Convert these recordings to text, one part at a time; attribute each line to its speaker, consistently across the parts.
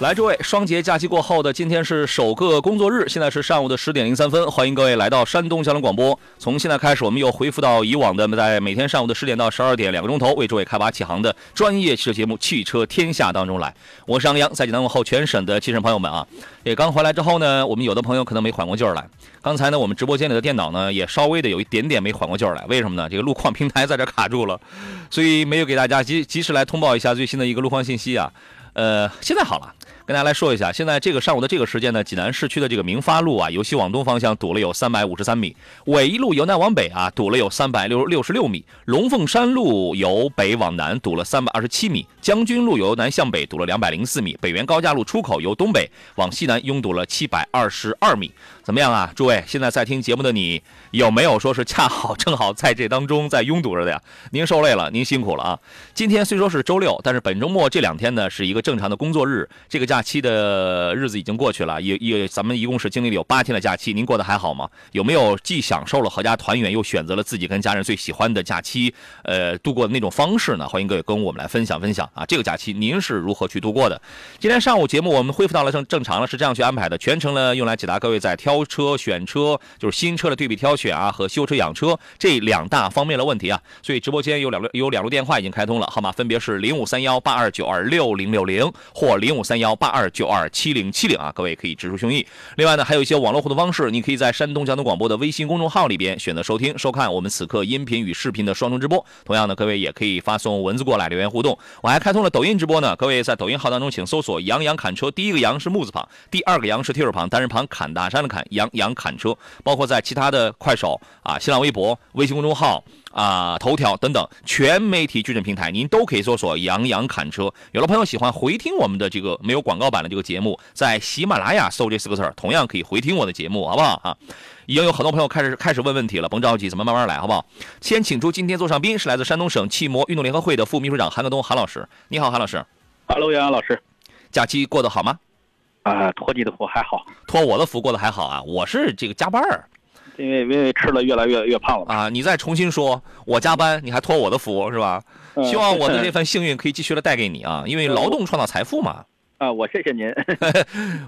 Speaker 1: 来，诸位，双节假期过后的今天是首个工作日，现在是上午的十点零三分，欢迎各位来到山东交通广播。从现在开始，我们又恢复到以往的在每天上午的十点到十二点两个钟头为诸位开拔启航的专业汽车节目《汽车天下》当中来。我是杨洋，在济南问候全省的汽车朋友们啊！也刚回来之后呢，我们有的朋友可能没缓过劲儿来。刚才呢，我们直播间里的电脑呢也稍微的有一点点没缓过劲儿来，为什么呢？这个路况平台在这卡住了，所以没有给大家及及时来通报一下最新的一个路况信息啊。呃，现在好了。跟大家来说一下，现在这个上午的这个时间呢，济南市区的这个明发路啊，由西往东方向堵了有三百五十三米；纬一路由南往北啊，堵了有三百六六十六米；龙凤山路由北往南堵了三百二十七米；将军路由南向北堵了两百零四米；北原高架路出口由东北往西南拥堵了七百二十二米。怎么样啊，诸位？现在在听节目的你，有没有说是恰好正好在这当中在拥堵着的呀？您受累了，您辛苦了啊！今天虽说是周六，但是本周末这两天呢是一个正常的工作日，这个假。假期的日子已经过去了，也也，咱们一共是经历了有八天的假期，您过得还好吗？有没有既享受了合家团圆，又选择了自己跟家人最喜欢的假期，呃，度过的那种方式呢？欢迎各位跟我们来分享分享啊！这个假期您是如何去度过的？今天上午节目我们恢复到了正正常了，是这样去安排的，全程呢用来解答各位在挑车、选车，就是新车的对比挑选啊和修车养车这两大方面的问题啊。所以直播间有两路有两路电话已经开通了，号码分别是零五三幺八二九二六零六零或零五三幺八。二九二七零七零啊，各位可以直抒胸臆。另外呢，还有一些网络互动方式，你可以在山东交通广播的微信公众号里边选择收听、收看我们此刻音频与视频的双重直播。同样呢，各位也可以发送文字过来留言互动。我还开通了抖音直播呢，各位在抖音号当中请搜索“杨洋砍车”，第一个“杨”是木字旁，第二个“杨”是提手旁，单人旁砍大山的砍，杨洋砍车。包括在其他的快手啊、新浪微博、微信公众号。啊，头条等等全媒体矩阵平台，您都可以搜索“杨洋砍车”。有的朋友喜欢回听我们的这个没有广告版的这个节目，在喜马拉雅搜这四个字儿，同样可以回听我的节目，好不好啊？已经有很多朋友开始开始问问题了，甭着急，咱们慢慢来，好不好？先请出今天座上宾是来自山东省汽摩运动联合会的副秘书长韩克东，韩老师，你好，韩老师。
Speaker 2: Hello，杨洋老师，
Speaker 1: 假期过得好吗？
Speaker 2: 啊，托你的福还好，
Speaker 1: 托我的福过得还好啊，我是这个加班儿。
Speaker 2: 因为因为吃了越来越越胖了
Speaker 1: 啊！你再重新说，我加班，你还托我的福是吧？希望我的这份幸运可以继续的带给你啊，因为劳动创造财富嘛。
Speaker 2: 啊，我谢谢 您，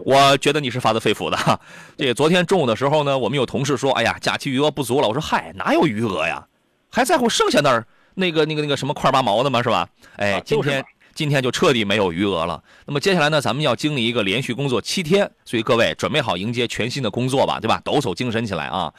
Speaker 1: 我觉得你是发自肺腑的。 这昨天中午的时候呢，我们有同事说：“哎呀，假期余额不足了。”我说：“嗨，哪有余额呀？还在乎剩下那儿那个那个那个什么块八毛的吗？是吧？”哎，今天。今天就彻底没有余额了。那么接下来呢，咱们要经历一个连续工作七天，所以各位准备好迎接全新的工作吧，对吧？抖擞精神起来啊！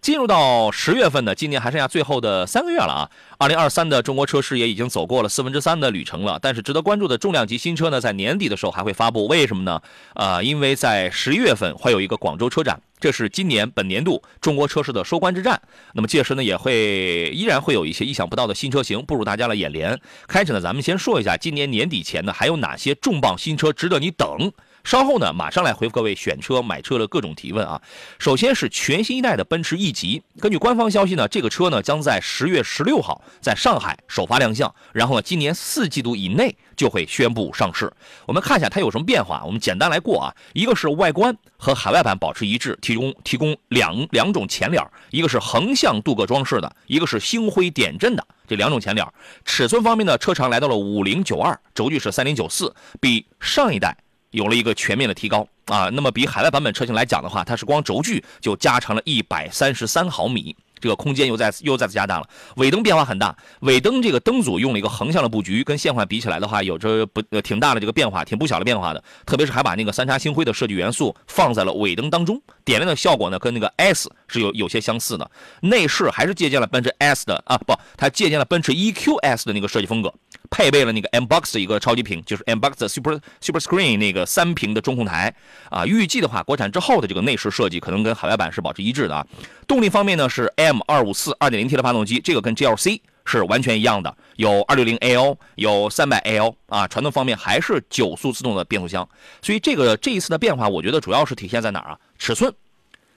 Speaker 1: 进入到十月份呢，今年还剩下最后的三个月了啊。二零二三的中国车市也已经走过了四分之三的旅程了，但是值得关注的重量级新车呢，在年底的时候还会发布，为什么呢？啊，因为在十一月份会有一个广州车展。这是今年本年度中国车市的收官之战，那么届时呢也会依然会有一些意想不到的新车型步入大家的眼帘。开始呢，咱们先说一下今年年底前呢还有哪些重磅新车值得你等。稍后呢，马上来回复各位选车、买车的各种提问啊。首先是全新一代的奔驰 E 级，根据官方消息呢，这个车呢将在十月十六号在上海首发亮相，然后呢，今年四季度以内就会宣布上市。我们看一下它有什么变化，我们简单来过啊。一个是外观和海外版保持一致，提供提供两两种前脸，一个是横向镀铬装饰的，一个是星辉点阵的。这两种前脸，尺寸方面呢，车长来到了五零九二，轴距是三零九四，比上一代。有了一个全面的提高啊，那么比海外版本车型来讲的话，它是光轴距就加长了一百三十三毫米，这个空间又再又再次加大了。尾灯变化很大，尾灯这个灯组用了一个横向的布局，跟现款比起来的话，有着不呃挺大的这个变化，挺不小的变化的。特别是还把那个三叉星辉的设计元素放在了尾灯当中，点亮的效果呢跟那个 S 是有有些相似的。内饰还是借鉴了奔驰 E S 的啊，不，它借鉴了奔驰 EQS 的那个设计风格。配备了那个 MBOX 的一个超级屏，就是 MBOX 的 Super Super Screen 那个三屏的中控台啊。预计的话，国产之后的这个内饰设计可能跟海外版是保持一致的啊。动力方面呢是 M 二五四二点零 T 的发动机，这个跟 GLC 是完全一样的，有二六零 AL，有三百 AL 啊。传动方面还是九速自动的变速箱，所以这个这一次的变化，我觉得主要是体现在哪儿啊？尺寸、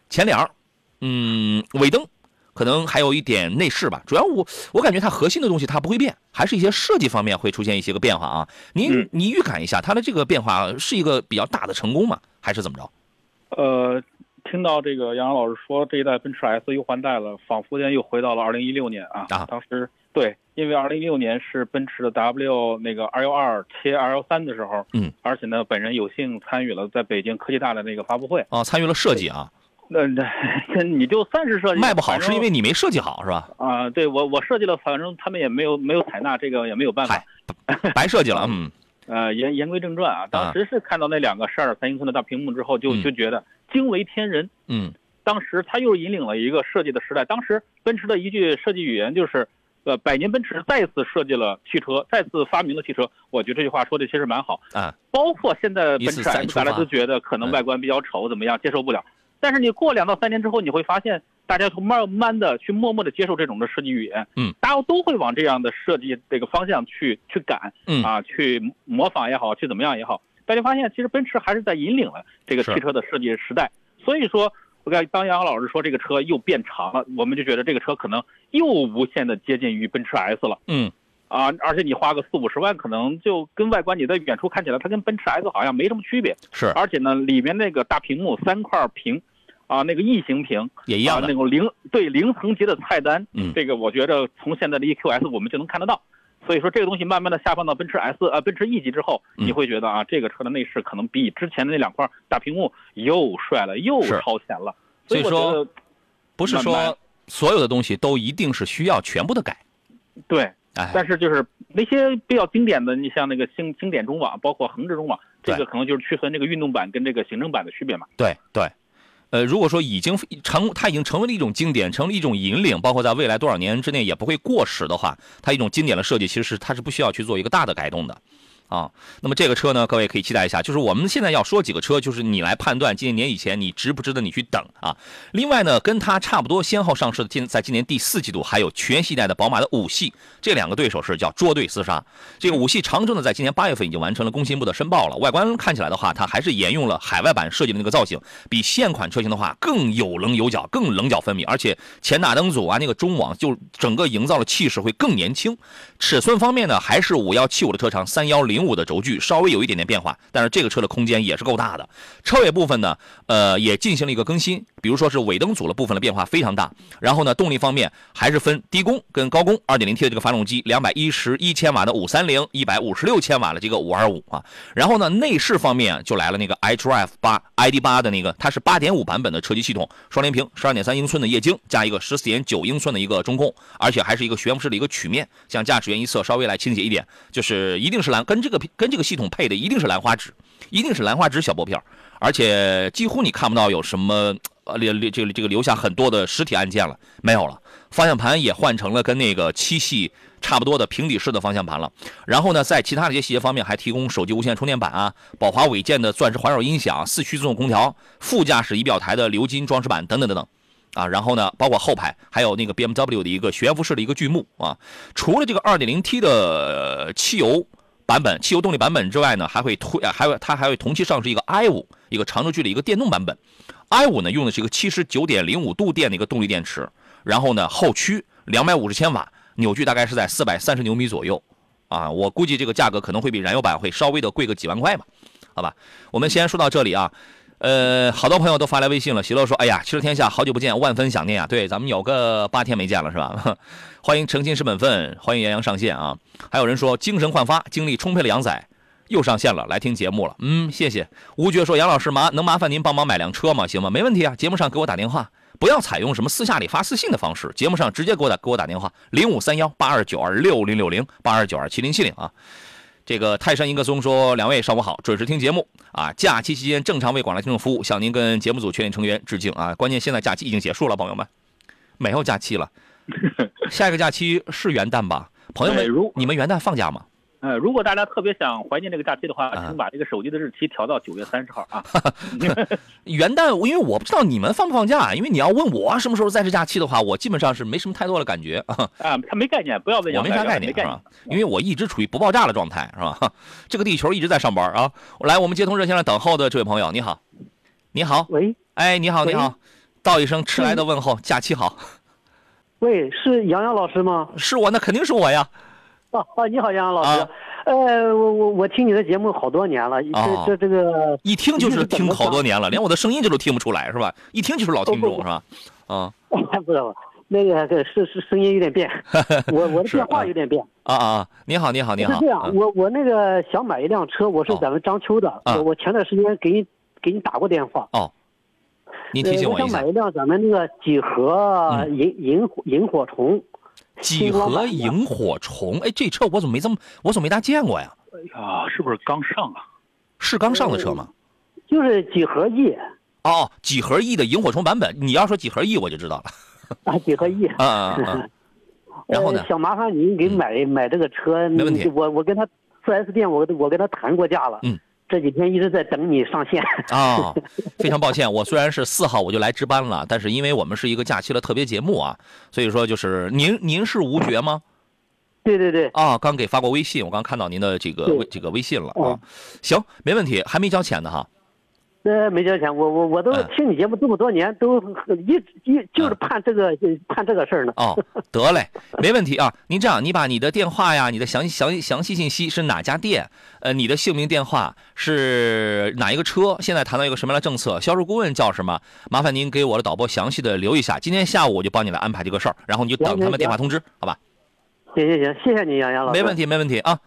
Speaker 1: 前脸儿、嗯，尾灯，可能还有一点内饰吧。主要我我感觉它核心的东西它不会变，还是一些设计方面会出现一些个变化啊。您
Speaker 2: 嗯
Speaker 1: 你预感一下，它的这个变化是一个比较大的成功吗？还是怎么着？
Speaker 2: 呃，听到这个杨洋老师说这一代奔驰 S 又换代了，仿佛间又回到了二零一六年啊。
Speaker 1: 啊
Speaker 2: 当时对，因为二零一六年是奔驰的 W 那个二幺二切二幺三的时候，
Speaker 1: 嗯，
Speaker 2: 而且呢，本人有幸参与了在北京科技大的那个发布会。
Speaker 1: 啊，参与了设计啊，
Speaker 2: 那、那那你就算是设计
Speaker 1: 卖不好
Speaker 2: 反正
Speaker 1: 是因为你没设计好是吧？
Speaker 2: 啊、对我我设计了，反正他们也没有没有采纳这个，也没有办法
Speaker 1: 嗨。白设 计了，嗯
Speaker 2: 呃，言言归正传啊，当时是看到那两个十二三英寸的大屏幕之后，就
Speaker 1: 嗯
Speaker 2: 就觉得惊为天人。
Speaker 1: 嗯
Speaker 2: 当时他又引领了一个设计的时代。当时奔驰的一句设计语言就是，呃，百年奔驰再次设计了汽车，再次发明了汽车。我觉得这句话说的其实蛮好。
Speaker 1: 啊，
Speaker 2: 包括现在奔
Speaker 1: 一次
Speaker 2: 驰
Speaker 1: 再
Speaker 2: S
Speaker 1: 出啊嗯
Speaker 2: 大家
Speaker 1: 发
Speaker 2: 都觉得可能外观比较丑，怎么样接受不了。但是你过两到三年之后，你会发现大家都慢慢的去默默的接受这种的设计语言，
Speaker 1: 嗯，
Speaker 2: 大家都会往这样的设计这个方向去去赶，
Speaker 1: 嗯
Speaker 2: 啊，去模仿也好，去怎么样也好，大家发现其实奔驰还是在引领了这个
Speaker 1: 是
Speaker 2: 汽车的设计时代。所以说，我刚当杨老师说这个车又变长了，我们就觉得这个车可能又无限的接近于奔驰 S 了。
Speaker 1: 嗯，
Speaker 2: 啊，而且你花个四五十万，可能就跟外观你在远处看起来，它跟奔驰 S 好像没什么区别。
Speaker 1: 是
Speaker 2: 而且呢，里面那个大屏幕三块屏，啊，那个异形屏，
Speaker 1: 也一
Speaker 2: 一
Speaker 1: 样
Speaker 2: 啊、
Speaker 1: 的
Speaker 2: 那，种零对零层级的菜单，
Speaker 1: 嗯
Speaker 2: 这个我觉着从现在的 EQS 我们就能看得到。所以说这个东西慢慢的下放到奔驰 S 呃奔驰 E 级之后，
Speaker 1: 嗯
Speaker 2: 你会觉得啊，这个车的内饰可能比之前的那两块大屏幕又帅了，又
Speaker 1: 是
Speaker 2: 超前了。
Speaker 1: 所
Speaker 2: 所
Speaker 1: 以
Speaker 2: 我觉
Speaker 1: 说
Speaker 2: 得
Speaker 1: 不是
Speaker 2: 慢慢
Speaker 1: 说所有的东西都一定是需要全部的改，
Speaker 2: 对，
Speaker 1: 哎，
Speaker 2: 但是就是那些比较经典的，你像那个经经典中网，包括横置中网，这
Speaker 1: 对
Speaker 2: 个可能就是区分这个运动版跟这个行政版的区别嘛。
Speaker 1: 对对，呃，如果说已经成，它已经成为了一种经典，成了一种引领，包括在未来多少年之内也不会过时的话，它一种经典的设计，其实是它是不需要去做一个大的改动的。啊，那么这个车呢，各位可以期待一下。就是我们现在要说几个车，就是你来判断今年年以前你值不值得你去等啊。另外呢，跟它差不多先后上市的，今在今年第四季度还有全新一代的宝马的五系，这两个对手是叫捉对厮杀。这个五系长征呢，在今年八月份已经完成了工信部的申报了。外观看起来的话，它还是沿用了海外版设计的那个造型，比现款车型的话更有棱有角，更棱角分明，而且前大灯组啊，那个中网就整个营造的气势会更年轻。尺寸方面呢，还是五幺七五的车长，三幺零五的轴距稍微有一点点变化，但是这个车的空间也是够大的。车尾部分呢，呃，也进行了一个更新，比如说是尾灯组的部分的变化非常大。然后呢，动力方面还是分低功跟高功，二点零 T 的这个发动机，两百一十一千瓦的五三零，一百五十六千瓦的这个五二五啊。然后呢，内饰方面就来了那个 iDrive 八 ID 八的那个，它是八点五版本的车机系统，双联屏，十二点三英寸的液晶，加一个十四点九英寸的一个中控，而且还是一个悬浮式的一个曲面，向驾驶员一侧稍微来倾斜一点，就是一定是兰跟这个跟这个系统配的一定是兰花指，一定是兰花指小拨片儿，而且几乎你看不到有什么呃留留这个这个留下很多的实体按键了，没有了。方向盘也换成了跟那个七系差不多的平底式的方向盘了。然后呢，在其他的一些细节方面，还提供手机无线充电板啊、宝华伟健的钻石环绕音响、四驱自动空调、副驾驶仪表台的鎏金装饰板等等等等。啊，然后呢，包括后排还有那个 BMW 的一个悬浮式的一个巨幕啊。除了这个 2.0T 的呃汽油版本、汽油动力版本之外呢，还会推，啊还有它还会同期上市一个 i5，一个长轴距的一个电动版本。i5 呢用的是一个79.05度电的一个动力电池，然后呢后驱250千瓦，扭矩大概是在430牛米左右。啊，我估计这个价格可能会比燃油版会稍微的贵个几万块吧，好吧，我们先说到这里啊。呃，好多朋友都发来微信了，喜乐说：“哎呀，汽车天下好久不见，万分想念啊！对，咱们有个八天没见了是吧？ 欢迎诚心是本分，欢迎杨洋上线啊！还有人说精神焕发，精力充沛的杨仔又上线了，来听节目了。嗯，谢谢。吴觉说杨老师麻能麻烦您帮忙买辆车吗？行吗？没问题啊，节目上给我打电话，不要采用什么私下里发私信的方式，节目上直接给我打给我打电话，零五三幺八二九二六零六零八二九二七零七零啊。这个泰山一个松说：“两位上午好，准时听节目啊！假期期间正常为广大听众服务，向您跟节目组全体成员致敬啊！关键现在假期已经结束了，朋友们，没有假期了，下一个假期是元旦吧？朋友
Speaker 2: 对如
Speaker 1: 们，你们元旦放假吗？
Speaker 2: 呃，如果大家特别想怀念这个假期的话，
Speaker 1: 啊
Speaker 2: 请把这个手机的日期调到九月三十号 啊。
Speaker 1: 元旦，因为我不知道你们放不放假，啊因为你要问我什么时候再是假期的话，我基本上是没什么太多的感觉 啊，
Speaker 2: 啊，他没概念，不要问
Speaker 1: 我
Speaker 2: 杨
Speaker 1: 没
Speaker 2: 代
Speaker 1: 啥
Speaker 2: 表
Speaker 1: 概
Speaker 2: 没
Speaker 1: 念
Speaker 2: 概
Speaker 1: 是吧？因为我一直处于不爆炸的状态是吧？ 这个地球一直在上班啊。来，我们接通热线上等候的这位朋友，你好，你好，
Speaker 3: 喂
Speaker 1: 哎，你好，你好，道一声迟来的问候，假期好，
Speaker 3: 喂，是杨洋老师吗？
Speaker 1: 是我，那肯定是我呀，
Speaker 3: 啊啊，你好，杨洋老师。
Speaker 1: 啊
Speaker 3: 呃，我我我听你的节目好多年了，
Speaker 1: 哦
Speaker 3: 这这这个
Speaker 1: 一听就是听好多年了，连我的声音这都听不出来是吧？一听就是老听
Speaker 3: 哦
Speaker 1: 众是吧？啊
Speaker 3: 不知道，那个这是是声音 有点变，我我的
Speaker 1: 是
Speaker 3: 电话
Speaker 1: 嗯
Speaker 3: 有点变。
Speaker 1: 啊啊！你好，你好，你
Speaker 3: 是
Speaker 1: 好，
Speaker 3: 这样，
Speaker 1: 嗯
Speaker 3: 我我那个想买一辆车，我是
Speaker 1: 哦
Speaker 3: 咱们章丘的，
Speaker 1: 啊哦
Speaker 3: 我我前段时间给你给你打过电话。
Speaker 1: 您提醒
Speaker 3: 呃
Speaker 1: 我
Speaker 3: 想
Speaker 1: 一下
Speaker 3: 买，一辆咱们那个几何啊
Speaker 1: 嗯
Speaker 3: 萤萤火萤火虫。
Speaker 1: 几何萤火虫，哎，这车我怎么没这么，我怎么没大见过呀？
Speaker 2: 念啊，是不是刚上啊？
Speaker 1: 是刚上的车吗？
Speaker 3: 就是几何翼
Speaker 1: 哦，几何 E 的萤火虫版本，你要说几何 E 我就知道了。
Speaker 3: 啊，几何翼。
Speaker 1: 啊啊啊啊！然后呢嗯
Speaker 3: 呃想麻烦您给买、买这个车，嗯
Speaker 1: 没问题
Speaker 3: 我我跟他四 S 店我我跟他谈过价了，
Speaker 1: 嗯，
Speaker 3: 这几天一直在等你上线。
Speaker 1: 啊，非常抱歉，我虽然是四号我就来值班了，但是因为我们是一个假期的特别节目啊，所以说就是您您是吴觉吗？
Speaker 3: 对对对，
Speaker 1: 啊，刚给发过微信，我刚看到您的这个
Speaker 3: 对
Speaker 1: 微这个微信了啊
Speaker 3: 嗯。
Speaker 1: 行，没问题，还没交钱呢哈。
Speaker 3: 呃，没交钱，我我我都
Speaker 1: 嗯
Speaker 3: 听你节目这么多年，都一一就是
Speaker 1: 嗯
Speaker 3: 盼这个、盼这个事儿呢。
Speaker 1: 哦，得嘞，没问题啊。您这样，你把你的电话呀，你的详细详细详细信息是哪家店，呃，你的姓名、电话是哪一个车，现在谈到一个什么样的政策，销售顾问叫什么，麻烦您给我的导播详细的留一下。今天下午我就帮你来安排这个事儿，然后你就等他们电话通知，好吧？
Speaker 3: 行行行，谢谢你杨洋老师，
Speaker 1: 没问，题，没问题啊。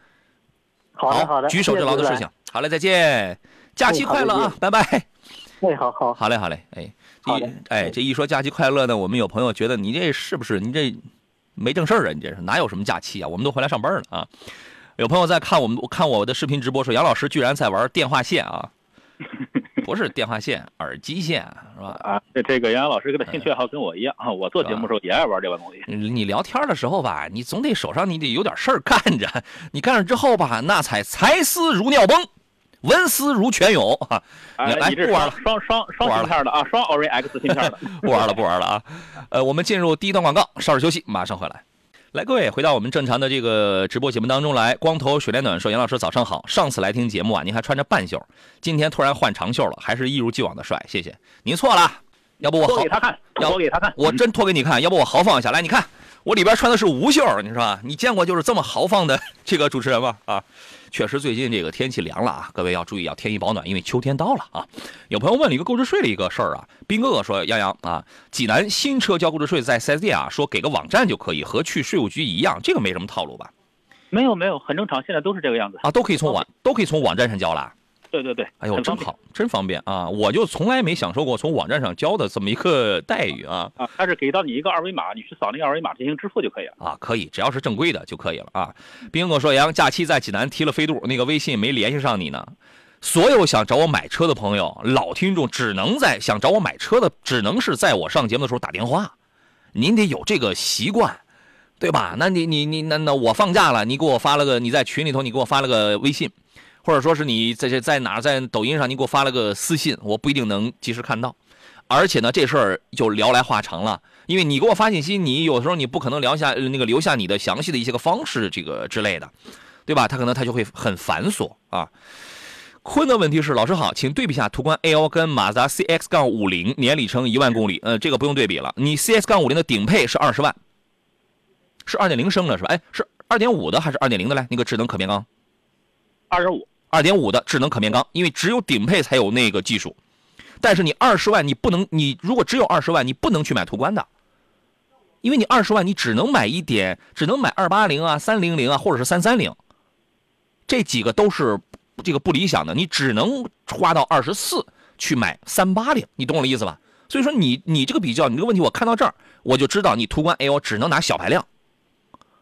Speaker 3: 好的好的，
Speaker 1: 举手之劳的事
Speaker 3: 谢谢
Speaker 1: 情。好嘞，再见，假期
Speaker 3: 哎好
Speaker 1: 快乐
Speaker 3: 再
Speaker 1: 啊，拜拜。
Speaker 3: 主持人。哎，好好，
Speaker 1: 好嘞，好嘞，哎，
Speaker 3: 好嗯
Speaker 1: 这
Speaker 3: 嘞
Speaker 1: 哎，这一说假期快乐呢，我们有朋友觉得你这是不是你这没正事儿啊？你这是哪有什么假期啊？我们都回来上班了啊！有朋友在看我们看我的视频直播说，杨老师居然在玩电话线 啊，不是电话线，耳机线是吧？哎
Speaker 2: 啊，这这个杨洋老师他兴趣爱好跟我一样啊，我做节目的时候也爱玩这玩东西。
Speaker 1: 你你聊天的时候吧，你总得手上你得有点事儿干着， 你干着之后吧，那才才思如尿崩，文思如泉涌 啊！
Speaker 2: 哎
Speaker 1: 来，
Speaker 2: 你这
Speaker 1: 不玩了
Speaker 2: 双双
Speaker 1: 不
Speaker 2: 双
Speaker 1: 玩
Speaker 2: 芯
Speaker 1: 了
Speaker 2: 片的啊，双 Orin X 芯片的。
Speaker 1: 不玩了，不玩了啊！ 呃，我们进入第一段广告，稍事休息，马上回来。来，各位，回到我们正常的这个直播节目当中来。光头水莲暖说：“杨老师，早上好！上次来听节目啊，您还穿着半袖，今天突然换长袖了，还是一如既往的帅，谢谢您错了，要不我
Speaker 2: 脱
Speaker 1: 豪
Speaker 2: 给，他看，
Speaker 1: 要
Speaker 2: 脱给他看。
Speaker 1: 我真脱给你看，要不我豪放一下。来，你看我里边穿的是无袖，你说吧？你见过就是这么豪放的 这个主持人吗？啊，确实最近这个天气凉了啊，各位要注意要添衣保暖，因为秋天到了啊。有朋友问了一个购置税的一个事儿啊，斌哥哥说杨洋啊，济南新车交购置税在 4S 店啊，说给个网站就可以，和去税务局一样，这个没什么套路吧？
Speaker 2: 没有没有，很正常，现在都是这个样子。
Speaker 1: 啊，都可以从网都可以从网站上交啊啦。
Speaker 2: 对对对，
Speaker 1: 哎呦，
Speaker 2: 很
Speaker 1: 真
Speaker 2: 方便
Speaker 1: 好，真方便啊！我就从来没享受过从网站上交的这么一个待遇啊。
Speaker 2: 啊！它是给到你一个二维码，你去扫那个二维码进行支付就可以了。
Speaker 1: 啊，可以，只要是正规的就可以了啊。斌哥说，杨假期在济南提了飞度，那个微信没联系上你呢。所有想找我买车的朋友，老听众只能在想找我买车的，只能是在我上节目的时候打电话。您得有这个习惯，对吧？那你你你那那我放假了，你给我发了个，你在群里头你给我发了个微信，或者说是你在这在哪儿在抖音上你给我发了个私信，我不一定能及时看到。而且呢，这事儿就聊来话长了，因为你给我发信息，你有时候你不可能聊下呃那个留下你的详细的一些个方式，这个之类的，对吧？他可能他就会很繁琐啊。坤的问题是，老师好，请对比一下途观 L 跟马自达 CX 杠五零，年里程一万公里，呃，这个不用对比了。你 CX 杠五零的顶配是二十万，是二点零升的是吧？哎，是二点五的还是二点零的嘞？那个智能可变缸，
Speaker 2: 二点五，
Speaker 1: 二点五的智能可变缸，因为只有顶配才有那个技术。但是你二十万，你不能，你如果只有二十万，你不能去买途观的，因为你二十万你只能买一点，只能买二八零啊、三零零啊，或者是三三零，这几个都是这个不理想的，你只能花到二十四去买三八零，你懂我的意思吧？所以说你你这个比较，你这个问题我看到这儿，我就知道你途观 L 只能拿小排量，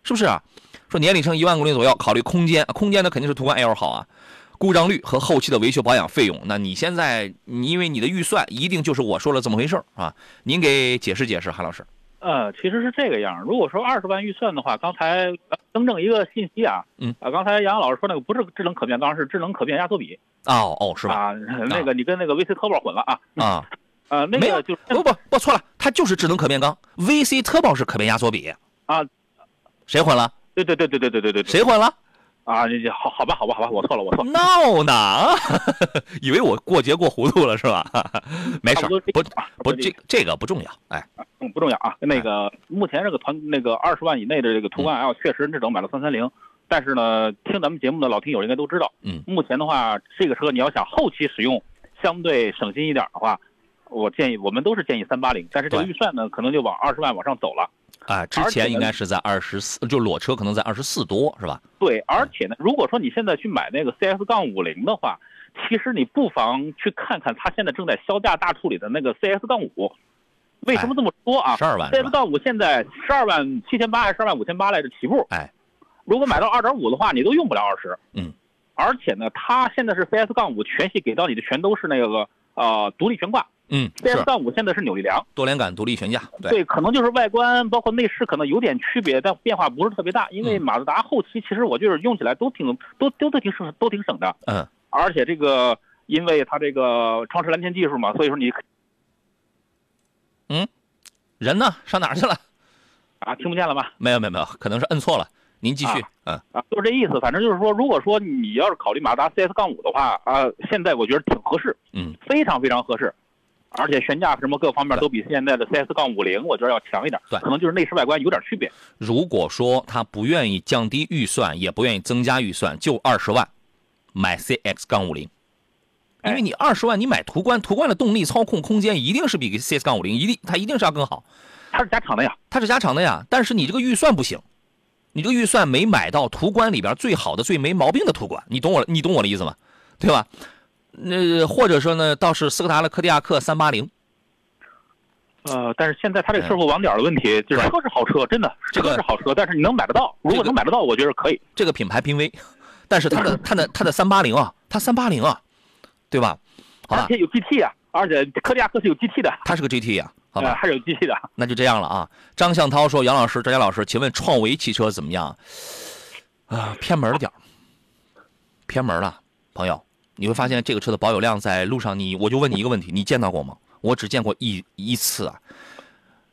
Speaker 1: 是不是啊？说年里程一万公里左右，考虑空间，啊空间呢肯定是途观 L 好啊。故障率和后期的维修保养费用。那你现在，你因为你的预算一定就是我说了这么回事儿啊，您给解释解释，韩老师。
Speaker 2: 呃，其实是这个样儿。如果说二十万预算的话，刚才呃更正一个信息啊，
Speaker 1: 嗯
Speaker 2: 啊，刚才杨洋老师说那个不是智能可变钢，是智能可变压缩比
Speaker 1: 哦哦，是吧？
Speaker 2: 啊， 那个你跟那个 VC Turbo 混了啊，
Speaker 1: 啊，
Speaker 2: 呃，那
Speaker 1: 没有
Speaker 2: 个就是
Speaker 1: 不不不，错了，它就是智能可变钢，VC Turbo 是可变压缩比
Speaker 2: 啊，
Speaker 1: 谁混了？
Speaker 2: 对对对对对对对对对
Speaker 1: 谁混了？
Speaker 2: 啊，你你好好吧好吧好吧，我错了我错了，
Speaker 1: 闹呢？啊以为我过节过糊涂了是吧？ 没事
Speaker 2: 差
Speaker 1: 儿
Speaker 2: 不多，
Speaker 1: 不
Speaker 2: 这啊差
Speaker 1: 不，
Speaker 2: 多这
Speaker 1: 这个这个不重要。哎，
Speaker 2: 嗯不重要啊。那个目前这个团那个二十万以内的这个途观 L 确实只能买到三三零，但是呢，听咱们节目的老听友应该都知道，
Speaker 1: 嗯，
Speaker 2: 目前的话，这个车你要想后期使用，相对省心一点的话，我建议我们都是建议三八零，但是这个
Speaker 1: 对
Speaker 2: 预算呢，可能就往二十万往上走了。
Speaker 1: 啊，之
Speaker 2: 而且
Speaker 1: 前应
Speaker 2: 呢
Speaker 1: 该是在二十四，就裸车可能在二十四多是吧？
Speaker 2: 对，而且呢，如果说你现在去买那个 CS 杠五零的话，其实你不妨去看看它现在正在销价大处理的那个 CS 杠五。为什么这么说啊？
Speaker 1: 哎十二万是
Speaker 2: CS
Speaker 1: 吧？
Speaker 2: 杠五现在十二万七千八还是十二万五千八来着起步？
Speaker 1: 哎，
Speaker 2: 如果买到二点五的话，你都用不了二十。
Speaker 1: 嗯，
Speaker 2: 而且呢，它现在是 CS 杠五全系给到你的全都是那个呃独立悬挂
Speaker 1: 嗯，
Speaker 2: ，CS
Speaker 1: 是
Speaker 2: 杠五现在是扭力梁，
Speaker 1: 多连杆独立悬架，对，
Speaker 2: 对，可能就是外观包括内饰可能有点区别，但变化不是特别大。因为
Speaker 1: 嗯
Speaker 2: 马自达后期其实我就是用起来都挺都都都挺省都挺省的，
Speaker 1: 嗯，
Speaker 2: 而且这个因为它这个创驰蓝天技术嘛，所以说你
Speaker 1: 人呢？上哪儿去了？
Speaker 2: 啊听不见了吧？
Speaker 1: 没有没有没有，可能是摁错了。您继续，嗯，
Speaker 2: 啊，就是这意思。反正就是说，如果说你要是考虑马自达 CS 杠五的话，啊，现在我觉得挺合适，
Speaker 1: 嗯，
Speaker 2: 非常非常合适，而且悬架什么各方面都比现在的 CS 杠五零我觉得要强一点，
Speaker 1: 对
Speaker 2: 可能就是内饰外观有点区别。
Speaker 1: 如果说他不愿意降低预算，也不愿意增加预算，就二十万买 CX 杠五零，因
Speaker 2: 哎
Speaker 1: 为你二十万你买途观，途观的动力、操控、空间一定是比 CX 杠五零一定它一定是要更好，
Speaker 2: 它是加长的呀，
Speaker 1: 它是加长的呀，但是你这个预算不行。你这个预算没买到途观里边最好的、最没毛病的途观，你懂我，你懂我的意思吗？对吧？那、或者说呢，倒是斯柯达的柯迪亚克三八零，
Speaker 2: 呃，但是现在它这个售后网点的问题，就是
Speaker 1: 哎对
Speaker 2: 车是好车，真的，
Speaker 1: 这个
Speaker 2: 车是好车，但是你能买得到，如
Speaker 1: 这
Speaker 2: 果
Speaker 1: 个
Speaker 2: 能买得到，我觉得可以。
Speaker 1: 这个品牌濒危，但是它的它的它的三八零啊，它三八零啊，对吧？好
Speaker 2: 而
Speaker 1: 吧，
Speaker 2: 且有 GT 啊，而且科迪亚克是有 GT 的，
Speaker 1: 它是个 GT 啊，好
Speaker 2: 呃
Speaker 1: 吧，
Speaker 2: 还是有 GT 的。
Speaker 1: 那就这样了啊。张向涛说：“杨老师，张佳老师，请问创维汽车怎么样？”啊，偏门了点儿偏门了，朋友，你会发现这个车的保有量在路上你，我就问你一个问题，你见到过吗？我只见过一一次啊。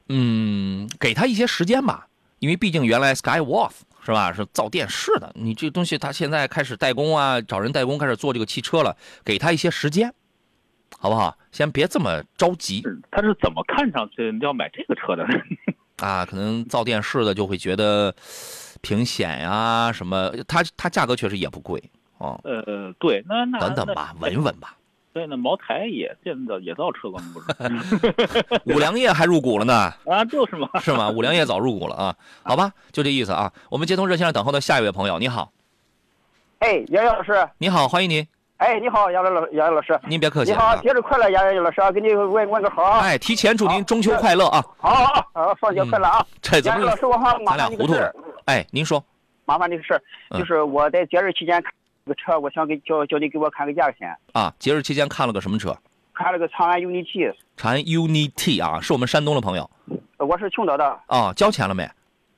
Speaker 1: 嗯，给他一些时间吧，因为毕竟原来 Skyworth 是吧，是造电视的，你这东西他现在开始代工啊，找人代工，开始做这个汽车了，给他一些时间，好不好？先别这么着急。
Speaker 2: 是他是怎么看上去要买这个车 的？
Speaker 1: 啊，可能造电视的就会觉得屏显呀、什么，它它价格确实也不贵哦。
Speaker 2: 呃，对，那那
Speaker 1: 等等
Speaker 2: 那
Speaker 1: 吧，稳稳吧。
Speaker 2: 对，那茅台也建造也造 车光不是
Speaker 1: 五粮液还入股 了呢，
Speaker 2: 啊，就是嘛。
Speaker 1: 是吗？五粮液早入股了啊，好吧，就这意思啊。我们接通热线上等候的下一位朋友，你好，
Speaker 4: 哎，杨洋老师，
Speaker 1: 你好，欢迎您，
Speaker 4: 哎，你好，杨老杨洋老师，
Speaker 1: 您别客气
Speaker 4: 你
Speaker 1: 了
Speaker 4: 好，
Speaker 1: 啊。
Speaker 4: 节日快乐，杨洋老师啊，给你问问个好啊，
Speaker 1: 哎，提前祝您中秋快乐啊！嗯
Speaker 4: 好好好好，双节快乐啊！
Speaker 1: 这怎
Speaker 4: 杨
Speaker 1: 么
Speaker 4: 洋老
Speaker 1: 了？
Speaker 4: 师，我好
Speaker 1: 咱
Speaker 4: 麻
Speaker 1: 俩
Speaker 4: 烦你
Speaker 1: 糊
Speaker 4: 个
Speaker 1: 涂
Speaker 4: 事
Speaker 1: 了
Speaker 4: 儿，。
Speaker 1: 哎，您说
Speaker 4: 麻烦你个事儿，
Speaker 1: 嗯
Speaker 4: 就是我在节日期间看这个车，我想给叫叫你给我看个价钱，
Speaker 1: 啊，节日期间看了个什么车？
Speaker 4: 看了个长安 UNI-T，
Speaker 1: 长安 UNI-T 啊，是我们山东的朋友
Speaker 4: 呃我是青岛的，
Speaker 1: 啊，交钱了没？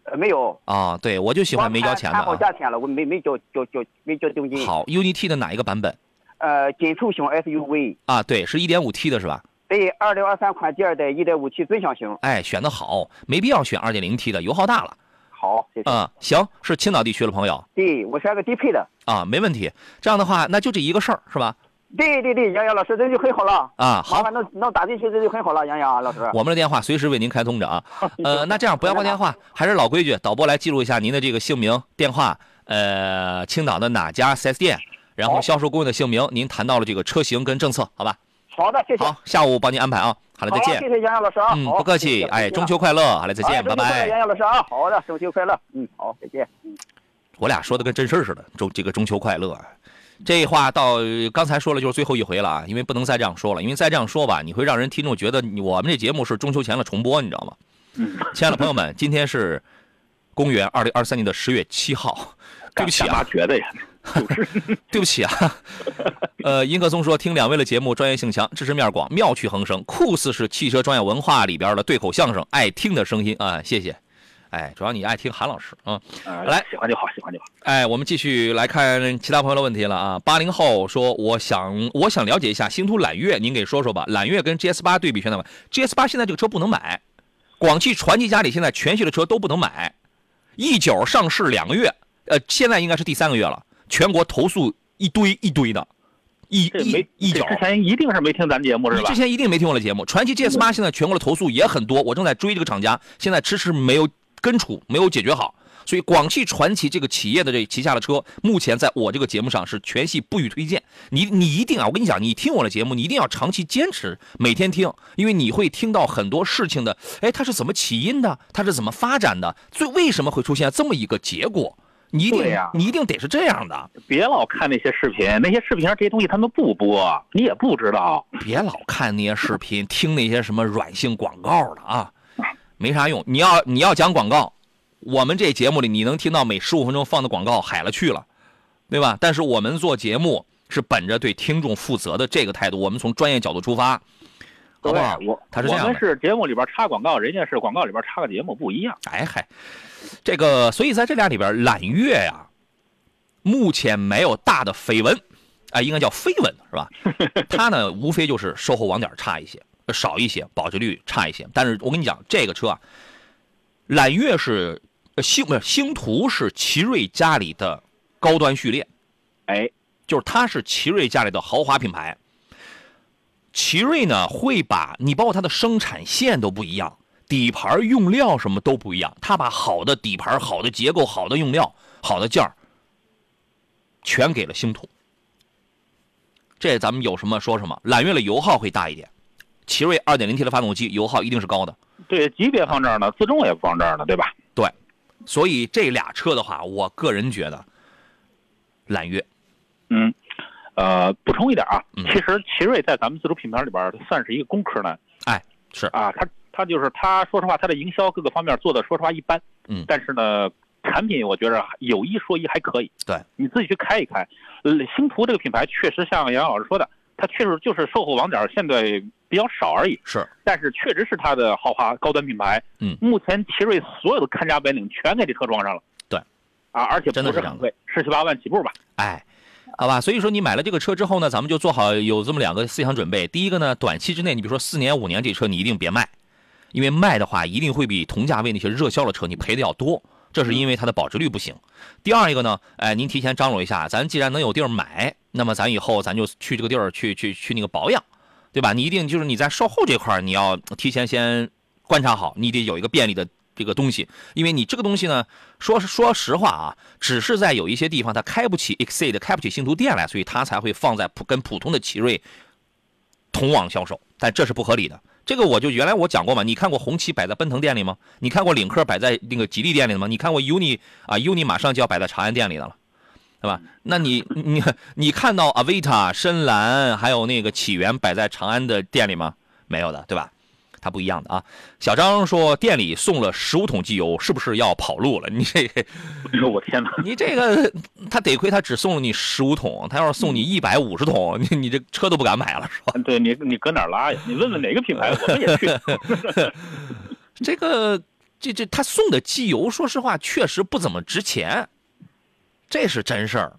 Speaker 4: 呃没有，
Speaker 1: 啊，对我就喜欢没交钱的
Speaker 4: 看好
Speaker 1: 啊。
Speaker 4: 价钱了，我没没交交交没交定金，
Speaker 1: 好，UNI-T 的哪一个版本？
Speaker 4: 呃，紧凑型 SUV，
Speaker 1: 啊，对，是一点五 T 的是吧？
Speaker 4: 对，二零二三款第二代一点五 T 尊享型，
Speaker 1: 哎，选的好，没必要选二点零 T 的，油耗大了。
Speaker 4: 好，谢谢。
Speaker 1: 嗯，行，是青岛地区的朋友
Speaker 4: 对，我选个低配的，
Speaker 1: 啊，没问题。这样的话，那就这一个事儿是吧？
Speaker 4: 对对对，杨洋老师这就很好了。
Speaker 1: 啊，
Speaker 4: 麻
Speaker 1: 好，
Speaker 4: 烦能能打进去这就很好了，杨洋老师。
Speaker 1: 我们的电话随时为您开通着啊。呃，那这样不要挂电话，还是老规矩，导播来记录一下您的这个姓名、电话，呃，青岛的哪家 4S 店，然后
Speaker 4: 好
Speaker 1: 销售顾问的姓名，您谈到了这个车型跟政策，好吧？
Speaker 4: 好的，谢谢。
Speaker 1: 好，下午帮您安排啊。好嘞，
Speaker 4: 好
Speaker 1: 再
Speaker 4: 谢
Speaker 1: 见。
Speaker 4: 谢杨洋老师啊。
Speaker 1: 嗯，
Speaker 4: 好
Speaker 1: 不客
Speaker 4: 谢
Speaker 1: 气。
Speaker 4: 谢
Speaker 1: 哎，中
Speaker 4: 好
Speaker 1: 秋快乐。好嘞，再见，
Speaker 4: 中
Speaker 1: 拜
Speaker 4: 秋快乐
Speaker 1: 拜。
Speaker 4: 杨洋老师啊，好的，中秋快乐。嗯，好，再见。
Speaker 1: 我俩说的跟真事儿似的，中这个中秋快乐啊。这话到呃刚才说了就是最后一回了啊，因为不能再这样说了，因为再这样说吧，你会让人听众觉得你我们这节目是中秋前了重播，你知道吗？
Speaker 5: 嗯
Speaker 1: 亲爱的朋友们，今天是公元二零二三年的十月七号，对不起
Speaker 2: 干嘛
Speaker 1: 啊，
Speaker 2: 觉得呀？就是
Speaker 1: 对不起啊，呃，银河松说听两位的节目，专业性强，知识面广，妙趣横生，酷似是汽车专业文化里边的对口相声，爱听的声音啊，谢谢。哎，主要你爱听韩老师啊、
Speaker 2: 呃
Speaker 1: 来
Speaker 2: 喜欢就好，喜欢就好。
Speaker 1: 哎，我们继续来看其他朋友的问题了啊。八零后说，我想我想了解一下星途揽月，您给说说吧。揽月跟 GS 八对比选哪款？GS 八现在这个车不能买，广汽传祺家里现在全系的车都不能买。E 九上市两个月，呃，现在应该是第三个月了，全国投诉一堆一堆的。E
Speaker 2: 这没
Speaker 1: E E
Speaker 2: 这
Speaker 1: 九，
Speaker 2: 之前一定是没听咱节目是
Speaker 1: 你
Speaker 2: 吧嗯
Speaker 1: 之？前一定没听我的节目。传祺 GS 八现在全国的投诉也很多，我正在追这个厂家，现在迟迟没有根除，没有解决好。所以广汽传祺这个企业的这旗下的车，目前在我这个节目上是全系不予推荐。你你一定啊，我跟你讲，你听我的节目，你一定要长期坚持，每天听，因为你会听到很多事情的，哎，它是怎么起因的，它是怎么发展的，最为什么会出现这么一个结果？你一定
Speaker 2: 对呀
Speaker 1: 你一定得是这样的，
Speaker 2: 别老看那些视频，那些视频上这些东西他们不播，你也不知道。
Speaker 1: 别老看那些视频，听那些什么软性广告了啊，没啥用。你要你要讲广告，我们这节目里你能听到每十五分钟放的广告海了去了，对吧？但是我们做节目是本着对听众负责的这个态度，我们从专业角度出发，好不好？
Speaker 2: 对我
Speaker 1: 他是这样的
Speaker 2: 我们是节目里边插广告，人家是广告里边插个节目，不一样。
Speaker 1: 哎嗨，这个所以在这俩里边，揽月呀、目前没有大的绯闻，哎，应该叫绯闻是吧？它呢，无非就是售后网点差一些，呃少一些，保值率差一些。但是我跟你讲，这个车啊，揽月是呃星不是星途是奇瑞家里的高端序列，
Speaker 2: 哎，
Speaker 1: 就是它是奇瑞家里的豪华品牌。奇瑞呢会把你包括它的生产线都不一样，底盘用料什么都不一样，它把好的底盘、好的结构、好的用料、好的件儿，全给了星途。这咱们有什么说什么。揽月的油耗会大一点，奇瑞 2.0T 的发动机油耗一定是高的，
Speaker 2: 对，级别放这儿呢，自重也放这儿呢，对吧？
Speaker 1: 所以这俩车的话，我个人觉得，揽月
Speaker 2: 嗯，呃，补充一点啊，
Speaker 1: 嗯
Speaker 2: 其实奇瑞在咱们自主品牌里边儿算是一个工科男。
Speaker 1: 哎是
Speaker 2: 啊，他他就是他，说实话，他的营销各个方面做的，说实话一般。
Speaker 1: 嗯
Speaker 2: 但是呢，产品我觉着有一说一还可以。
Speaker 1: 对，
Speaker 2: 你自己去开一开。呃，星途这个品牌确实像杨老师说的，它确实就是售后网点儿现在比较少而已。
Speaker 1: 是
Speaker 2: 但是确实是它的豪华高端品牌。
Speaker 1: 嗯
Speaker 2: 目前奇瑞所有的看家本领全给这车装上了。
Speaker 1: 对，
Speaker 2: 啊，而且
Speaker 1: 真的
Speaker 2: 不
Speaker 1: 是
Speaker 2: 是
Speaker 1: 这样
Speaker 2: 很
Speaker 1: 的
Speaker 2: 贵，十七八万起步吧。
Speaker 1: 哎，好吧，所以说你买了这个车之后呢，咱们就做好有这么两个思想准备。第一个呢，短期之内，你比如说四年五年，这车你一定别卖，因为卖的话一定会比同价位那些热销的车你赔的要多，这是因为它的保值率不行。第二一个呢，哎，您提前张罗一下，咱既然能有地儿买，那么咱以后咱就去这个地儿去去去那个保养，对吧？你一定就是你在售后这块儿你要提前先观察好，你得有一个便利的这个东西，因为你这个东西呢，说说实话啊，只是在有一些地方它开不起 Exceed，开不起星途店来，所以它才会放在普跟普通的奇瑞同网销售，但这是不合理的。这个我就原来我讲过嘛，你看过红旗摆在奔腾店里吗？你看过领克摆在那个吉利店里吗？你看过 UNI 啊 UNI 马上就要摆在长安店里的了，对吧？那你你你看到 Avita、深蓝还有那个起源摆在长安的店里吗？没有的，对吧？它不一样的啊。小张说店里送了十五桶机油，是不是要跑路了？你这
Speaker 2: 哎 呦，我天哪！
Speaker 1: 你这个，他得亏他只送了你十五桶，他要是送你一百五十桶，你你这车都不敢买了，是吧？
Speaker 2: 对你，你搁哪儿拉呀？你问问哪个品牌，我们也去。
Speaker 1: 这个，这这他送的机油，说实话确实不怎么值钱，这是真事儿。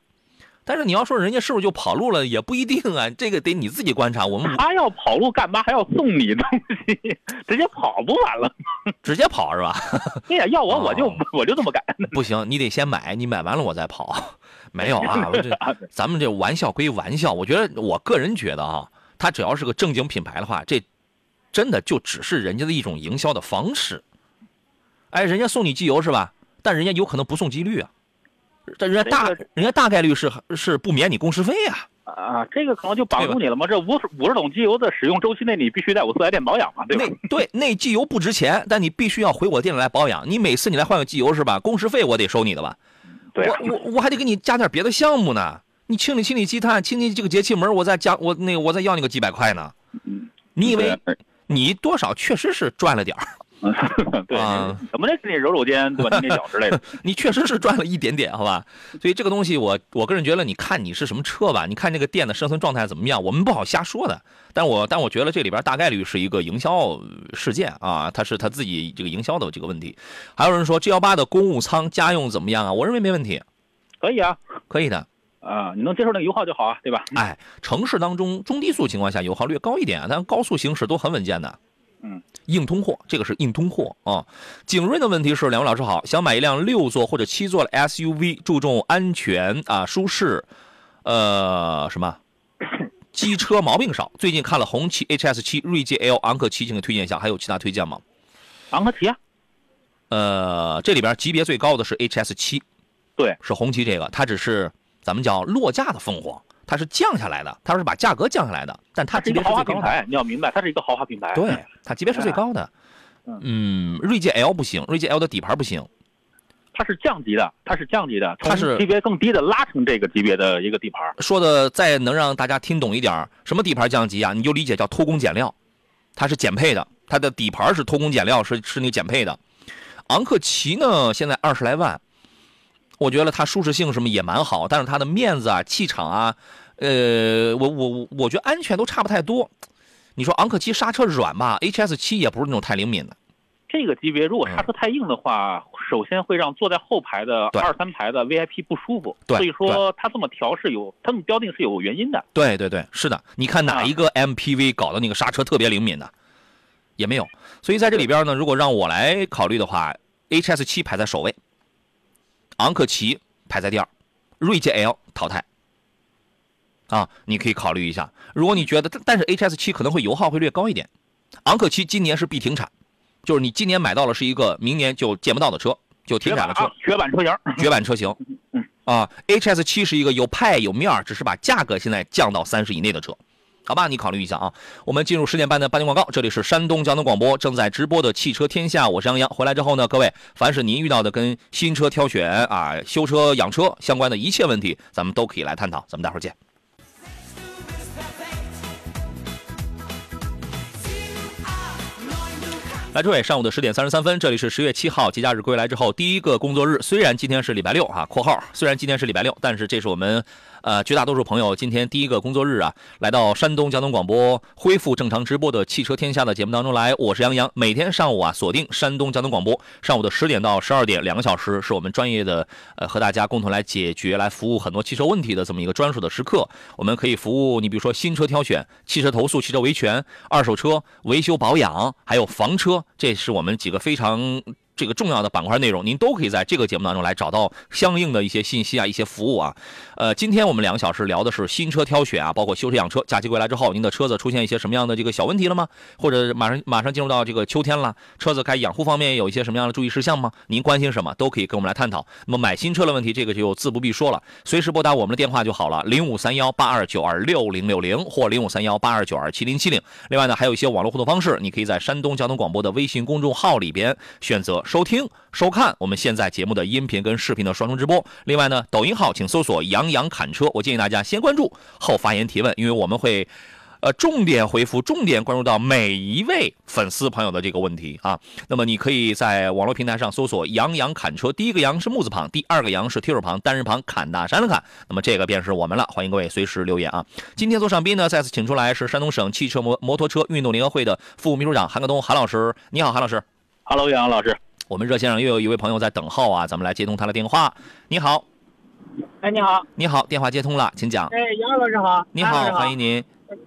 Speaker 1: 但是你要说人家是不是就跑路了，也不一定啊，这个得你自己观察。我们
Speaker 2: 他要跑路干嘛还要送你东西？直接跑不完了。
Speaker 1: 直接跑是吧？
Speaker 2: 对呀，要我
Speaker 1: 哦
Speaker 2: 我就、我就这么干。
Speaker 1: 不行，你得先买，你买完了我再跑。没有 啊，我这咱们这玩笑归玩笑，我觉得我个人觉得啊，它只要是个正经品牌的话，这真的就只是人家的一种营销的方式。哎，人家送你机油是吧？但人家有可能不送机滤啊，但人家大
Speaker 2: 这个
Speaker 1: 人家大概率是是不免你工时费啊。
Speaker 2: 啊，这个可能就绑住你了嘛。这五五十桶机油的使用周期内，你必须在五四 S 店保养嘛，对吧
Speaker 1: 那？对那机油不值钱，但你必须要回我店里来保养。你每次你来换个机油是吧？工时费我得收你的吧？
Speaker 2: 对啊呀、
Speaker 1: 我我我还得给你加点别的项目呢。你清理清理积碳，清理这个节气门，我再加我那个我再要你个几百块呢。你以为
Speaker 2: 对
Speaker 1: 你多少确实是赚了点儿，
Speaker 2: 对
Speaker 1: 啊，
Speaker 2: 怎么着给你揉揉肩，对吧？捏捏脚之类的。
Speaker 1: 你确实是赚了一点点，好吧？所以这个东西我，我个人觉得，你看你是什么车吧，你看这个店的生存状态怎么样，我们不好瞎说的。但我但我觉得这里边大概率是一个营销事件啊，它是他自己这个营销的这个问题。还有人说 G 幺八的公务舱家用怎么样啊？我认为没问题，
Speaker 2: 可以啊，
Speaker 1: 可以的。
Speaker 2: 啊，你能接受那个油耗就好啊，对吧？
Speaker 1: 哎，城市当中中低速情况下油耗略高一点啊，但高速行驶都很稳健的。
Speaker 2: 嗯，
Speaker 1: 硬通货，这个是硬通货啊。景润的问题是，两位老师好，想买一辆六座或者七座的 SUV，注重安全啊、舒适，呃，什 么？机车毛病少。最近看了红旗 HS 七、锐界 L、昂克旗，请给推荐一下，还有其他推荐吗？
Speaker 2: 昂科旗啊，
Speaker 1: 呃，这里边级别最高的是 HS 七，
Speaker 2: 对，
Speaker 1: 是红旗这个，它只是咱们叫落架的凤凰，它是降下来的，它是把价格降下来的，但它
Speaker 2: 它是
Speaker 1: 级
Speaker 2: 一个
Speaker 1: 别是
Speaker 2: 豪
Speaker 1: 最高
Speaker 2: 华品
Speaker 1: 的，
Speaker 2: 牌，你要明白，它是一个豪华品 牌。
Speaker 1: 对，它级别是最高的。嗯，锐界 L 不行，锐界 L 的底盘不行，
Speaker 2: 它是降级的，它是降级的，
Speaker 1: 它
Speaker 2: 从
Speaker 1: 是
Speaker 2: 级别更低的拉成这个级别的一个底盘儿。
Speaker 1: 说的再能让大家听懂一点儿，什么底盘降级啊？你就理解叫偷工减料，它是减配的，它的底盘是偷工减料，是是那个减配的。昂克旗呢，现在二十来万，我觉得它舒适性什么也蛮好，但是它的面子啊、气场啊，呃，我我我我觉得安全都差不太多。你说昂克旗刹车软吧，HS 七也不是那种太灵敏的，
Speaker 2: 这个级别如果
Speaker 1: 嗯
Speaker 2: 刹车太硬的话，首先会让坐在后排的
Speaker 1: 对
Speaker 2: 二三排的 VIP 不舒服。
Speaker 1: 对
Speaker 2: 所以说它这么调是有，它这么标定是有原因的。
Speaker 1: 对对对，是的。你看
Speaker 2: 啊
Speaker 1: 哪一个 MPV 搞的那个刹车特别灵敏的，也没有。所以在这里边呢，如果让我来考虑的话，HS 七排在首位，昂克旗排在第二，锐界 L 淘汰。啊，你可以考虑一下。如果你觉得，但但是 HS 七可能会油耗会略高一点，昂克旗今年是必停产，就是你今年买到了是一个明年就见不到的车，就停
Speaker 2: 绝
Speaker 1: 产
Speaker 2: 版
Speaker 1: 了车
Speaker 2: 啊。，绝版车型。
Speaker 1: 绝版车型。啊，HS 七是一个有派有面儿，只是把价格现在降到三十以内的车，好吧，你考虑一下啊。我们进入十点半的半点广告，这里是山东交通广播正在直播的《汽车天下》，我是杨洋。回来之后呢，各位，凡是您遇到的跟新车挑选啊、修车养车相关的一切问题，咱们都可以来探讨。咱们待会儿见。来，诸位，上午的十点三十三分，这里是十月七号节假日归来之后第一个工作日。虽然今天是礼拜六啊（括号），虽然今天是礼拜六，但是这是我们呃绝大多数朋友今天第一个工作日啊，来到山东交通广播恢复正常直播的《汽车天下》的节目当中来。我是杨洋，每天上午啊锁定山东交通广播，上午的十点到十二点，两个小时是我们专业的呃和大家共同来解决、来服务很多汽车问题的这么一个专属的时刻。我们可以服务你，比如说新车挑选、汽车投诉、汽车维权、二手车维修保养，还有房车，这是我们几个非常这个重要的板块内容，您都可以在这个节目当中来找到相应的一些信息啊，一些服务啊。呃，今天我们两个小时聊的是新车挑选啊，包括修车养车。假期归来之后，您的车子出现一些什么样的这个小问题了吗？或者马上马上进入到这个秋天了，车子该养护方面有一些什么样的注意事项吗？您关心什么都可以跟我们来探讨。那么买新车的问题，这个就自不必说了，随时拨打我们的电话就好了，零五三幺八二九二六零六零或零五三幺八二九二七零七零。另外呢，还有一些网络互动方式，你可以在山东交通广播的微信公众号里边选择收听、收看我们现在节目的音频跟视频的双重直播。另外呢，抖音号请搜索“杨洋侃车”，我建议大家先关注后发言提问，因为我们会。呃，重点回复，重点关注到每一位粉丝朋友的这个问题啊。那么你可以在网络平台上搜索“杨洋侃车”，第一个“杨”是木字旁，第二个“杨”是提手旁，单人旁侃大山的侃。那么这个便是我们了，欢迎各位随时留言啊。今天做上宾呢，再次请出来是山东省汽车摩摩托车运动联合会的副秘书长韩克东韩老师，你好，韩老师。
Speaker 2: Hello，杨洋老师，
Speaker 1: 我们热线上又有一位朋友在等候啊，咱们来接通他的电话。你好，
Speaker 6: 哎，你好，
Speaker 1: 你好，电话接通了，请讲。
Speaker 6: 哎，杨老师好，
Speaker 1: 你好，
Speaker 6: 杨老师
Speaker 1: 欢迎您，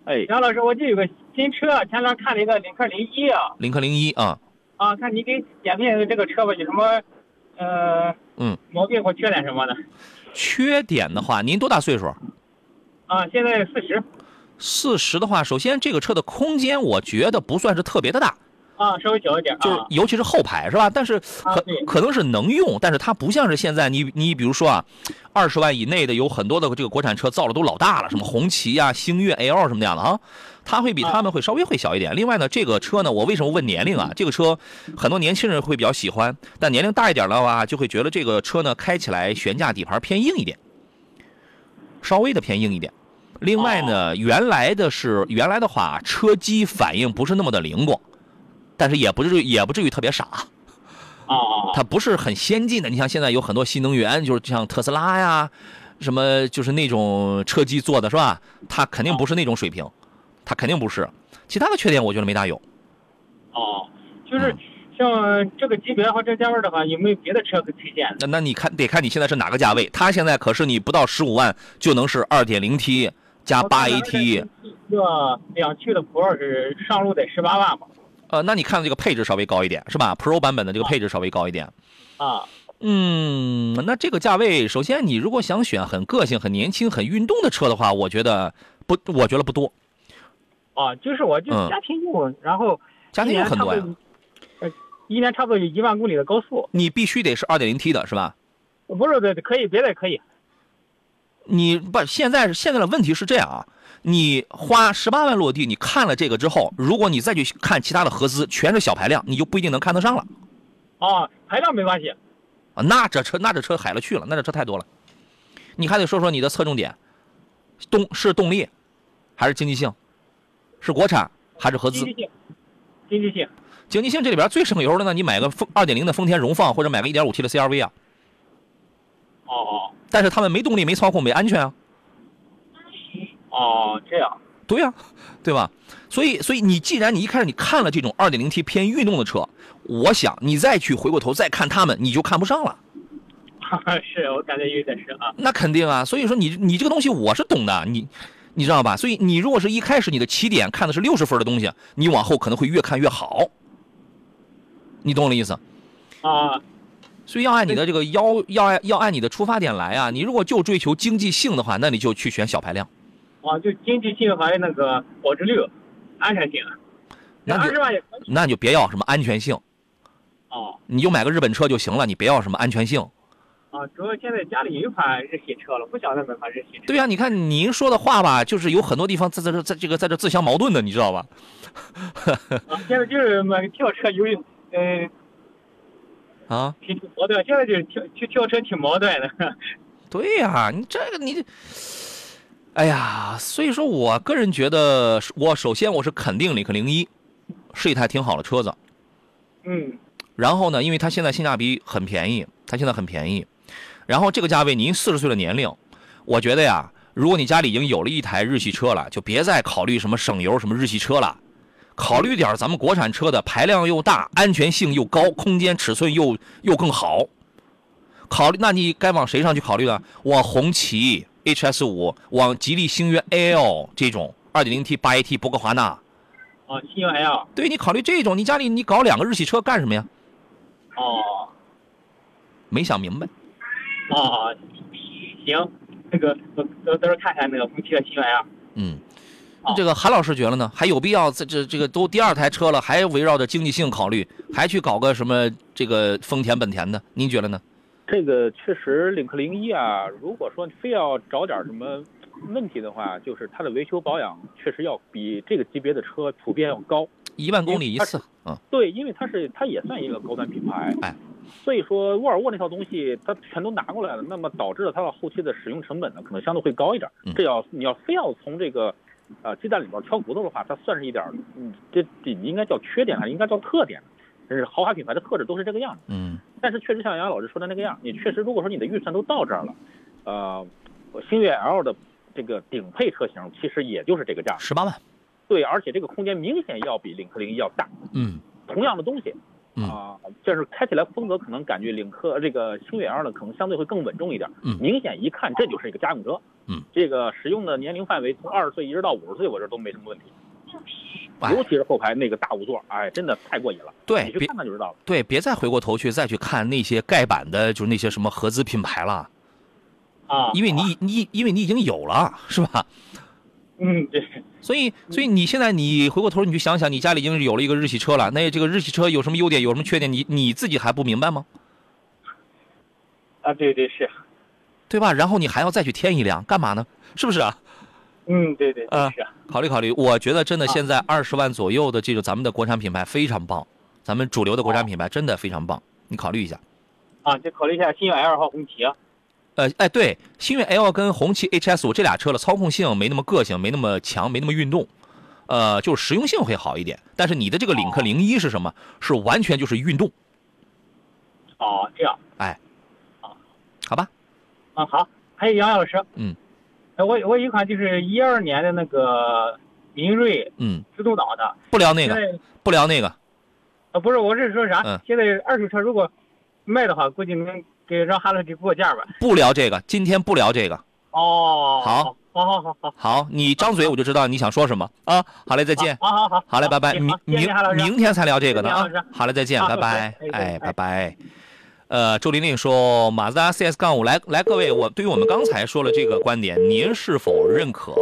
Speaker 2: 哎，
Speaker 6: 杨老师，我这有个新车，前两天看了一个领克零一啊，
Speaker 1: 林克零一啊，
Speaker 6: 啊，看你给点评一下这个车吧，有什么呃
Speaker 1: 嗯
Speaker 6: 毛病或缺点什么的
Speaker 1: 缺点的话，您多大岁数？
Speaker 6: 啊？现在四十
Speaker 1: 四十的话，首先这个车的空间我觉得不算是特别的大，
Speaker 6: 啊，稍微小一点
Speaker 1: 就是
Speaker 6: 啊，
Speaker 1: 尤其是后排是吧？但是
Speaker 6: 啊
Speaker 1: 可
Speaker 6: 对
Speaker 1: 可能是能用，但是它不像是现在你你比如说啊，二十万以内的有很多的这个国产车造的都老大了，什么红旗啊、星越 L 什么的样的啊，它会比他们会稍微会小一点。另外呢，这个车呢，我为什么问年龄啊？这个车很多年轻人会比较喜欢，但年龄大一点的话，就会觉得这个车呢开起来悬架底盘偏硬一点，稍微的偏硬一点。另
Speaker 6: 哦
Speaker 1: 外呢，原来的是原来的话，车机反应不是那么的灵光。但是也不至于也不至于特别傻。
Speaker 6: 啊啊啊！
Speaker 1: 它不是很先进的。你像现在有很多新能源，就是像特斯拉呀，什么就是那种车机做的是吧？它肯定不是那种水平，它肯定不是。其他的缺点我觉得没大有。
Speaker 6: 哦，
Speaker 1: 嗯
Speaker 6: 就是像这个级别和这价位的话，有没有别的车可推荐的？
Speaker 1: 那那你看得看你现在是哪个价位？它现在可是你不到十五万就能是二点零 T 加八 AT，
Speaker 6: 一个两驱的普锐是上路得十八万吧？
Speaker 1: 呃，那你看这个配置稍微高一点是吧？Pro 版本的这个配置稍微高一点。
Speaker 6: 啊，
Speaker 1: 嗯，那这个价位，首先你如果想选很个性、很年轻、很运动的车的话，我觉得不，我觉得不多。
Speaker 6: 啊，就是我就
Speaker 1: 嗯
Speaker 6: 家庭用，然后
Speaker 1: 家庭用很多呀
Speaker 6: 一年差不多。呃，一年差不多有一万公里的高速，
Speaker 1: 你必须得是二点零 T 的是吧？
Speaker 6: 不是的，可以，别的也可以。
Speaker 1: 你不现在是现在的问题是这样啊，你花十八万落地，你看了这个之后，如果你再去看其他的合资，全是小排量，你就不一定能看得上了
Speaker 6: 啊，排量没关系。
Speaker 1: 啊。那这车那这车海了去了，那这车太多了。你还得说说你的侧重点，动是动力，还是经济性，是国产还是合
Speaker 6: 经
Speaker 1: 资
Speaker 6: 济？性，经济性
Speaker 1: 经济性这里边最省油的呢，你买个丰二点零的丰田荣放或者买个一点五 T 的 CRV 啊，
Speaker 6: 哦
Speaker 1: 但是他们没动力、没操控、没安全啊。
Speaker 6: 哦哦，这样
Speaker 1: 对呀、对吧？所以，所以你既然你一开始你看了这种 2.0T 偏运动的车，我想你再去回过头再看他们，你就看不上了。
Speaker 6: 是我感觉有点是啊，
Speaker 1: 那肯定啊。所以说你你这个东西我是懂的，你你知道吧？所以你如果是一开始你的起点看的是六十分的东西，你往后可能会越看越好。你懂我的意思？
Speaker 6: 啊
Speaker 1: 所以要按你的这个要要按要按你的出发点来啊。你如果就追求经济性的话，那你就去选小排量。
Speaker 6: 啊，就经济性和那个保值率、安全性，
Speaker 1: 那
Speaker 6: 二
Speaker 1: 就
Speaker 6: 十万也可以。
Speaker 1: 那你就别要什么安全性，
Speaker 6: 哦
Speaker 1: 你就买个日本车就行了，你别要什么安全性。
Speaker 6: 啊，主要现在家里有一款日系车了，不想再买款日系车。
Speaker 1: 对呀、你看您说的话吧，就是有很多地方在在这在这个在这自相矛盾的，你知道吧？
Speaker 6: 啊，现在就是买个跳车有，呃，
Speaker 1: 啊，
Speaker 6: 挺挺矛盾。现在就是跳去跳车挺矛盾的。
Speaker 1: 对呀、你这个你，哎呀，所以说我个人觉得是，我首先我是肯定领克零一是一台挺好的车子，
Speaker 6: 嗯，
Speaker 1: 然后呢，因为它现在性价比很便宜，它现在很便宜，然后这个价位您四十岁的年龄，我觉得呀，如果你家里已经有了一台日系车了，就别再考虑什么省油什么日系车了，考虑点儿咱们国产车的排量又大、安全性又高、空间尺寸又又更好。考虑，那你该往谁上去考虑呢？往红旗 HS 五，往吉利星越 L 这种 2.0T、8AT 博格华纳，
Speaker 6: 啊，新 L，
Speaker 1: 对你考虑这种，你家里你搞两个日系车干什么呀？
Speaker 6: 哦
Speaker 1: 没想明白。
Speaker 6: 哦，行，那个我到到时候看看那个红旗的新啊 L。
Speaker 1: 嗯
Speaker 6: 好，
Speaker 1: 这个韩老师觉得呢，还有必要这这这个都第二台车了，还围绕着经济性考虑，还去搞个什么这个丰田、本田的？您觉得呢？
Speaker 2: 这个确实，领克零一啊，如果说非要找点什么问题的话，就是它的维修保养确实要比这个级别的车普遍要高。
Speaker 1: 一万公里一
Speaker 6: 哎
Speaker 1: 次，嗯，
Speaker 2: 对，因为它是它也算一个高端品牌，
Speaker 1: 哎，
Speaker 2: 所以说沃尔沃那套东西它全都拿过来了，那么导致了它的后期的使用成本呢，可能相对会高一点
Speaker 1: 嗯。
Speaker 2: 这要你要非要从这个呃鸡蛋里边挑骨头的话，它算是一点儿，嗯，这这应该叫缺点还是应该叫特点？真是豪华品牌的特质都是这个样子。
Speaker 1: 嗯，
Speaker 2: 但是确实像杨老师说的那个样，你确实如果说你的预算都到这儿了，呃，我星越 L 的这个顶配车型其实也就是这个价，
Speaker 1: 十八万，
Speaker 2: 对，而且这个空间明显要比领克零一要大，
Speaker 1: 嗯，
Speaker 2: 同样的东西。
Speaker 1: 嗯
Speaker 2: 啊、就是开起来风格可能感觉领克这个星越 L 呢，可能相对会更稳重一点。
Speaker 1: 嗯
Speaker 2: 明显一看这就是一个家用车。
Speaker 1: 嗯，
Speaker 2: 这个使用的年龄范围从二十岁一直到五十岁，我这都没什么问题。
Speaker 1: 哎
Speaker 2: 尤其是后排那个大五座，哎，真的太过瘾了。
Speaker 1: 对，
Speaker 2: 你去
Speaker 1: 别
Speaker 2: 看看就知道了。
Speaker 1: 对，别再回过头去再去看那些盖板的，就是那些什么合资品牌了，
Speaker 6: 啊，
Speaker 1: 因为你你因为你已经有了，是吧？
Speaker 6: 嗯，对，
Speaker 1: 所以，所以你现在你回过头你去想想，你家里已经有了一个日系车了，那这个日系车有什么优点，有什么缺点，你你自己还不明白吗？
Speaker 6: 啊，对对是，
Speaker 1: 对吧？然后你还要再去添一辆，干嘛呢？是不是啊？
Speaker 6: 嗯，对对
Speaker 1: 啊
Speaker 6: 对是啊，
Speaker 1: 考虑考虑，我觉得真的现在二十万左右的这种咱们的国产品牌非常棒，咱们主流的国产品牌真的非常棒，你考虑一下。
Speaker 6: 啊，就考虑一下新 L 和红旗啊。
Speaker 1: 呃，哎，对，星越 L 跟红旗 HS 五这俩车了，操控性没那么个性，没那么强，没那么运动，呃，就是实用性会好一点。但是你的这个领克零一是什么？是完全就是运动，哎
Speaker 6: 哦，这样
Speaker 1: 好吧？
Speaker 6: 啊，好。还有杨洋老师，
Speaker 1: 嗯
Speaker 6: 哎，我我有一款就是一二年的那个明锐
Speaker 1: 嗯，
Speaker 6: 自动挡的，
Speaker 1: 不聊那
Speaker 6: 现
Speaker 1: 个，
Speaker 6: 在
Speaker 1: 不聊那个，
Speaker 6: 啊不是，我是说啥？
Speaker 1: 嗯
Speaker 6: 现在二手车如果卖的话，估计能给让哈罗给过价吧？
Speaker 1: 不聊这个，今天不聊这个。
Speaker 6: 哦，
Speaker 1: 好，
Speaker 6: 好好好好，
Speaker 1: 好，你张嘴我就知道你想说什么啊。好嘞，再见。
Speaker 6: 好好好，
Speaker 1: 好嘞，拜拜。
Speaker 6: 行
Speaker 1: 明
Speaker 6: 好谢谢
Speaker 1: 明
Speaker 6: 哈老师
Speaker 1: 明天才聊这个呢啊
Speaker 6: 谢谢哈老师。
Speaker 1: 好嘞，再见，
Speaker 6: 啊
Speaker 1: 拜拜
Speaker 6: 再见。哎
Speaker 1: 哎，
Speaker 6: 哎
Speaker 1: 拜拜。呃，周玲玲说，马自达 CS 杠五，来来，各位，我对于我们刚才说了这个观点，您是否认可？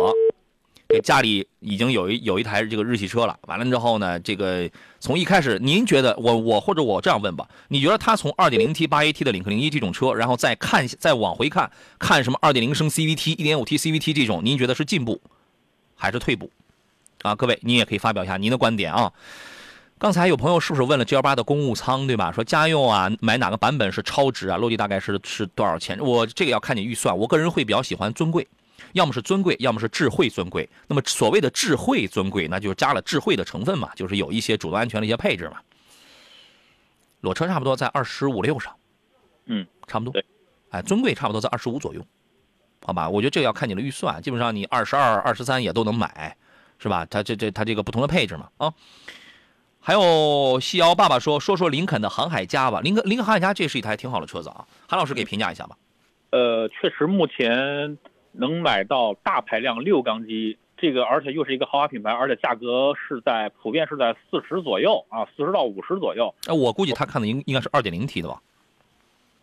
Speaker 1: 给家里已经有一有一台这个日系车了，完了之后呢，这个从一开始，您觉得我我或者我这样问吧，你觉得他从 2.0T 8AT 的领克零一这种车，然后再看再往回看，看什么2.0升 CVT、1.5T CVT 这种，您觉得是进步还是退步？啊，各位，您也可以发表一下您的观点啊。刚才有朋友是不是问了 G L 八的公务舱，对吧？说家用啊，买哪个版本是超值啊？落地大概是是多少钱？我这个要看你预算，我个人会比较喜欢尊贵，要么是尊贵，要么是智慧尊贵。那么所谓的智慧尊贵，那就是加了智慧的成分嘛，就是有一些主动安全的一些配置嘛。裸车差不多在二十五六上，
Speaker 2: 嗯，
Speaker 1: 差不多
Speaker 2: 对。
Speaker 1: 哎，尊贵差不多在二十五左右，好吧？我觉得这个要看你的预算，基本上你二十二、二十三也都能买，是吧？它这这它这个不同的配置嘛，啊。还有西瑶爸爸说说说林肯的航海家吧，林肯林肯航海家这是一台挺好的车子啊，韩老师给评价一下吧。
Speaker 2: 呃，确实目前能买到大排量六缸机，这个而且又是一个豪华品牌，而且价格是在普遍是在四十左右啊，四十到五十左右。
Speaker 1: 呃，我估计他看的应应该是二点零 T 的吧，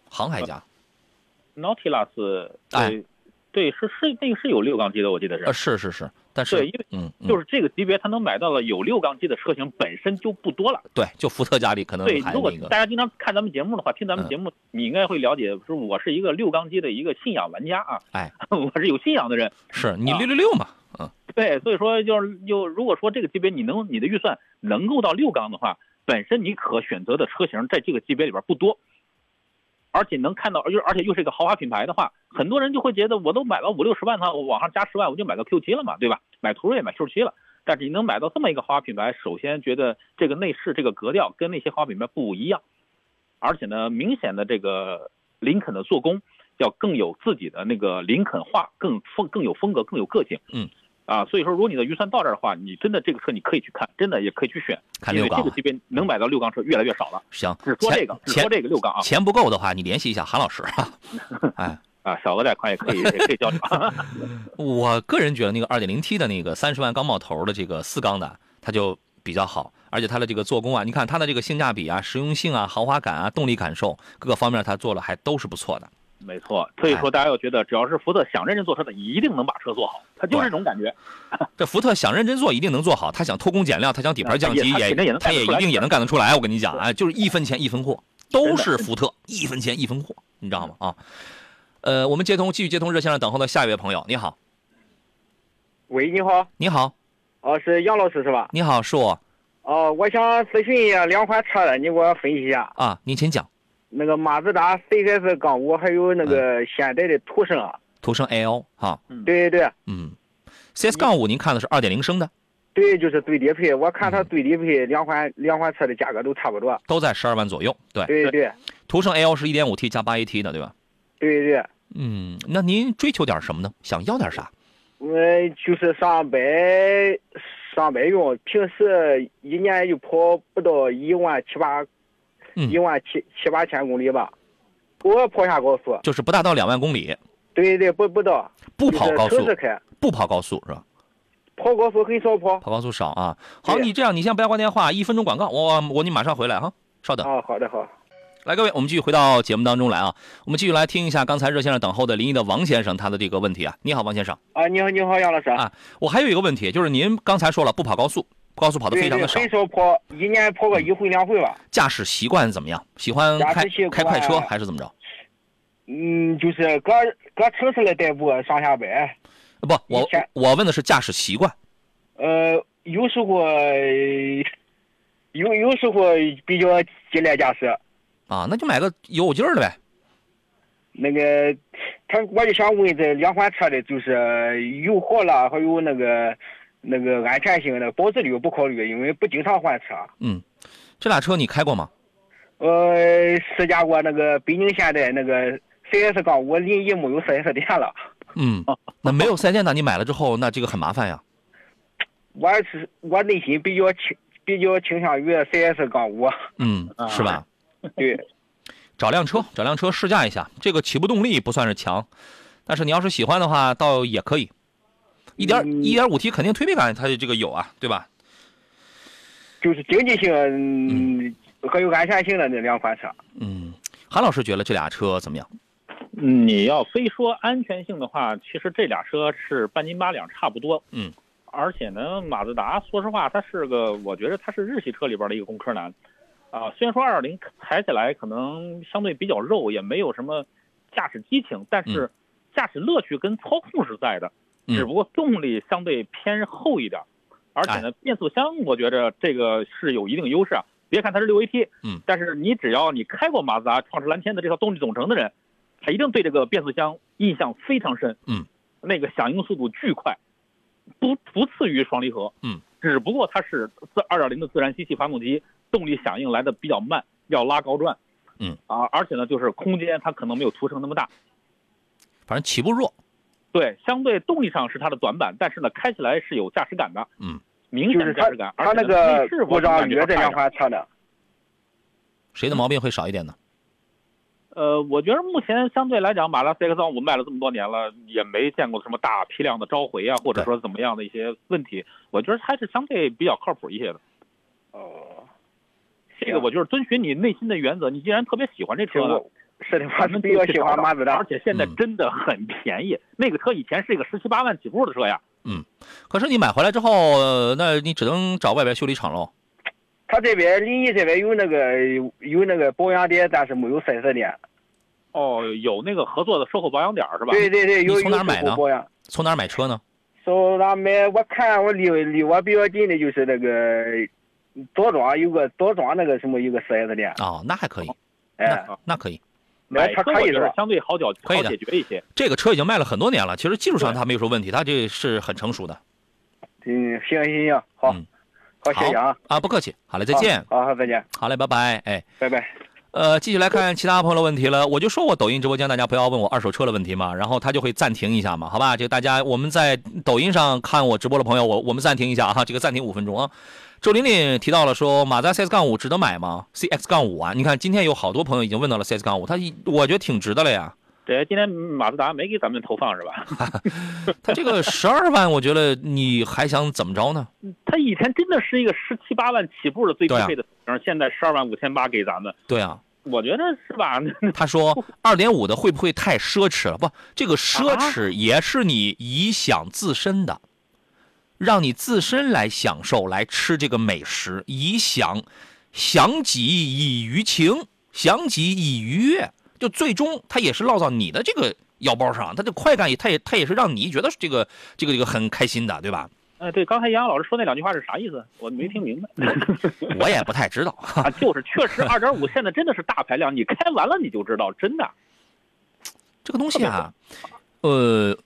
Speaker 1: 航海家，
Speaker 2: Nautilus，
Speaker 1: 哎
Speaker 2: 对，对，是是那个是有六缸机的，我记得是
Speaker 1: 呃，。是是是，但是
Speaker 2: 对，因为
Speaker 1: 嗯，嗯
Speaker 2: 就是这个级别，它能买到了有六缸机的车型本身就不多了。
Speaker 1: 对，就福特家里可能
Speaker 2: 对，
Speaker 1: 还
Speaker 2: 如果
Speaker 1: 那个
Speaker 2: 大家经常看咱们节目的话，听咱们
Speaker 1: 嗯
Speaker 2: 节目，你应该会了解，就是我是一个六缸机的一个信仰玩家啊，
Speaker 1: 哎，
Speaker 2: 我是有信仰的人。
Speaker 1: 是你
Speaker 2: 啊
Speaker 1: 六六六嘛，嗯，
Speaker 2: 对，所以说就是就如果说这个级别你能你的预算能够到六缸的话，本身你可选择的车型在这个级别里边不多，而且能看到，而且而且又是一个豪华品牌的话，很多人就会觉得我都买了五六十万的话，我往上加十万我就买个 Q 7了嘛，对吧？买途锐买 Q 7了。但是你能买到这么一个豪华品牌，首先觉得这个内饰这个格调跟那些豪华品牌不一样，而且呢，明显的这个林肯的做工要更有自己的那个林肯化，更风更有风格，更有个性。
Speaker 1: 嗯
Speaker 2: 啊，所以说如果你的预算到这儿的话，你真的这个车你可以去看，真的也可以去选，
Speaker 1: 看
Speaker 2: 因
Speaker 1: 六
Speaker 2: 为这
Speaker 1: 缸啊
Speaker 2: 个级别能买到六缸车越来越少了。
Speaker 1: 行，
Speaker 2: 只说这
Speaker 1: 钱
Speaker 2: 个，只
Speaker 1: 钱
Speaker 2: 说这个六缸啊
Speaker 1: 钱不够的话，你联系一下韩老师 啊。哎，
Speaker 2: 啊，小额贷款也可以也可以交流啊。
Speaker 1: 我个人觉得那个二点零 T 的那个三十万刚冒头的这个四缸的，它就比较好，而且它的这个做工啊，你看它的这个性价比啊、实用性啊、豪华感啊、动力感受各个方面，它做了还都是不错的。
Speaker 2: 没错，所以
Speaker 1: 哎
Speaker 2: 说大家要觉得只要是福特想认真做车的，一定能把车做好，他就是这种感觉。
Speaker 1: 这福特想认真做，一定能做好；他想偷工减料，他想底盘降级，
Speaker 2: 啊他
Speaker 1: 也
Speaker 2: 肯定也能
Speaker 1: 他
Speaker 2: 干得
Speaker 1: 也
Speaker 2: 出
Speaker 1: 一
Speaker 2: 来
Speaker 1: 定也能干得出来。我跟你讲啊，就是一分钱一分货，都
Speaker 2: 真的
Speaker 1: 是福特，一分钱一分货，你知道吗？啊，呃，我们接通继续接通热线上等候的下一位朋友，你好，
Speaker 4: 喂，你好，
Speaker 1: 你好，
Speaker 4: 哦，是杨老师是吧？
Speaker 1: 你好，是我
Speaker 4: 哦，我想咨询一下两款车了，你给我分析一下。
Speaker 1: 啊，您请讲，
Speaker 4: 那个马自达 CX 杠五，还有那个现代的途胜啊。
Speaker 1: 途胜 L 哈，
Speaker 4: 对对对，
Speaker 1: 嗯嗯，CS 杠五您看的是二点零升的，
Speaker 4: 对，就是最低配。我
Speaker 1: 嗯
Speaker 4: 看它最低配两款两款车的价格都差不多。
Speaker 1: 都在十二万左右，对，
Speaker 4: 对对
Speaker 1: 途胜 L 是一点五 T 加八 AT 的，对吧？
Speaker 4: 对对，
Speaker 1: 嗯，那您追求点什么呢？想要点啥？
Speaker 4: 我就是上百上百用，平时一年就跑不到一万七八，
Speaker 1: 嗯
Speaker 4: 一万七七八千公里吧。我跑下高速，
Speaker 1: 就是不达到两万公里，
Speaker 4: 对对，不不到，
Speaker 1: 不跑高
Speaker 4: 就
Speaker 1: 速
Speaker 4: 是城市，开，
Speaker 1: 不跑高速是吧？
Speaker 4: 跑高速很少跑。
Speaker 1: 跑高速少啊。好，
Speaker 4: 对
Speaker 1: 你这样，你先不要挂电话，一分钟广告，我我你马上回来哈，稍等。
Speaker 4: 啊，好的好。
Speaker 1: 来，各位，我们继续回到节目当中来啊，我们继续来听一下刚才热线上等候的临沂的王先生他的这个问题啊。你好，王先生，
Speaker 4: 啊，你好，你好，杨老师。
Speaker 1: 啊我还有一个问题，就是您刚才说了不跑高速，高速跑的
Speaker 4: 对
Speaker 1: 非常
Speaker 4: 对，
Speaker 1: 的少嗯
Speaker 4: 很，少跑，一年跑个一回两回吧。
Speaker 1: 驾驶习惯怎么样？喜欢
Speaker 4: 驾驶
Speaker 1: 开
Speaker 4: 习惯啊
Speaker 1: 开快车还是怎么着？
Speaker 4: 嗯，就是搁搁城市里代步上下班。
Speaker 1: 呃不，我
Speaker 4: 以前
Speaker 1: 我问的是驾驶习惯。
Speaker 4: 呃，有时候呃有有时候比较激烈驾驶。
Speaker 1: 啊，那就买个有劲儿的呗。
Speaker 4: 那个，他我就想问这两款车的，就是油耗啦，还有那个那个安全性的保值率不考虑，因为不经常换车。
Speaker 1: 嗯，这俩车你开过吗？
Speaker 4: 呃，试驾过那个北京现代那个 4S 杠五，临沂没有 4S 店了。
Speaker 1: 嗯，那没有四 S 店，那你买了之后，那这个很麻烦呀。
Speaker 4: 我是我内心比较倾比较倾向于 4S 杠 五，
Speaker 1: 嗯，
Speaker 4: 啊
Speaker 1: 是吧？
Speaker 4: 对，
Speaker 1: 找辆车，找辆车试驾一下，这个起步动力不算是强，但是你要是喜欢的话，倒也可以。一点
Speaker 4: 嗯
Speaker 1: 一点五 T 肯定推背感它这个有啊，对吧？
Speaker 4: 就是经济性、嗯、还有安全性的那两款车。
Speaker 1: 嗯，韩老师觉得这俩车怎么样？
Speaker 2: 嗯你要非说安全性的话，其实这俩车是半斤八两差不多。
Speaker 1: 嗯，
Speaker 2: 而且呢，马自达说实话，它是个，我觉得它是日系车里边的一个工科男，啊，虽然说220踩起来可能相对比较肉，也没有什么驾驶激情，但是驾驶乐趣跟操控是在的，
Speaker 1: 嗯
Speaker 2: 只不过动力相对偏厚一点，而且呢，变速箱我觉着这个是有一定优势啊。别看它是六 AT，
Speaker 1: 嗯，
Speaker 2: 但是你只要你开过马自达创驰蓝天的这套动力总成的人，他一定对这个变速箱印象非常深。
Speaker 1: 嗯，
Speaker 2: 那个响应速度巨快，不不次于双离合。
Speaker 1: 嗯，
Speaker 2: 只不过它是自二点零的自然吸气发动机，动力响应来的比较慢，要拉高转。
Speaker 1: 嗯
Speaker 2: 啊，而且呢，就是空间它可能没有途胜那么大。
Speaker 1: 反正起步弱，
Speaker 2: 对，相对动力上是它的短板，但是呢，开起来是有驾驶感的。
Speaker 1: 嗯，
Speaker 2: 明
Speaker 4: 就
Speaker 2: 显的
Speaker 4: 是
Speaker 2: 驾
Speaker 4: 它
Speaker 2: 驶感。
Speaker 4: 它
Speaker 2: 而且呢
Speaker 4: 那个
Speaker 2: 内饰
Speaker 4: 故
Speaker 2: 我总
Speaker 4: 障
Speaker 2: 感
Speaker 4: 率
Speaker 2: 觉它差
Speaker 4: 这
Speaker 2: 一
Speaker 4: 两
Speaker 2: 点
Speaker 4: 款车呢，
Speaker 1: 谁的毛病会少一点呢？
Speaker 2: 呃，我觉得目前相对来讲，马自达 CX 我们卖了这么多年了，也没见过什么大批量的召回啊，或者说怎么样的一些问题，我觉得还是相对比较靠谱一些的。
Speaker 4: 哦，
Speaker 2: 这个我就是遵循你内心的原则，你既然特别喜欢这
Speaker 4: 是
Speaker 2: 车呢，
Speaker 4: 我是的，
Speaker 2: 咱
Speaker 4: 我是
Speaker 2: 们
Speaker 4: 比
Speaker 2: 就
Speaker 4: 较
Speaker 2: 去
Speaker 4: 喜
Speaker 2: 找
Speaker 4: 欢
Speaker 2: 找
Speaker 4: 马自达
Speaker 2: 而。且现在
Speaker 1: 嗯
Speaker 2: 真的很便宜。那个车以前是一个十七八万起步的车呀，
Speaker 1: 可是你买回来之后，呃那你只能找外边修理厂喽。
Speaker 4: 他这边临沂这边有那个有那个保养店，但是没有四 S 店。
Speaker 2: 哦，有那个合作的售后保养点儿是吧？
Speaker 4: 对对对，有
Speaker 1: 你从哪
Speaker 4: 有
Speaker 1: 儿买
Speaker 4: 售
Speaker 1: 的
Speaker 4: 后保养。
Speaker 1: 从哪儿买车呢？
Speaker 4: 从哪买？我看我离离我比较近的就是那个枣庄有个枣庄那个什么有个四 S 店，
Speaker 1: 哦，那还可以，
Speaker 4: 哎，
Speaker 1: 那那可以。
Speaker 4: 那
Speaker 2: 买车
Speaker 4: 车可
Speaker 2: 哎我
Speaker 4: 以
Speaker 2: 觉
Speaker 4: 是
Speaker 2: 得
Speaker 4: 吧？
Speaker 2: 相对好解
Speaker 1: 可以
Speaker 2: 好
Speaker 1: 的
Speaker 2: 解决一些。
Speaker 1: 这个车已经卖了很多年了，其实技术上它没有说问题，它这是很成熟的。
Speaker 4: 嗯，行行行，好
Speaker 1: 嗯，
Speaker 4: 好，谢谢啊，
Speaker 1: 啊，不客气。好嘞，再见。
Speaker 4: 好，好，再见，
Speaker 1: 好嘞，拜拜。哎，
Speaker 4: 拜拜。
Speaker 1: 呃，继续来看其他朋友的问题了。我就说我抖音直播间大家不要问我二手车的问题嘛，然后他就会暂停一下嘛，好吧？这个大家我们在抖音上看我直播的朋友，我我们暂停一下啊， 这个暂停五分钟啊。周琳琳提到了说马自达 CS 杠五值得买吗？CX 杠五啊，你看今天有好多朋友已经问到了 CS 杠五，他一我觉得挺值的了呀。
Speaker 2: 对，今天马自达没给咱们投放是吧？
Speaker 1: 他这个十二万，我觉得你还想怎么着呢？
Speaker 2: 它以前真的是一个十七八万起步的最低
Speaker 1: 对啊
Speaker 2: 配的，然后现在十二万五千八给咱们，
Speaker 1: 对啊，
Speaker 2: 我觉得是吧？
Speaker 1: 他说二点五的会不会太奢侈了？不，这个奢
Speaker 2: 啊
Speaker 1: 侈也是你以享自身的，让你自身来享受、来吃这个美食，以享，享己以娱情，享己以愉悦，就最终它也是落到你的这个腰包上，它的快感也，它也，它也是让你觉得这个这个这个很开心的，对吧？
Speaker 2: 呃，对，刚才杨洋老师说那两句话是啥意思？我没听明白
Speaker 1: 我也不太知道。
Speaker 2: 啊，就是确实二点五现在真的是大排量，你开完了你就知道，真的。
Speaker 1: 这个东西啊，呃，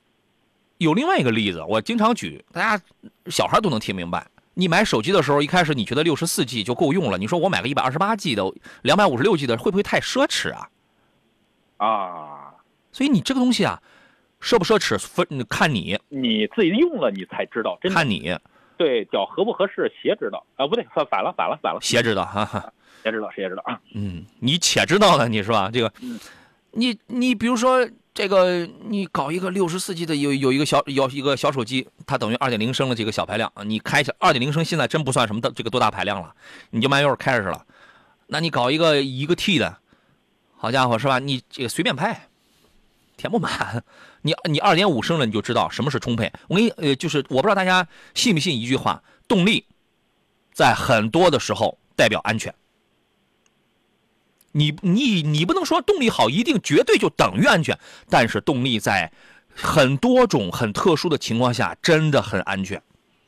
Speaker 1: 有另外一个例子，我经常举，大家小孩都能听明白。你买手机的时候，一开始你觉得六十四 G 就够用了，你说我买个一百二十八 G 的、两百五十六 G 的，会不会太奢侈啊？
Speaker 2: 啊，
Speaker 1: 所以你这个东西啊，奢不奢侈分看你
Speaker 2: 你自己用了你才知道，真的
Speaker 1: 看你
Speaker 2: 对脚合不合适，鞋知道啊，不对，反反了，反了，反了，
Speaker 1: 鞋知道哈哈。
Speaker 2: 鞋知道，鞋知道啊，
Speaker 1: 嗯，你且知道呢，你是吧？这个，你你比如说这个，你搞一个六十四 G 的有有一个小有一个小手机，它等于二点零升的这个小排量，你开一下二点零升现在真不算什么的这个多大排量了，你就慢悠悠开着了。那你搞一个一个 T 的，好家伙是吧？你这个随便拍，填不满。你你二点五升了，你就知道什么是充沛。我跟你呃，就是我不知道大家信不信一句话，动力在很多的时候代表安全。你你你不能说动力好一定绝对就等于安全，但是动力在很多种很特殊的情况下真的很安全。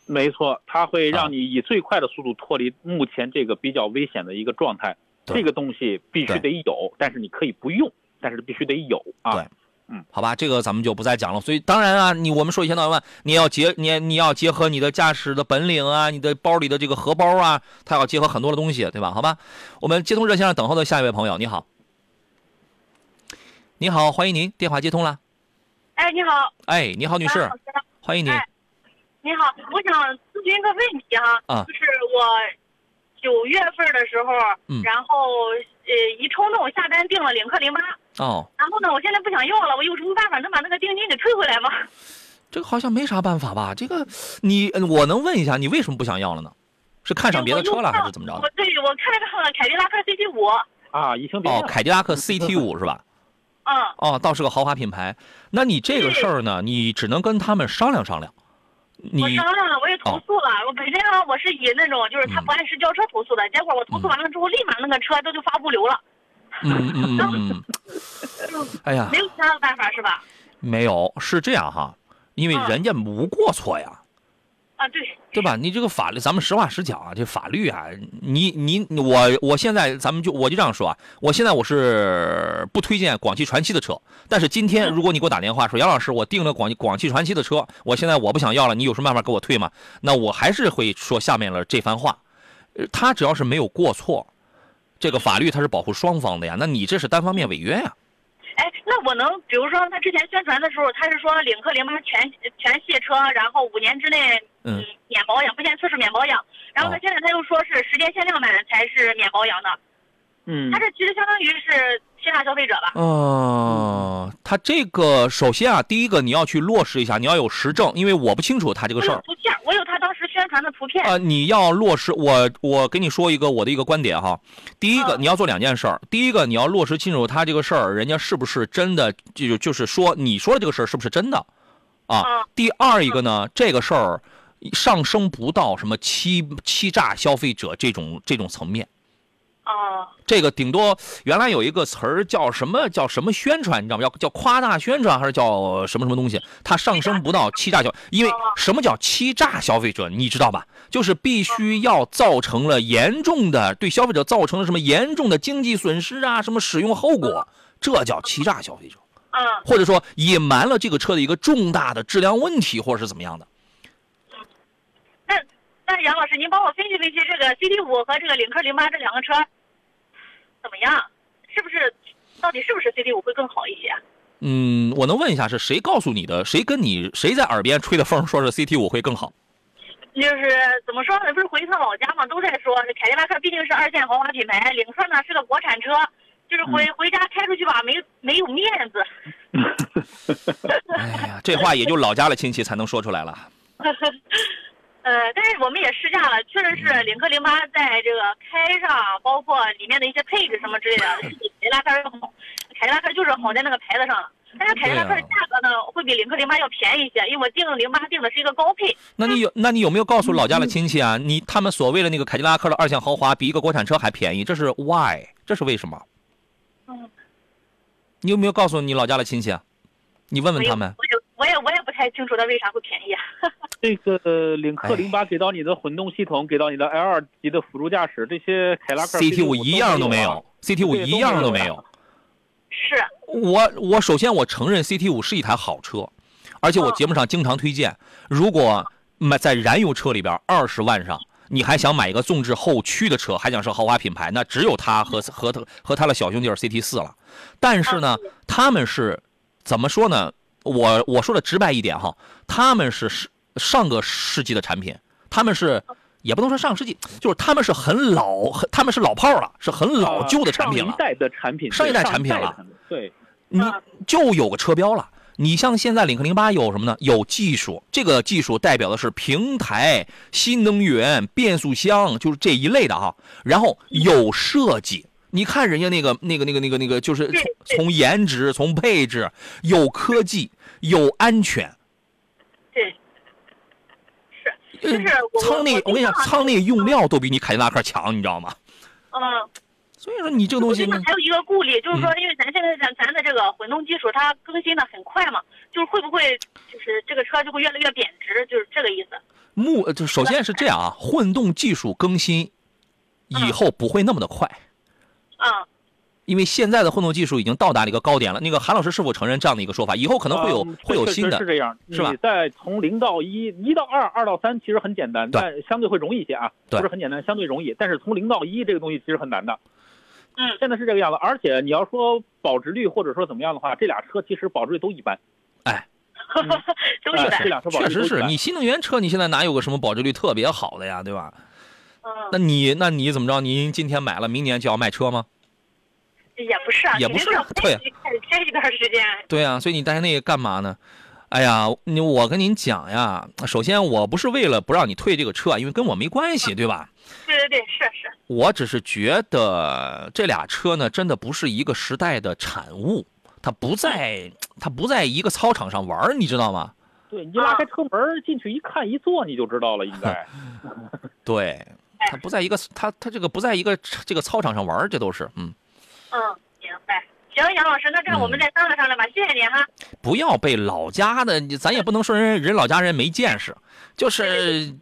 Speaker 2: 没错，它会
Speaker 1: 啊
Speaker 2: 让你以最快的速度脱离目前这个比较危险的一个状态。
Speaker 1: 对
Speaker 2: 这个东西必须得有，但是你可以不用，但是必须得有啊。
Speaker 1: 对
Speaker 2: 嗯，
Speaker 1: 好吧，这个咱们就不再讲了。所以当然啊，你我们说一千道一万，你要结你你要结合你的驾驶的本领啊，你的包里的这个荷包啊，它要结合很多的东西，对吧？好吧，我们接通热线上等候的下一位朋友，你好，你好，欢迎您，电话接通了。
Speaker 7: 哎，你好，
Speaker 1: 哎，你好，女
Speaker 7: 喂
Speaker 1: 士
Speaker 7: 老，师
Speaker 1: 欢迎您。
Speaker 7: 哎你好，我想咨询一个问题哈，
Speaker 1: 啊
Speaker 7: 就是我九月份的时候，
Speaker 1: 嗯
Speaker 7: 然后呃一冲动下单订了领克零八，
Speaker 1: 哦，
Speaker 7: 然后呢，我现在不想要了，我有什么办法能把那个定金给退回来吗？
Speaker 1: 这个好像没啥办法吧？这个你呃我能问一下，你为什么不想要了呢？是看上别的车了，还是怎么着
Speaker 7: 我
Speaker 1: 的？
Speaker 7: 对我看上了凯迪拉克 CT 五，
Speaker 2: 啊，移情别
Speaker 1: 哦
Speaker 2: 恋，，
Speaker 1: 凯迪拉克 CT 五是 吧？
Speaker 7: 嗯，
Speaker 1: 哦，倒是个豪华品牌。那你这个事儿呢，你只能跟他们商量商量。
Speaker 7: 我
Speaker 1: 你哦
Speaker 7: 商量了，我也投诉了。我本身啊，我是以那种就是
Speaker 1: 嗯
Speaker 7: 他不按时交车投诉的，结果我投诉完了之后，立马那个车都就发物流了，
Speaker 1: 嗯嗯嗯，嗯，哎呀
Speaker 7: 没，有其他的办法是吧？
Speaker 1: 没有，是这样哈，因为
Speaker 7: 嗯
Speaker 1: 人家无过错呀，
Speaker 7: 啊，对，
Speaker 1: 对吧？你这个法律，咱们实话实讲啊，这法律啊，你你我我现在咱们就我就这样说啊，我现在我是不推荐广汽传祺的车，但是今天如果你给我打电话说杨老师，我订了广广汽传祺的车，我现在我不想要了，你有什么办法给我退吗？那我还是会说下面了这番话，呃他只要是没有过错，这个法律它是保护双方的呀，那你这是单方面违约呀、
Speaker 7: 哎，那我能，比如说他之前宣传的时候，他是说领克零八全全系车，然后五年之内
Speaker 1: 嗯，
Speaker 7: 免保养，不限次数免保养。然后
Speaker 1: 哦
Speaker 7: 他现在他又说是时间限量版才是免保养的，
Speaker 2: 嗯
Speaker 7: 他，这其实相当于是欺诈消费者吧？
Speaker 1: 哦，他这个首先啊，第一个你要去落实一下，你要有实证，因为我不清楚他这个
Speaker 7: 我
Speaker 1: 哦事
Speaker 7: 有
Speaker 1: 儿。
Speaker 7: 图片，我有他当时宣传的图片。
Speaker 1: 呃，你要落实我，我给你说一个我的一个观点哈。第一个，
Speaker 7: 嗯
Speaker 1: 你要做两件事儿。第一个，你要落实清楚他这个事儿，人家是不是真的，就就是说你说的这个事儿是不是真的啊
Speaker 7: 嗯？
Speaker 1: 第二一个呢，这个事儿上升不到什么欺欺诈消费者这种这种层面。
Speaker 7: 哦、
Speaker 1: 这个顶多原来有一个词儿叫什么叫什么宣传，你知道吗？叫叫夸大宣传还是叫什么什么东西？它上升不到欺诈消，因为什么叫欺诈消费者，你知道吧？就是必须要造成了严重的对消费者造成了什么严重的经济损失啊，什么使用后果，这叫欺诈消费者，
Speaker 7: 嗯，
Speaker 1: 或者说隐瞒了这个车的一个重大的质量问题，或者是怎么样的。
Speaker 7: 那那杨老师，您帮我分析分析这个 CT 五和这个领克零八这两个车怎么样？是不是到底是不是 CT 五会更好一些？啊
Speaker 1: 嗯，我能问一下是谁告诉你的？谁跟你谁在耳边吹的风说是 CT 五会更好？
Speaker 7: 就是怎么说呢？不是回一趟老家嘛，都在说这凯迪拉克毕竟是二线豪华品牌，领克呢是个国产车，就是回、
Speaker 1: 嗯
Speaker 7: 回家开出去吧，没没有面子。
Speaker 1: 哎呀，这话也就老家的亲戚才能说出来了。
Speaker 7: 呃，但是我们也试驾了，确实
Speaker 1: 嗯
Speaker 7: 是领克零八在这个开上，包括里面的一些配置什么之类的，是比凯迪拉克要好。凯迪拉克就是好在那个牌子上了，但是凯迪拉克的
Speaker 1: 对啊
Speaker 7: 价格呢会比领克零八要便宜一些，因为我订零八订的是一个高配。
Speaker 1: 那你有那你有没有告诉老家的亲戚啊？你他们所谓的那个凯迪拉克的二线豪华比一个国产车还便宜，这是 why？这是为什么？
Speaker 7: 嗯，
Speaker 1: 你有没有告诉你老家的亲戚啊？你问问
Speaker 7: 没有
Speaker 1: 他们。
Speaker 7: 我也我也我也不太清楚它为啥会便宜啊。
Speaker 2: 这个呃领克
Speaker 1: 哎
Speaker 2: 零八给到你的混动系统，给到你的 L 二级的辅助驾驶，这些凯迪拉克
Speaker 1: CT 五
Speaker 2: 都
Speaker 1: 一样都没
Speaker 2: 啊
Speaker 1: 有。，CT 五
Speaker 2: 对
Speaker 1: 一样都
Speaker 2: 都
Speaker 1: 没
Speaker 2: 没有
Speaker 1: 有。
Speaker 7: 是，
Speaker 1: 我我首先我承认 CT 五是一台好车，而
Speaker 2: 嗯
Speaker 1: 且我节目上经常推荐，如果买在燃油车里边二十万上，你还想买一个纵置后驱的车，还想是豪华品牌，那只有它和和它和它的小兄弟 CT 四了。但是呢，
Speaker 2: 嗯
Speaker 1: 他们是怎么说呢？我我说的直白一点哈，他们是是上个世纪的产品，他们是。也不能说上世纪，就是他们是很老，很他们是老炮儿了，是很老旧的产品
Speaker 2: 呃上
Speaker 1: 了
Speaker 2: 一。代的产品，
Speaker 1: 上一代
Speaker 2: 对
Speaker 1: 产品了
Speaker 2: 上一代的产品对，
Speaker 1: 你
Speaker 7: 嗯
Speaker 1: 就有个车标了。你像现在领克零八有什么呢？有技术，这个技术代表的是平台、新能源、变速箱，就是这一类的哈。然后有设计，你看人家那个、那个、那个、那个、那个，就是
Speaker 7: 对
Speaker 1: 从从颜值、从配置，有科技，有安全。
Speaker 7: 对，是，
Speaker 1: 呃
Speaker 7: 就是我
Speaker 1: 舱内，我跟你讲，舱内用。料都比你凯迪拉克强，你知道吗？
Speaker 7: 我嗯，
Speaker 1: 所以说你嗯这个
Speaker 7: 我
Speaker 1: 东西
Speaker 7: 觉得
Speaker 1: 呢，
Speaker 7: 还有一个顾虑，就是说，因为咱现在咱咱的这个混动技术，它更新的很快嘛，就是会不会就是这个车就会越来越贬值，就是这个意思。
Speaker 1: 目呃就首先是这样啊，嗯混动技术更新以后不会那么的快。
Speaker 7: 嗯，
Speaker 1: 因为现在的混动技术已经到达了一个高点了。那个韩老师是否承认这样的一个说法？以后可能会有、
Speaker 2: 嗯
Speaker 1: 会有
Speaker 2: 确
Speaker 1: 新
Speaker 2: 确实
Speaker 1: 的
Speaker 2: 是这样，嗯
Speaker 1: 是吧
Speaker 2: 你在从零到一，一到二，二到三其实很简单，
Speaker 1: 对
Speaker 2: 但相对会容易一些啊，
Speaker 1: 对
Speaker 2: 不是很简单，相对容易。但是从零到一这个东西其实很难的。
Speaker 7: 嗯，
Speaker 2: 现在是这个样子，而且你要说保值率或者说怎么样的话，这俩车其实保值率都一般。
Speaker 7: 都一
Speaker 2: 哎
Speaker 7: 般
Speaker 2: 这。俩车保
Speaker 1: 哎确
Speaker 2: 值
Speaker 1: 实
Speaker 2: 率都一
Speaker 1: 是
Speaker 2: 般。
Speaker 1: 你新能源车，你现在哪有个什么保值率特别好的呀，对吧？那
Speaker 7: 嗯，
Speaker 1: 你那你怎么着？您今天买了，明年就要卖车吗？
Speaker 7: 也不是啊，
Speaker 1: 也不是
Speaker 7: 肯定
Speaker 1: 对
Speaker 7: 要开一开一段时间。
Speaker 1: 对呀、所以你待那个干嘛呢？哎呀，你我跟您讲呀，首先我不是为了不让你退这个车啊，因为跟我没关系，对吧？
Speaker 7: 对对对，是是，
Speaker 1: 我只是觉得这俩车呢，真的不是一个时代的产物，它不在它不在一个操场上玩儿，你知道吗？
Speaker 2: 对你拉开车门儿进去一看一坐你就知道了，应 该。
Speaker 1: 对，它不在一个它它这个不在一个这个操场上玩儿，这都是嗯，
Speaker 7: 嗯，明白。行，杨老师，那这样我们
Speaker 1: 嗯
Speaker 7: 再商量商量吧，谢谢您哈。
Speaker 1: 不要被老家的，你咱也不能说人人老家人没见识，就是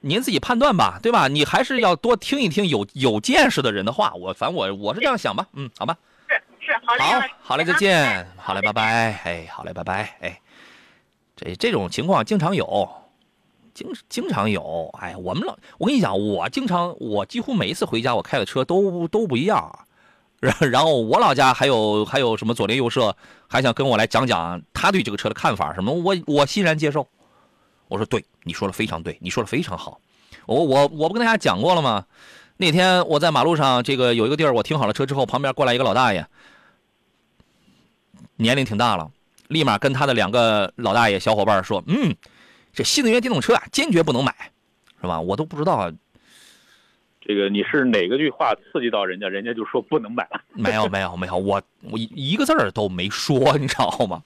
Speaker 1: 您自己判断吧，对吧？你还是要多听一听有有见识的人的话，我反正我我是这样想吧，嗯，好吧。
Speaker 7: 是是，好嘞，
Speaker 1: 好
Speaker 7: 杨老师，
Speaker 1: 好嘞，再
Speaker 7: 啊
Speaker 1: 见，好嘞，拜拜，哎，好嘞，拜拜，哎，这这种情况经常有，经经常有，哎，我们老，我跟你讲，我经常，我几乎每一次回家，我开的车都都不一样，然然后我老家还有还有什么左邻右舍还想跟我来讲讲他对这个车的看法什么，我我欣然接受，我说对，你说的非常对，你说的非常好，我我我不跟大家讲过了吗？那天我在马路上，这个有一个地儿，我停好了车之后，旁边过来一个老大爷，年龄挺大了，立马跟他的两个老大爷小伙伴说：“嗯，这新能源电动车啊，坚决不能买，是吧？我都不知道，啊
Speaker 2: 这个你是哪个句话刺激到人家，人家就说不能买了。
Speaker 1: 没有没有没有，我我一一个字儿都没说，你知道吗？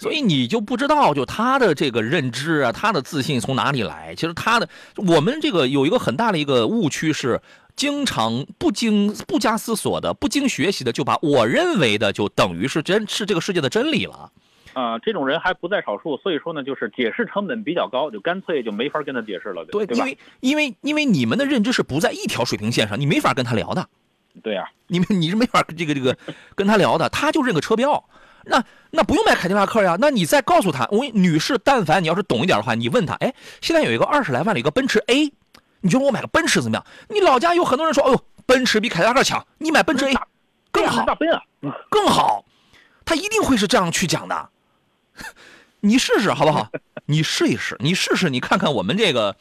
Speaker 1: 所以你就不知道，就他的这个认知啊，他的自信从哪里来？其实他的我们这个有一个很大的一个误区是。”经常不经不加思索的、不经学习的，就把我认为的就等于是真是这个世界的真理了。
Speaker 2: 啊、这种人还不在少数，所以说呢，就是解释成本比较高，就干脆就没法跟他解释了，对
Speaker 1: 因
Speaker 2: 吧？
Speaker 1: 为因为因为你们的认知是不在一条水平线上，你没法跟他聊的，
Speaker 2: 对呀、
Speaker 1: 你们你是没法跟这个这个跟他聊的，他就认个车标，那那不用买凯迪拉克呀，那你再告诉他，我女士，但凡你要是懂一点的话，你问他，哎，现在有一个二十来万的一个奔驰 A，你觉得我买个奔驰怎么样？你老家有很多人说，哎呦，奔驰比凯迪拉克强，你买奔驰 A 更好，
Speaker 2: 大奔啊，
Speaker 1: 更好，他一定会是这样去讲的。 你试试好不好？你试一试，你试试，你看看我们这个，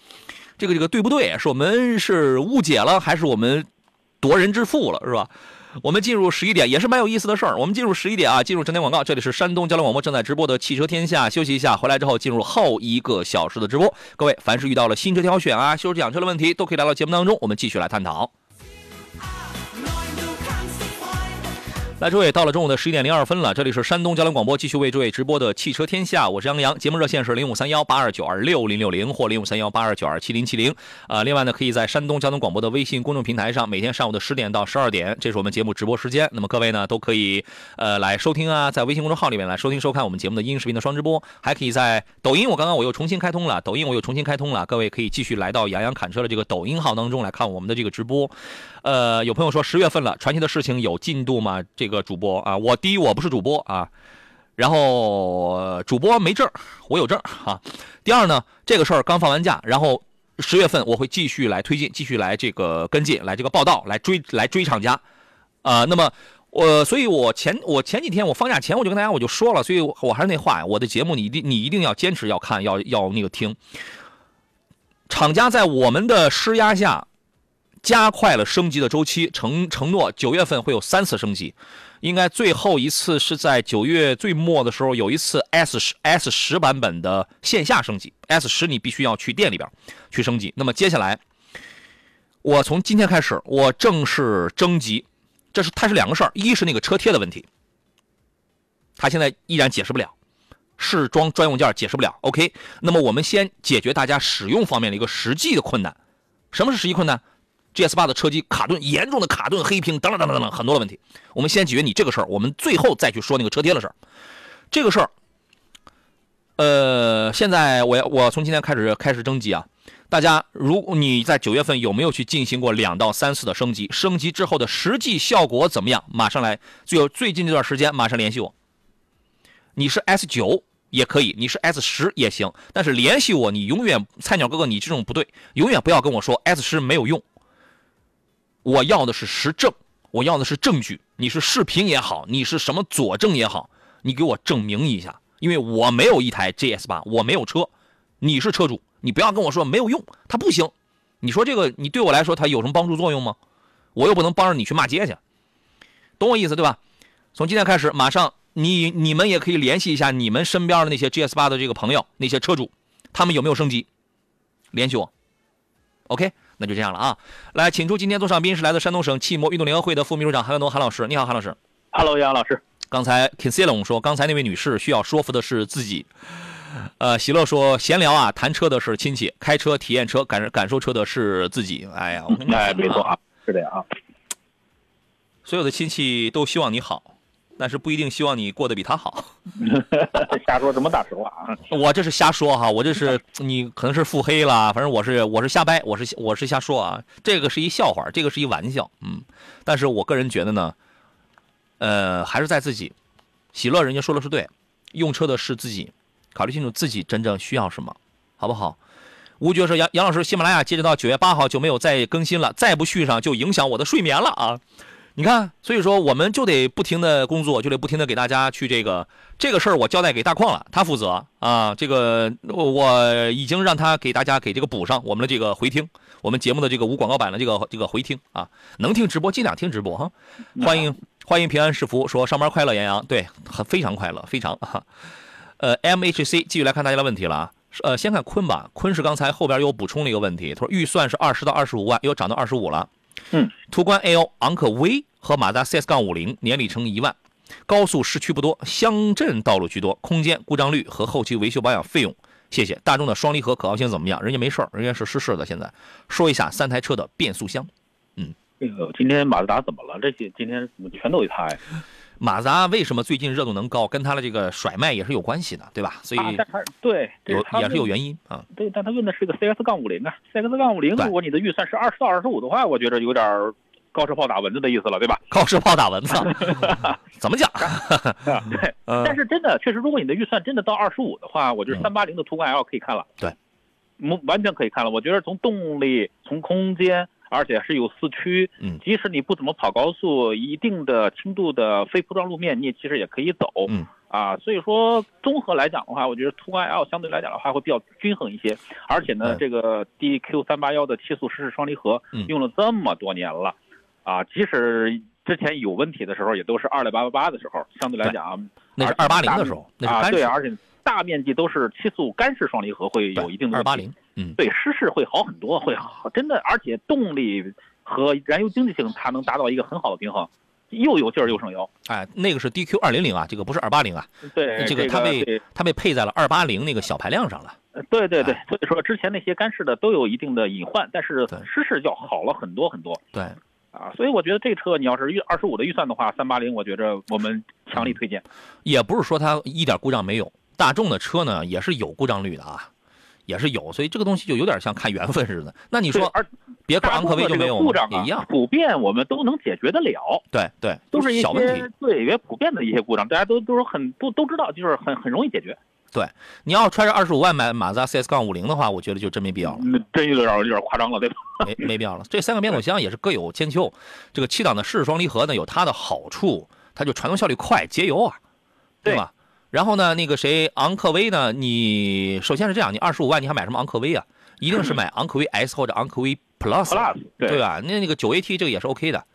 Speaker 1: 这个这个对不对？是我们是误解了，还是我们夺人之腹了，是吧？我们进入十一点也是蛮有意思的事儿。我们进入十一点啊，进入整点广告，这里是山东交通广播正在直播的《汽车天下》，休息一下，回来之后进入后一个小时的直播。各位，凡是遇到了新车挑选啊、修车养车的问题，都可以来到节目当中，我们继续来探讨。来，诸位，到了中午的十一点零二分了，这里是山东交通广播，继续为诸位直播的《汽车天下》，我是杨洋，节目热线是零五三幺八二九二六零六零或零五三幺八二九二七零七零。啊，另外呢，可以在山东交通广播的微信公众平台上，每天上午的十点到十二点，这是我们节目直播时间。那么各位呢，都可以呃来收听啊，在微信公众号里面来收听收看我们节目的音视频的双直播，还可以在抖音，我刚刚我又重新开通了，抖音我又重新开通了，各位可以继续来到杨洋侃车的这个抖音号当中来看我们的这个直播。呃，有朋友说十月份了，传奇的事情有进度吗？这个主播啊，我第一我不是主播啊，然后呃主播没证儿，我有证儿哈、第二呢，这个事儿刚放完假，然后十月份我会继续来推进，继续来这个跟进，来这个报道，来追来追厂家。啊，那么我、所以我前我前几天我放假前我就跟大家我就说了，所以我我还是那话呀，我的节目你一定你一定要坚持要看要要那个听。厂家在我们的施压下，加快了升级的周期，承承诺九月份会有三次升级，应该最后一次是在九月最末的时候有一次 S 十 S 十版本的线下升级，S 十你必须要去店里边去升级。那么接下来，我从今天开始，我正式征集，这是它是两个事儿，一是那个车贴的问题，他现在依然解释不了。试装专用件解释不了，OK。那么我们先解决大家使用方面的一个实际的困难。什么是实际困难？GS 八的车机卡顿严重的卡顿、黑屏等等等等等等很多的问题。我们先解决你这个事儿，我们最后再去说那个车贴的事儿。这个事儿，呃，现在我要我从今天开始开始征集啊，大家，如你在九月份有没有去进行过两到三次的升级？升级之后的实际效果怎么样？马上来，最最近这段时间马上联系我。你是 S 九也可以，你是 S 十也行，但是联系我，你永远菜鸟哥哥，你这种不对，永远不要跟我说 S 十没有用。我要的是实证，我要的是证据。你是视频也好，你是什么佐证也好，你给我证明一下，因为我没有一台 GS 八，我没有车，你是车主，你不要跟我说没有用，它不行。你说这个，你对我来说它有什么帮助作用吗？我又不能帮着你去骂街去，懂我意思对吧？从今天开始，马上你你们也可以联系一下你们身边的那些 GS 八的这个朋友，那些车主，他们有没有升级？联系我，OK。那就这样了啊！来，请出今天做上宾是来自山东省汽摩运动联合会的副秘书长韩文东韩老师。你好，韩老师。
Speaker 2: Hello，杨老师。
Speaker 1: 刚才 k i n s e l o n 说，刚才那位女士需要说服的是自己。呃，喜乐说，闲聊啊，谈车的是亲戚，开车体验车感感受车的是自己。哎呀，我 跟你
Speaker 2: 哎，没错啊，是这样啊。
Speaker 1: 所有的亲戚都希望你好，但是不一定希望你过得比他好。
Speaker 2: 瞎说什么大实话啊！
Speaker 1: 我这是瞎说哈，我这是你可能是腹黑啦，反正我是我是瞎掰，我是我是瞎说啊，这个是一笑话，这个是一玩笑，嗯，但是我个人觉得呢，呃，还是在自己，喜乐人家说的是对，用车的是自己，考虑清楚自己真正需要什么，好不好？吴觉说杨杨老师，喜马拉雅截止到九月八号就没有再更新了，再不续上就影响我的睡眠了啊。你看，所以说我们就得不停的工作，就得不停的给大家去这个这个事儿，我交代给大矿了，他负责啊。这个我我已经让他给大家给这个补上我们的这个回听，我们节目的这个无广告版的这个这个回听啊，能听直播尽量听直播哈。欢迎欢迎平安是福说上班快乐，杨洋对，很非常快乐，非常啊。呃，MHC 继续来看大家的问题了啊。呃，先看坤吧，坤是刚才后边又补充了一个问题，他说预算是二十到二十五万，又涨到二十五了。
Speaker 2: 嗯，
Speaker 1: 途观 L、昂科威和马自达 CS 杠五零年里程一万，高速市区不多，乡镇道路居多，空间、故障率和后期维修保养费用。谢谢。大众的双离合可靠性怎么样？人家没事儿，人家是失事的。现在说一下三台车的变速箱。
Speaker 2: 这个今天马自达怎么了？这些今天怎么全都一塌呀？
Speaker 1: 马自达为什么最近热度能高？跟它的这个甩卖也是有关系的，对吧？所以
Speaker 2: 啊，但是对，这
Speaker 1: 有
Speaker 2: 他
Speaker 1: 也是有
Speaker 2: 问
Speaker 1: 原因啊。
Speaker 2: 对，但他问的是个 CS 杠五零啊，CS 杠五零，
Speaker 1: 对
Speaker 2: 如果你的预算是二十到二十五的话，我觉得有点儿高射炮打蚊子的意思了，对吧？
Speaker 1: 高射炮打蚊 子，怎么讲？
Speaker 2: 啊， 对。
Speaker 1: 呃嗯
Speaker 2: 但是真的，确实，如果你的预算真的到二十五的话，我觉得三八零的途观 L 可以看了。
Speaker 1: 对，
Speaker 2: 嗯，完全可以看了。我觉得从动力、从空间，而且是有四驱，
Speaker 1: 嗯
Speaker 2: 即使你不怎么跑高速，一定的轻度的非铺装路面，你也其实也可以走。
Speaker 1: 嗯。
Speaker 2: 啊，所以说综合来讲的话，我觉得途观 L 相对来讲的话会比较均衡一些，而且呢，
Speaker 1: 嗯
Speaker 2: 这个 DQ 三八幺的七速湿式双离合
Speaker 1: 嗯
Speaker 2: 用了这么多年了，啊，即使之前有问题的时候，也都是二点八八八的时候，相对来讲，
Speaker 1: 那是
Speaker 2: 而
Speaker 1: 二八零的时候，那是
Speaker 2: 啊，
Speaker 1: 干
Speaker 2: 对，
Speaker 1: 式
Speaker 2: 而且大面积都是七速干式双离合，会有一定的
Speaker 1: 二
Speaker 2: 问题
Speaker 1: 八零，嗯，
Speaker 2: 对湿式会好很多，会好真的，而且动力和燃油经济性它能达到一个很好的平衡，又有劲儿又省油。
Speaker 1: 哎，那个是 DQ 二零零啊，这个不是二八零啊，
Speaker 2: 对，
Speaker 1: 这
Speaker 2: 个
Speaker 1: 它
Speaker 2: 对
Speaker 1: 被它被配在了二八零那个小排量上了。啊
Speaker 2: 对对对，所以说之前那些干式的都有一定的隐患，但是
Speaker 1: 对
Speaker 2: 湿式要好了很多很多
Speaker 1: 对，
Speaker 2: 啊，所以我觉得这车你要是预二十五的预算的话，三八零我觉着我们强力推
Speaker 1: 嗯
Speaker 2: 荐。
Speaker 1: 也不是说它一点故障没有，大众的车呢也是有故障率的啊，也是有，所以这个东西就有点像看缘分似的。那你
Speaker 2: 你
Speaker 1: 说
Speaker 2: 而
Speaker 1: 别克
Speaker 2: 大
Speaker 1: 昂科
Speaker 2: 众
Speaker 1: 威
Speaker 2: 的
Speaker 1: 就
Speaker 2: 这
Speaker 1: 没
Speaker 2: 个
Speaker 1: 有
Speaker 2: 故
Speaker 1: 吗
Speaker 2: 障？
Speaker 1: 也
Speaker 2: 啊
Speaker 1: 一样，，
Speaker 2: 普遍我们都能解决得了。
Speaker 1: 对对，
Speaker 2: 都是一
Speaker 1: 小问题
Speaker 2: 些。对，也普遍的一些故障，大家都都是很都都知道，就是很很容易解决。
Speaker 1: 你要揣着二十五万买马自达 CS 杠五零的话，我觉得就真没必要了。
Speaker 2: 那真嗯有点有点夸张了，对吧？
Speaker 1: 没没必要了。这三个变速箱也是各有千秋，这个七档的湿式双离合呢有它的好处，它就传动效率快，节油啊，对吧？然后呢，那个谁昂科威呢？你首先是这样，你二十五万你还买什么昂科威啊？一定是买昂科威 S 或者昂科威 Plus，啊
Speaker 2: Plus 对嗯
Speaker 1: 吧？那那个九 AT 这个也是 OK 的，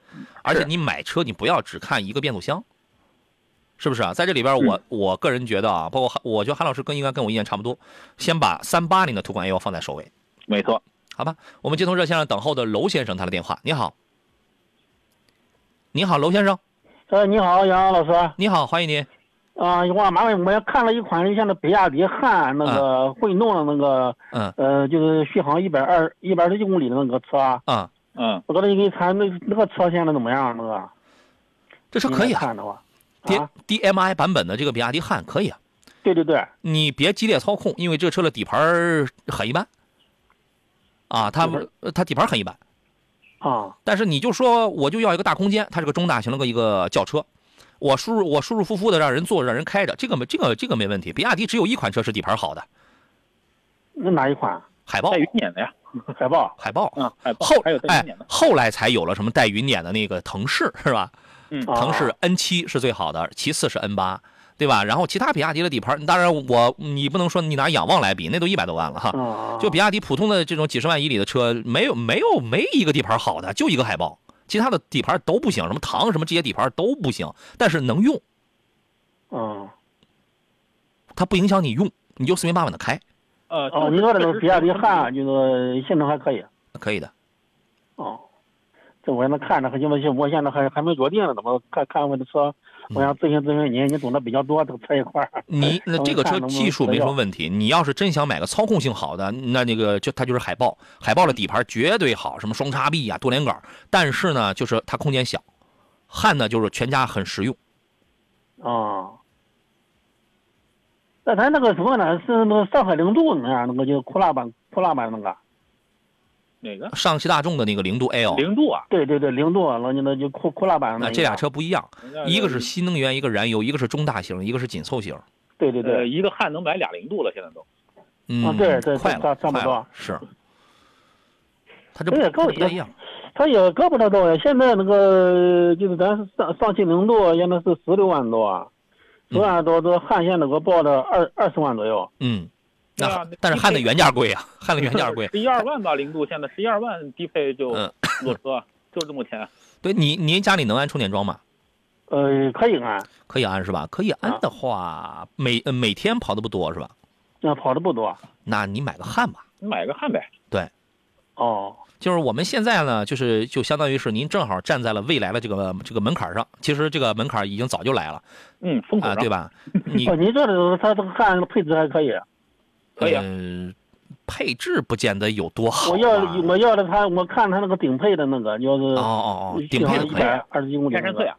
Speaker 1: 而且你买车你不要只看一个变速箱。是不是啊？在这里边
Speaker 2: 嗯
Speaker 1: 我，我、个人觉得啊，包括韩，我觉得韩老师跟应该跟我意见差不多，先把三八零的途观 L 放在首位，
Speaker 2: 没错，
Speaker 1: 好吧，我们接通热线上等候的娄先生他的电话。你好，你好，娄先生，
Speaker 3: 呃，你好，杨老师。
Speaker 1: 你好，欢迎您。
Speaker 3: 啊、我马上我也看了一款现在比亚迪汉那个混动的那个，
Speaker 1: 嗯
Speaker 3: 呃，就是续航一百二一百二十公里的那个车，
Speaker 1: 啊、
Speaker 2: 嗯，
Speaker 3: 我刚才给你看那个那个车现在怎么样？啊那个
Speaker 1: 这车可以
Speaker 3: 你
Speaker 1: 啊
Speaker 3: 看的话，
Speaker 1: ，D
Speaker 3: 啊，
Speaker 1: DMI 版本的这个比亚迪汉可以啊。
Speaker 3: 对对对，
Speaker 1: 你别激烈操控，因为这车的底盘儿很一般。啊，它呃它底盘很一般，
Speaker 3: 啊，
Speaker 1: 但是你就说我就要一个大空间，它是个中大型的一个轿车，我舒服我舒舒服服的让人坐着让人开着，这个没这个这个没问题。比亚迪只有一款车是底盘好的，
Speaker 3: 那哪一款？
Speaker 1: 海豹
Speaker 2: 带云撵 的呀，
Speaker 3: 海豹？
Speaker 1: 海豹。
Speaker 2: 嗯，海豹
Speaker 1: 后
Speaker 2: 还有带
Speaker 1: 哎
Speaker 2: 云撵的，，
Speaker 1: 后来才有了什么带云撵的那个腾势是吧？
Speaker 2: 嗯
Speaker 5: 啊
Speaker 1: 腾势 N 七是最好的，其次是 N 八，对吧？然后其他比亚迪的底盘，当然我你不能说你拿仰望来比，那都一百多万了哈。
Speaker 3: 啊，
Speaker 1: 就比亚迪普通的这种几十万以里的车，没有没有没一个底盘好的，就一个海豹，其他的底盘都不行，什么唐什么这些底盘都不行，但是能用，
Speaker 3: 嗯，
Speaker 1: 它不影响你用，你就四平八稳的开，
Speaker 2: 呃，
Speaker 3: 哦，你说这个比亚迪汉，就说性能还可以。啊
Speaker 1: 可以的。
Speaker 3: 哦，这我让他看着，因为我现在还还没决定呢，怎么看看我的车，我想咨询咨询您，您懂得比较多这个车一块儿。
Speaker 1: 嗯 你那
Speaker 3: 稍微
Speaker 1: 这个
Speaker 3: 看
Speaker 1: 车
Speaker 3: 能不能
Speaker 1: 技术没什么
Speaker 3: 合作
Speaker 1: 问题，你要是真想买个操控性好的，那那个就它就是海豹，海豹的
Speaker 3: 嗯
Speaker 1: 底盘绝对好，什么双叉臂啊、多连杆儿，但是呢，就是它空间小，汉呢就是全家很实用。
Speaker 3: 啊。那咱那个什么呢？是那个上海零度那样那个就酷拉版酷拉版那个，
Speaker 2: 哪个
Speaker 1: 上汽大众的那个凌度 L，
Speaker 2: 零度啊？
Speaker 3: 对对对，零度那就那就酷酷拉版那
Speaker 1: 哦那
Speaker 3: 一
Speaker 1: 这俩
Speaker 3: 款，
Speaker 1: 车不一样，一个是新能源，一个燃油，一个是中大型，一个是紧凑型。
Speaker 3: 对对
Speaker 2: 呃，
Speaker 3: 对，
Speaker 2: 一个汉能买俩零度了，现在都。
Speaker 1: 嗯，
Speaker 3: 啊对对
Speaker 1: 快
Speaker 3: 差
Speaker 1: 了，
Speaker 3: 差不
Speaker 1: 快
Speaker 3: 多
Speaker 1: 了，是。它这
Speaker 3: 对
Speaker 1: 不啊
Speaker 3: 跟我
Speaker 1: 不太
Speaker 3: 一
Speaker 1: 一样，
Speaker 3: 它也够不得多呀。现在那个就是咱上上汽零度现在是十六万多啊，十万多多，汉现在给我报的二二十万左右。
Speaker 1: 嗯，
Speaker 2: 对
Speaker 1: 那
Speaker 2: 啊
Speaker 1: 汉但是汉的原价贵啊，汉的原价 贵。
Speaker 2: 十一二万吧，零度现在十一二万低配就
Speaker 1: 嗯
Speaker 2: 裸车，就是这么钱。啊
Speaker 1: 对你，您家里能安充电桩吗？
Speaker 3: 呃，可以啊，
Speaker 1: 可以安是吧？可以安的话，每呃每天跑的不多是吧？
Speaker 3: 那跑的不多。
Speaker 1: 那你买个汉吧。
Speaker 2: 你买个汉呗。
Speaker 3: 哦，
Speaker 1: 就是我们现在呢，就是就相当于是您正好站在了未来的这个这个门槛上。其实这个门槛已经早就来了
Speaker 2: 嗯，风口
Speaker 1: 啊，
Speaker 2: 上、
Speaker 1: 对吧？你
Speaker 3: 哦，您这里它这个汉配置还可以。
Speaker 2: 可以啊
Speaker 1: 呃配置不见得有多好啊。
Speaker 3: 我要我要的它，我看它那个顶配的那个，要是
Speaker 1: 哦哦哦，顶配的
Speaker 3: 一
Speaker 1: 可以，
Speaker 3: 百二十一公里
Speaker 2: 天
Speaker 3: 那
Speaker 2: 山翠
Speaker 3: 个。
Speaker 2: 啊，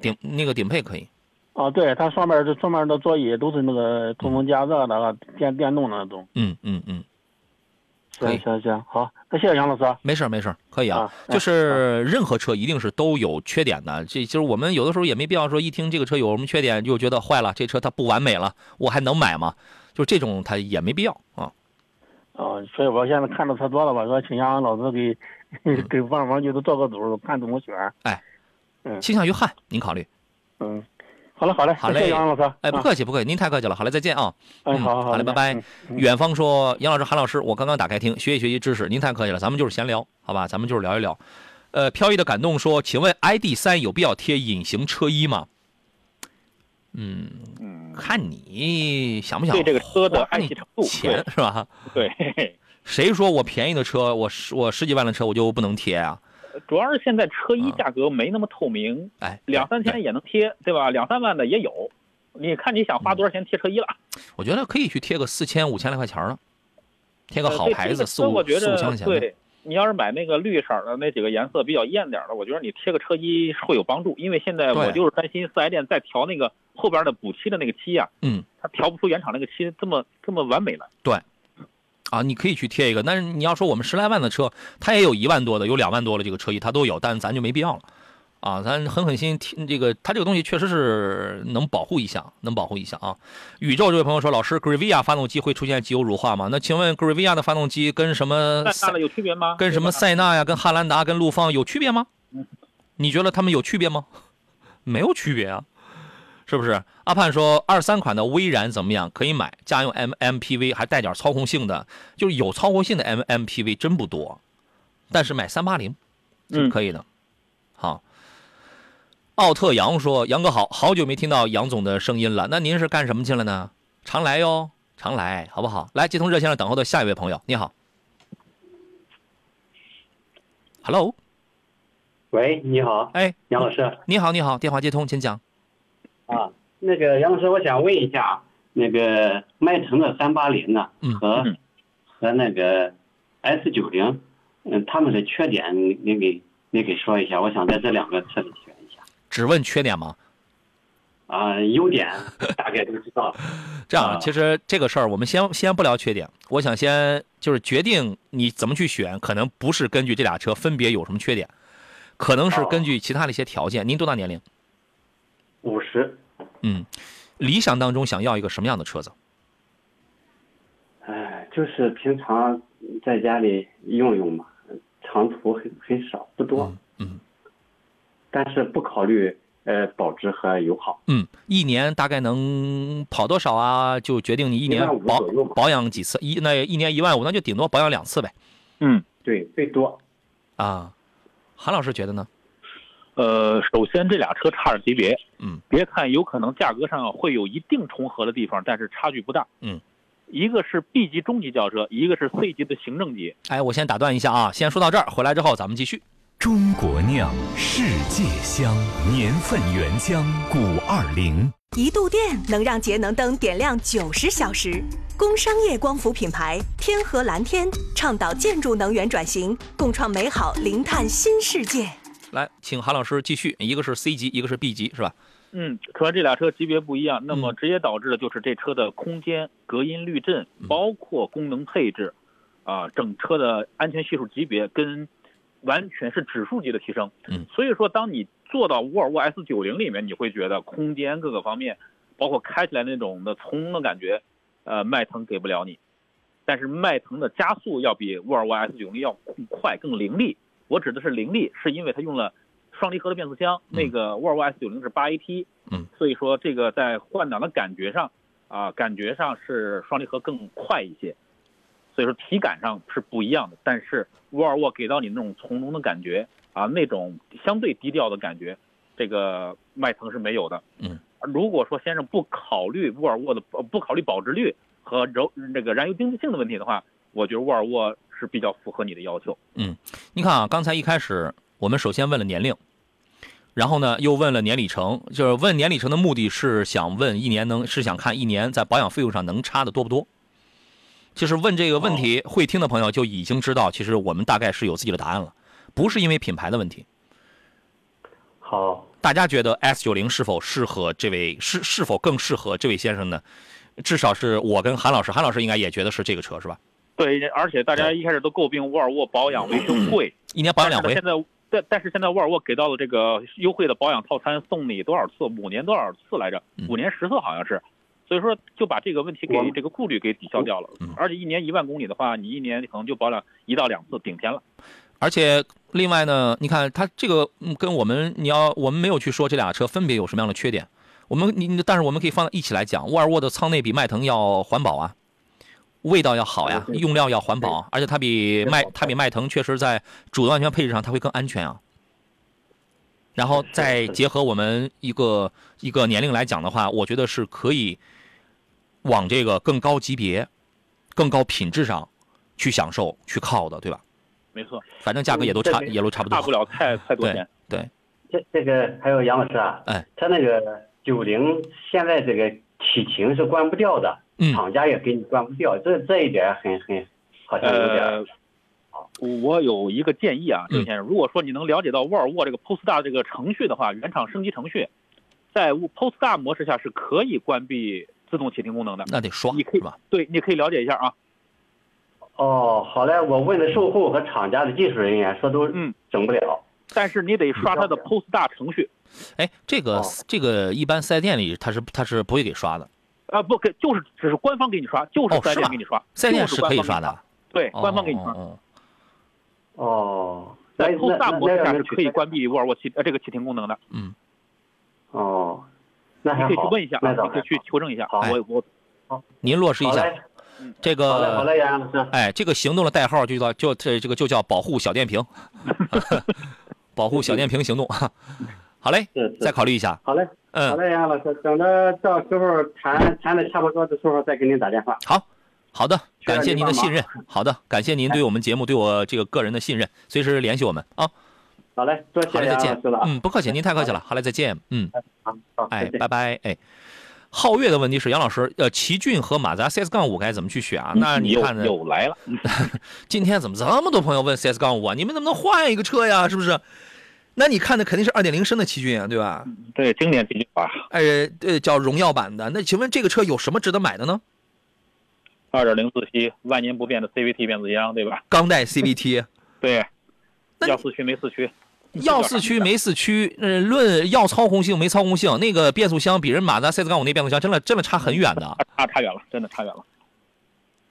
Speaker 1: 顶那个顶配可以。
Speaker 3: 哦，对，它上面这上面的座椅都是那个通风加热的啊，电电动的那种。
Speaker 1: 嗯嗯嗯，可以
Speaker 3: 行行行，好，那谢谢杨老师啊。
Speaker 1: 没事儿没事儿，可以啊
Speaker 3: 啊。
Speaker 1: 就是任何车一定是都有缺点的，这就是我们有的时候也没必要说一听这个车有什么缺点就觉得坏了，这车它不完美了，我还能买吗？就这种它也没必要啊。
Speaker 3: 哦，所以我现在看的车多了吧，说请杨老师
Speaker 1: 嗯
Speaker 3: 给给帮忙，就是做个主，看怎么选。
Speaker 1: 哎
Speaker 8: 嗯
Speaker 1: 倾向于汉，您考虑。
Speaker 3: 嗯，好嘞好嘞，
Speaker 1: 好
Speaker 3: 谢
Speaker 1: 嘞
Speaker 3: 谢杨老师。
Speaker 8: 嗯
Speaker 1: 哎，不
Speaker 3: 啊
Speaker 1: 客气不客气，您太客气了。好嘞，再见啊。
Speaker 3: 哎，
Speaker 1: 嗯
Speaker 3: 好好
Speaker 1: 好嘞，拜拜
Speaker 3: 嗯。
Speaker 1: 远方说，杨老师、韩老师，我刚刚打开听，学习学习知识，您太客气了，咱们就是闲聊，好吧？咱们就是聊一聊。呃，飘逸的感动说，请问 ID 三有必要贴隐形车衣吗？嗯，
Speaker 2: 嗯，
Speaker 1: 看你想不想
Speaker 2: 对这个车的
Speaker 1: 花
Speaker 2: 爱
Speaker 1: 你
Speaker 2: 惜程度，
Speaker 1: 钱是吧？
Speaker 2: 对嘿嘿，
Speaker 1: 谁说我便宜的车，我十我十几万的车我就不能贴啊？
Speaker 2: 主要是现在车衣
Speaker 1: 嗯
Speaker 2: 价格没那么透明，
Speaker 1: 哎，
Speaker 2: 两三千
Speaker 1: 对，
Speaker 2: 也能贴，对吧？两三万的也有，你看你想花多少钱贴车衣了？
Speaker 1: 我觉得可以去贴个四千五千来块钱儿的，贴个
Speaker 2: 呃
Speaker 1: 好
Speaker 2: 对
Speaker 1: 牌
Speaker 2: 这
Speaker 1: 子
Speaker 2: 个
Speaker 1: 四
Speaker 2: 车
Speaker 1: 五
Speaker 2: 我觉
Speaker 1: 四
Speaker 2: 得
Speaker 1: 五千块钱的。
Speaker 2: 对。你要是买那个绿色的那几个颜色比较艳点儿的，我觉得你贴个车衣会有帮助，因为现在
Speaker 1: 对
Speaker 2: 我就是担心四 S 店在调那个后边的补漆的那个漆啊，
Speaker 1: 嗯，
Speaker 2: 它调不出原厂那个漆这么这么完美来。
Speaker 1: 啊，你可以去贴一个，但是你要说我们十来万的车，它也有一万多的，有两万多的这个车衣，它都有，但咱就没必要了。啊，咱狠狠心贴这个，它这个东西确实是能保护一下，能保护一下啊。宇宙这位朋友说，老师，Grevia 发动机会出现机油乳化吗？那请问 Grevia 的发动机跟什么
Speaker 2: 那
Speaker 1: 塞
Speaker 2: 大了有区别吗？
Speaker 1: 跟什么
Speaker 2: 对吧
Speaker 1: 塞纳呀、跟汉兰达、跟陆放有区别吗？你觉得他们有区别吗？没有区别啊，是不是？阿盼说二三款的威然怎么样？可以买，家用 M M P V 还带点操控性的，就是有操控性的 M M P V 真不多，但是买三八零是可以的。好，奥特杨说：“杨哥好，好久没听到杨总的声音了，那您是干什么去了呢？常来哟，常来，好不好？来接通热线上等候的下一位朋友，你好，Hello。”
Speaker 5: 喂，你好，
Speaker 1: 哎，
Speaker 5: 杨老师
Speaker 1: 你好，你好，电话接通，请讲。
Speaker 5: 啊，那个杨老师，我想问一下，那个迈腾呃的三八零呢
Speaker 1: 嗯，
Speaker 5: 和
Speaker 2: 嗯
Speaker 5: 和那个 S 九零，嗯，他们的缺点，你你给你给说一下，我想在这两个车里选一下
Speaker 1: 只问缺点吗？
Speaker 5: 啊、优 点大概都知道了。
Speaker 1: 这样啊，
Speaker 5: 啊
Speaker 1: 其实这个事儿我们先先不聊缺点，我想先就是决定你怎么去选，可能不是根据这俩车分别有什么缺点，可能
Speaker 5: 哦
Speaker 1: 是根据其他的一些条件。您多大年龄？
Speaker 5: 五十，
Speaker 1: 嗯，理想当中想要一个什么样的车子？
Speaker 5: 哎，就是平常在家里用用嘛，长途很很少，不多。
Speaker 1: 嗯嗯
Speaker 5: 但是不考虑呃保值和油耗，
Speaker 1: 嗯，一年大概能跑多少啊？就决定你一年
Speaker 5: 15,000
Speaker 1: 保
Speaker 5: 左右吧
Speaker 1: 保养几次，一那一年一万五，那就顶多保养两次呗。
Speaker 2: 嗯，
Speaker 5: 对，最多。
Speaker 1: 啊，韩老师觉得呢？
Speaker 2: 呃，首先这俩车差着级别，
Speaker 1: 嗯，
Speaker 2: 别看有可能价格上会有一定重合的地方，但是差距不大，
Speaker 1: 嗯，
Speaker 2: 一个是 B 级中级轿车，一个是 C 级的行政级，
Speaker 1: 哎，我先打断一下啊，先说到这儿，回来之后咱们继续。
Speaker 9: 中国酿，世界香，年份原浆古二零。
Speaker 10: 一度电能让节能灯点亮九十小时。工商业光伏品牌天河蓝天倡导建筑能源转型，共创美好零碳新世界。
Speaker 1: 来，请韩老师继续，一个是 C 级，一个是 B 级，是吧？
Speaker 2: 嗯，除了这俩车级别不一样，那么
Speaker 1: 嗯
Speaker 2: 直接导致的就是这车的空间、隔音、滤震，
Speaker 1: 嗯
Speaker 2: 包括功能配置，啊，整车的安全系数级别跟完全是指数级的提升。
Speaker 1: 嗯，
Speaker 2: 所以说，当你坐到沃尔沃 S 九零里面，你会觉得空间各个方面，包括开起来那种的从容的感觉，呃，迈腾给不了你。但是迈腾的加速要比沃尔沃 S 九零要更快、更凌厉。我指的是凌厉，是因为它用了双离合的变速箱，
Speaker 1: 嗯
Speaker 2: 那个沃尔沃 S 九零是八 AT，
Speaker 1: 嗯，
Speaker 2: 所以说这个在换挡的感觉上啊，感觉上是双离合更快一些，所以说体感上是不一样的。但是沃尔沃给到你那种从容的感觉啊，那种相对低调的感觉，这个迈腾是没有的。
Speaker 1: 嗯，
Speaker 2: 如果说先生不考虑沃尔沃的呃不考虑保值率和柔这个燃油经济性的问题的话，我觉得沃尔沃是比较符合你的要求。
Speaker 1: 你看啊，刚才一开始我们首先问了年龄，然后呢又问了年里程，就是问年里程的目的是想问一年能是想看一年在保养费用上能差的多不多。其实问这个问题，会听的朋友就已经知道，其实我们大概是有自己的答案了，不是因为品牌的问题。
Speaker 5: 好，
Speaker 1: 大家觉得 S 九零是否适合这位是是否更适合这位先生呢？至少是我跟韩老师，韩老师应该也觉得是这个车是吧？
Speaker 2: 对，而且大家一开始都诟病沃尔沃保养维修 贵，
Speaker 1: 一年保养两
Speaker 2: 但
Speaker 1: 回
Speaker 2: 是，呢现在，但但是现在沃尔沃给到了这个优惠的保养套餐，送你多少次？五年多少次来着
Speaker 1: 嗯？
Speaker 2: 五年十次好像是。所以说就把这个问题给
Speaker 5: 我们
Speaker 2: 这个顾虑给抵消掉了
Speaker 1: 嗯。
Speaker 2: 而且一年一万公里的话，你一年可能就保养一到两次，顶天了。
Speaker 1: 而且另外呢，你看它这个嗯跟我们你要我们没有去说这俩车分别有什么样的缺点，我们你你但是我们可以放在一起来讲，沃尔沃的舱内比迈腾要环保啊，味道要好呀，
Speaker 5: 对对
Speaker 1: 用料要环保啊，而且它比迈它比迈腾确实在主动安全配置上它会更安全啊。然后再结合我们一个一个年龄来讲的话，我觉得是可以往这个更高级别、更高品质上去享受、去靠的，对吧？
Speaker 2: 没错，
Speaker 1: 反正价格也
Speaker 5: 嗯
Speaker 1: 都差，也都差不多。
Speaker 2: 差不了太太多
Speaker 1: 对
Speaker 2: 钱。
Speaker 1: 对，
Speaker 5: 这这个还有杨老师啊，
Speaker 1: 哎，
Speaker 5: 他那个九零现在这个体型是关不掉的，
Speaker 1: 嗯
Speaker 5: 厂家也给你关不掉，这这一点很很好像有点、
Speaker 2: 呃，我有一个建议啊，
Speaker 1: 嗯
Speaker 2: 郑先生，如果说你能了解到沃尔沃这个 Polestar 这个程序的话，原厂升级程序，在 Polestar 模式下是可以关闭自动启停功能的。
Speaker 1: 那得刷
Speaker 2: 你可
Speaker 1: 是
Speaker 2: 以
Speaker 1: 吧？
Speaker 2: 对，你可以了解一下啊。
Speaker 5: 哦，好嘞，我问了售后和厂家的技术人员，说都
Speaker 2: 嗯
Speaker 5: 整不了。
Speaker 2: 但是你得刷它的
Speaker 5: 了解
Speaker 2: Polestar 程序
Speaker 1: 哎，这个、
Speaker 5: 哦
Speaker 1: 这个一般四 S 店里它是它是不会给刷的，
Speaker 2: 啊，不给，就是只是官方给你刷，就是
Speaker 1: 哦
Speaker 2: 四 S
Speaker 1: 是吗
Speaker 2: 店给你刷，
Speaker 1: 四 S 店
Speaker 2: 就
Speaker 1: 可
Speaker 2: 是官
Speaker 1: 以
Speaker 2: 方
Speaker 1: 刷
Speaker 2: 给你
Speaker 1: 的，
Speaker 2: 对，
Speaker 1: 哦
Speaker 2: 官方给你
Speaker 1: 哦
Speaker 2: 刷。
Speaker 1: 哦
Speaker 5: 哦，那
Speaker 2: 在
Speaker 5: 那
Speaker 2: Polestar
Speaker 5: 那
Speaker 2: 模式下
Speaker 5: 那样
Speaker 2: 是
Speaker 5: 能
Speaker 2: 可以关闭沃尔沃启呃这个启停功能的，
Speaker 1: 嗯，
Speaker 5: 哦，那
Speaker 2: 你
Speaker 5: 还好。
Speaker 2: 可以去问一下啊，
Speaker 5: 那倒
Speaker 2: 你可以
Speaker 5: 还
Speaker 2: 去
Speaker 5: 好
Speaker 2: 求证一下。
Speaker 5: 好
Speaker 2: 我我
Speaker 1: 您落哎实一
Speaker 5: 好
Speaker 1: 下
Speaker 5: 嘞，
Speaker 1: 这
Speaker 5: 好嘞，好
Speaker 1: 个。
Speaker 5: 嘞，杨老师。
Speaker 1: 哎，这个行动的代号就叫就这这个就叫保护小电 瓶，保护小电瓶行动。好嘞
Speaker 5: 是，是
Speaker 1: 再考虑一下。
Speaker 5: 好嘞，好
Speaker 11: 呃
Speaker 1: 嗯，
Speaker 5: 嘞，杨老师，等到到时候谈谈的差不多的时候再给您打电话。
Speaker 1: 好，好的，
Speaker 5: 需要
Speaker 1: 感谢
Speaker 5: 您
Speaker 1: 您的
Speaker 5: 帮忙
Speaker 1: 信任。好的，感谢您对我们节目对我这个个人的信任，随时联系我们啊。
Speaker 5: 好嘞，多
Speaker 1: 好
Speaker 5: 谢
Speaker 1: 嘞，再
Speaker 5: 杨
Speaker 1: 见
Speaker 2: 啊
Speaker 5: 老师了。。
Speaker 1: 嗯，不客气，您太客气了。好嘞，再见。嗯。
Speaker 5: 好，好，再
Speaker 1: 哎，
Speaker 5: 见。
Speaker 1: 拜拜，哎。皓月的问题是杨老师，呃，奇骏和马自达 CS 杠五该怎么去选啊？那你
Speaker 2: 嗯又
Speaker 1: 看呢？
Speaker 2: 又 来了，
Speaker 1: 今天怎么这么多朋友问 CS 杠五啊？你们能不能换一个车呀？是不是？那你看的肯定是二点零升的奇骏啊，对吧？
Speaker 2: 对，经典奇骏吧，
Speaker 1: 哎，对，叫荣耀版的。那请问这个车有什么值得买的呢？
Speaker 2: 二点零自吸，万年不变的 CVT 变速箱，对吧？
Speaker 1: 钢带 CVT，
Speaker 2: 对，要四驱没四驱，
Speaker 1: 要四驱没四驱，呃，论要操控性没操控性，那个变速箱比人马自达 CS 杠五那变速箱真的真的差很远的。
Speaker 2: 差差远了，真的差远了。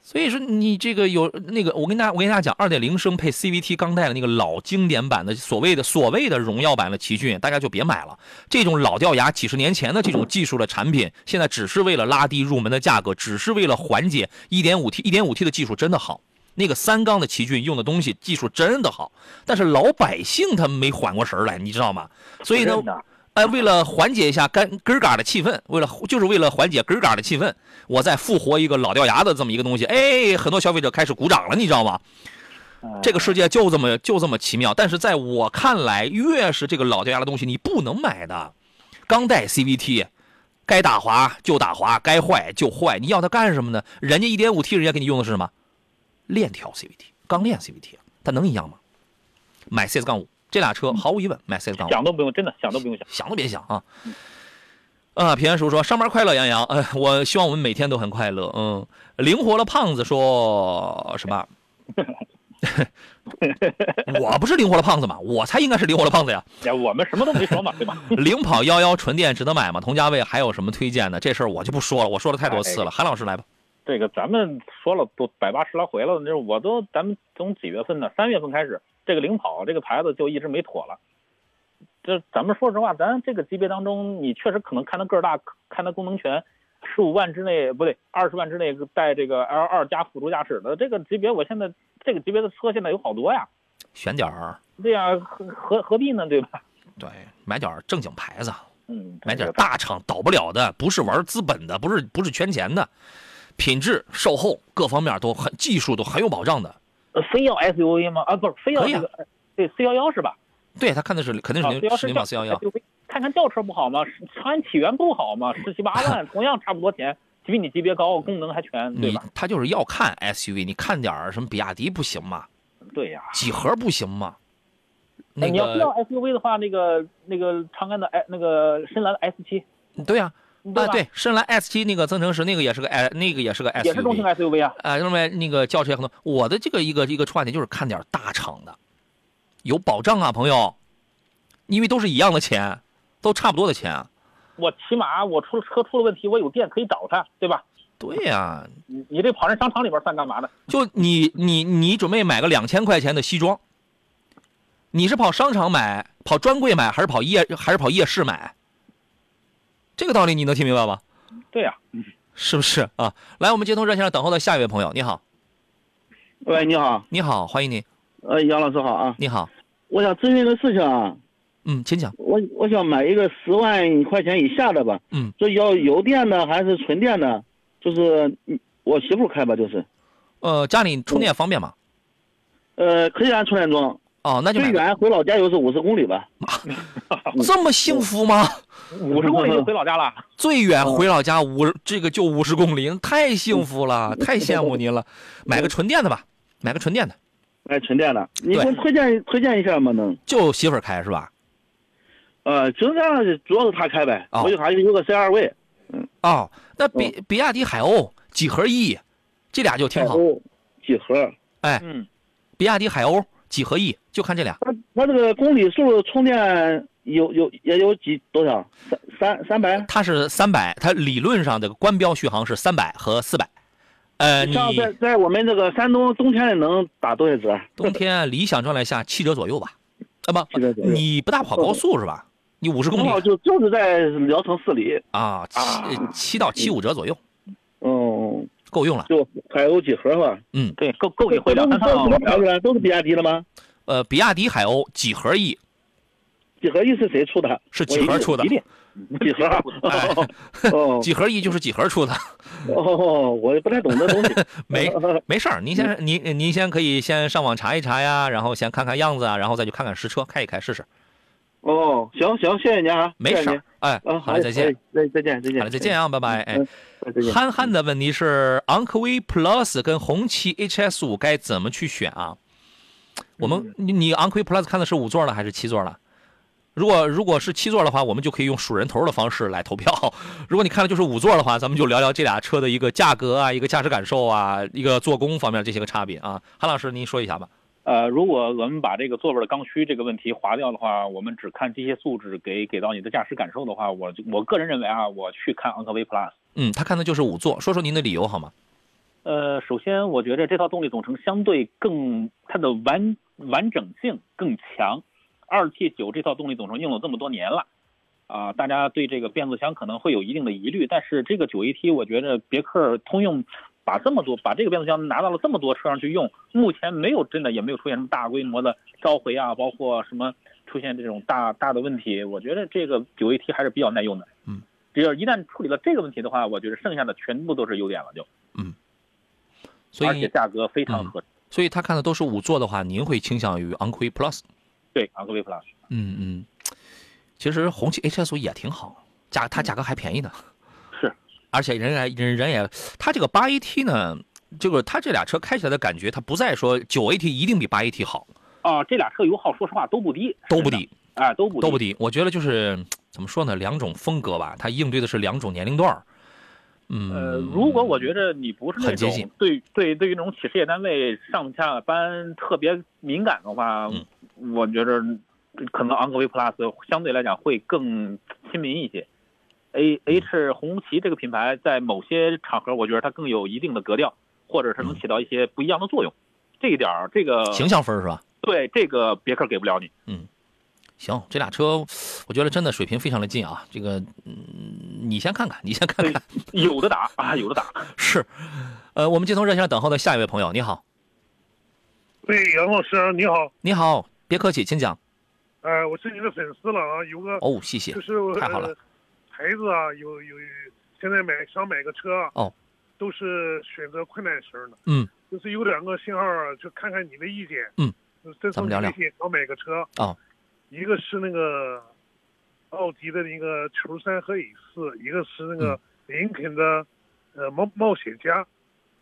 Speaker 1: 所以说你这个有那个，我跟大家我跟大家讲，二点零升配 CVT 钢带的那个老经典版的所谓的所谓的荣耀版的奇骏，大家就别买了。这种老掉牙、几十年前的这种技术的产品，现在只是为了拉低入门的价格，只是为了缓解 1.5T 1.5T 的技术真的好，那个三缸的奇骏用的东西技术真的好，但是老百姓他没缓过神儿来，你知道吗？所以呢
Speaker 2: 真的，
Speaker 1: 哎，为了缓解一下干根儿嘎的气氛，为了就是为了缓解根儿嘎的气氛，我再复活一个老掉牙的这么一个东西，哎，很多消费者开始鼓掌了，你知道吗？
Speaker 8: 嗯
Speaker 1: 这个世界就这么就这么奇妙，但是在我看来，越是这个老掉牙的东西，你不能买的，钢带 CVT，该打滑就打滑，该坏就坏，你要它干什么呢？人家一点五 T，人家给你用的是什么？链条 CVT，钢链 CVT，它能一样吗？买 CS 杠五，这俩车毫无疑问买 CS 杠五。
Speaker 2: 想都不用，真的想都不用想。
Speaker 1: 想都别想啊！啊，平安叔说上班快乐，杨洋。呃，我希望我们每天都很快乐。嗯，灵活了胖子说什么？我不是灵活了胖子嘛， 我才应该是灵活了胖子呀。
Speaker 2: 哎呀，我们什么都没说嘛，对吧？
Speaker 1: 领跑幺幺纯电值得买吗？同价位还有什么推荐的？这事儿我就不说了，我说了太多次了。韩老师来吧。
Speaker 2: 这个咱们说了都百八十来回了，那我都咱们从几月份呢？三月份开始，这个领跑这个牌子就一直没妥了。这咱们说实话，咱这个级别当中，你确实可能看它个儿大，看它功能全，十五万之内不对，二十万之内带这个 L 二加辅助驾驶的这个级别，我现在这个级别的车现在有好多呀。
Speaker 1: 选点儿，
Speaker 2: 对呀、何何何必呢？对吧？
Speaker 1: 对，买点儿正经牌子，
Speaker 2: 嗯，
Speaker 1: 买点儿大厂倒不了的，不是玩资本的，不是不是圈钱的，品质、售后各方面都很，技术都很有保障的。
Speaker 2: 呃非要 SUV 吗？啊，不是，非要这个、对 C 幺幺是吧？
Speaker 1: 对他看的是肯定
Speaker 2: 啊
Speaker 1: 是零是零
Speaker 2: 轿
Speaker 1: 马四幺幺，
Speaker 2: SUV 看看轿车不好吗？是长安起源不好吗？十七八 万，同样差不多钱，比你级别高，功能还全，对
Speaker 1: 你
Speaker 2: 吧？
Speaker 1: 他就是要看 SUV，你看点儿什么比亚迪不行吗？
Speaker 2: 对哎呀、哎
Speaker 1: 几何不行吗？那
Speaker 2: 你要非要
Speaker 1: 个
Speaker 2: SUV 的话，那个那个长安的 S 那个深蓝的 S 七
Speaker 1: 对呀、
Speaker 2: 对
Speaker 1: 啊，
Speaker 2: 吧
Speaker 1: 对，深蓝 S 七那个增程式那个也是个 S，那个也是个 SUV，
Speaker 2: 也是中型 SUV 啊。
Speaker 1: 啊，另外那个轿车也很多。我的这个一个一个出发点就是看点大厂的，有保障啊，朋友，因为都是一样的钱，都差不多的钱。
Speaker 2: 我起码我出了车出了问题，我有店可以找他，对吧？
Speaker 1: 对呀、
Speaker 2: 你你这跑人商场里边算干嘛的？
Speaker 1: 就你你你准备买个两千块钱的西装，你是跑商场买，跑专柜买，还是跑夜还是跑夜市买？这个道理你能听明白吗？
Speaker 2: 对呀、
Speaker 1: 是不是啊？来，我们接通热线上等候的下一位朋友，你好，
Speaker 8: 喂，你好，
Speaker 1: 你好，欢迎你，
Speaker 8: 呃，杨老师好啊，
Speaker 1: 你好，
Speaker 8: 我想咨询个事情啊，
Speaker 1: 嗯，请讲，
Speaker 8: 我我想买一个十万块钱以下的吧，
Speaker 1: 嗯，
Speaker 8: 这要油电的还是纯电的？就是嗯我媳妇开吧，就是，
Speaker 1: 呃，家里充电方便吗？
Speaker 8: 呃，可以安充电桩，
Speaker 1: 哦，那就
Speaker 8: 最
Speaker 1: 买吧
Speaker 8: 远回老家有是五十公里吧，
Speaker 1: 这么幸福吗？
Speaker 2: 五十公里就回老家了。
Speaker 1: 最远回老
Speaker 8: 啊
Speaker 1: 家五十这个就五十公里，太幸 福了，太羡慕您了。买个纯电的吧，买个纯电的，
Speaker 8: 买纯电的，你给我
Speaker 1: 对，
Speaker 8: 推荐推荐一下吗？能，
Speaker 1: 就媳妇儿开是吧？
Speaker 8: 呃，就这样主要是她开呗，
Speaker 1: 哦
Speaker 8: 我就还有个 C 二位，
Speaker 1: 哦，那
Speaker 8: 嗯
Speaker 1: 比比亚迪海鸥、几何 E，这俩就挺好。
Speaker 8: 几何，
Speaker 1: 哎，
Speaker 2: 嗯，
Speaker 1: 比亚迪海鸥、几何 E，就看这俩。
Speaker 8: 它它这个公里数充电有有也有几多少？三三三百？
Speaker 1: 它是三百，它理论上的官标续航是三百和四百。呃，你
Speaker 8: 像在在我们这个山东冬天能打多少折？啊
Speaker 1: 冬天理想状态下七折左右吧？啊不，
Speaker 8: 折左右
Speaker 1: 你不大跑高速是吧？你五十公
Speaker 8: 正好
Speaker 1: 里
Speaker 8: 就就是在聊城市里，
Speaker 1: 啊，七七到七五折左右
Speaker 8: 嗯，
Speaker 1: 够用了。
Speaker 8: 就海鸥几何吧。
Speaker 1: 嗯，
Speaker 2: 对，够够你回两
Speaker 8: 都
Speaker 2: 三
Speaker 8: 是
Speaker 2: 趟
Speaker 8: 都是什么牌
Speaker 2: 了。
Speaker 8: 子的？都是比亚迪的吗？
Speaker 1: 呃，比亚迪海鸥几何 E
Speaker 8: 几何 E 是谁出的？
Speaker 1: 是几何出的
Speaker 2: 一？定
Speaker 8: 几何啊？
Speaker 1: 哎
Speaker 8: 哦
Speaker 1: 几何 E 就是几何出的，
Speaker 8: 哦，我也不太懂这东西。
Speaker 1: 没没事
Speaker 8: 嗯
Speaker 1: 儿，您先您您先可以先上网查一查呀，然后先看看样子啊，然后再去看看实车，开一开试试，
Speaker 8: 哦，行行，谢谢您啊，
Speaker 1: 没
Speaker 8: 谢
Speaker 1: 事
Speaker 8: 谢您
Speaker 1: 儿。。哎，
Speaker 8: 嗯，
Speaker 1: 好嘞，再见，，
Speaker 8: 再再见，再见，
Speaker 1: 好嘞，再见啊，拜拜。哎
Speaker 8: 嗯，再见。
Speaker 1: 憨憨的问题是昂科威 Plus 跟红旗 HS 五
Speaker 8: 嗯
Speaker 1: 该怎么去选啊？我们你你昂科威 Plus 看的是五座的还是七座的？如果如果是七座的话，我们就可以用数人头的方式来投票；如果你看的就是五座的话，咱们就聊聊这俩车的一个价格啊、一个驾驶感受啊、一个做工方面这些个差别啊。韩老师，您说一下吧。
Speaker 2: 呃，如果我们把这个座位的刚需这个问题划掉的话，我们只看这些素质给给到你的驾驶感受的话，我就我个人认为啊，我去看昂科威 Plus。
Speaker 1: 嗯，他看的就是五座，说说您的理由好吗？
Speaker 2: 呃，首先我觉得这套动力总成相对更它的完
Speaker 8: 嗯
Speaker 2: 完整性更强。二 T 九这套动力总成用了这么多年了，啊、大家对这个变速箱可能会有一定的疑虑，但是这个九 AT 我觉得别克通用把这么多把这个变速箱拿到了这么多车上去用，目前没有真的也没有出现什么大规模的召回啊，包括什么出现这种大大的问题，我觉得这个九 AT 还是比较耐用的。
Speaker 1: 嗯，
Speaker 2: 只要一旦处理了这个问题的话，我觉得剩下的全部都是优点了就。
Speaker 1: 嗯，所以
Speaker 2: 而且价格非
Speaker 1: 嗯
Speaker 2: 常合适。
Speaker 1: 所以他看的都是五座的话，您会倾向于昂科威 Plus。
Speaker 2: 对，昂科威 Plus。
Speaker 1: 嗯嗯，其实红旗 H S U 也挺好，价它价格还便宜呢。
Speaker 2: 嗯是，
Speaker 1: 而且人也人人也，它这个八 A T 呢，就是它这俩车开起来的感觉，它不再说九 A T 一定比八 A T 好，
Speaker 2: 啊，这俩车油耗说实话都不低，
Speaker 1: 都不低，
Speaker 2: 啊，都不
Speaker 1: 都不低。我觉得就是怎么说呢，两种风格吧，它应对的是两种年龄段儿。嗯，
Speaker 2: 呃，如果我觉得你不是那
Speaker 1: 很接近
Speaker 2: 种对对对于那种企事业单位上下班特别敏感的话，
Speaker 1: 嗯
Speaker 2: 我觉得可能昂科威 Plus 相对来讲会更亲民一些。A
Speaker 1: 嗯
Speaker 2: H 红旗这个品牌在某些场合，我觉得它更有一定的格调，或者它能起到一些不一样的作用。这一点儿，这个
Speaker 1: 嗯形象分儿是吧？
Speaker 2: 对这个别克给不了你。
Speaker 1: 行，这俩车，我觉得真的水平非常的近啊。这个，嗯，你先看看，你先看看，
Speaker 2: 有的打啊，有的打。
Speaker 1: 是，呃，我们接通热线上等候的下一位朋友，你好，
Speaker 11: 喂，杨老师，啊你好，
Speaker 1: 你好，别客气，请讲。
Speaker 11: 呃，我是你的粉丝了啊，有个
Speaker 1: 哦谢谢
Speaker 11: 就是我
Speaker 1: 太好了
Speaker 11: 呃孩子啊，有有现在买想买个车啊
Speaker 1: 哦，
Speaker 11: 都是选择困难型的，
Speaker 1: 嗯，
Speaker 11: 就是有两个信号啊，就看看你的意见，
Speaker 1: 嗯，
Speaker 11: 这
Speaker 1: 咱们聊聊
Speaker 11: 想买个车，啊
Speaker 1: 哦，
Speaker 11: 一个是那个奥迪的那个球三和 A 四，一个是那个林肯的呃冒冒险家，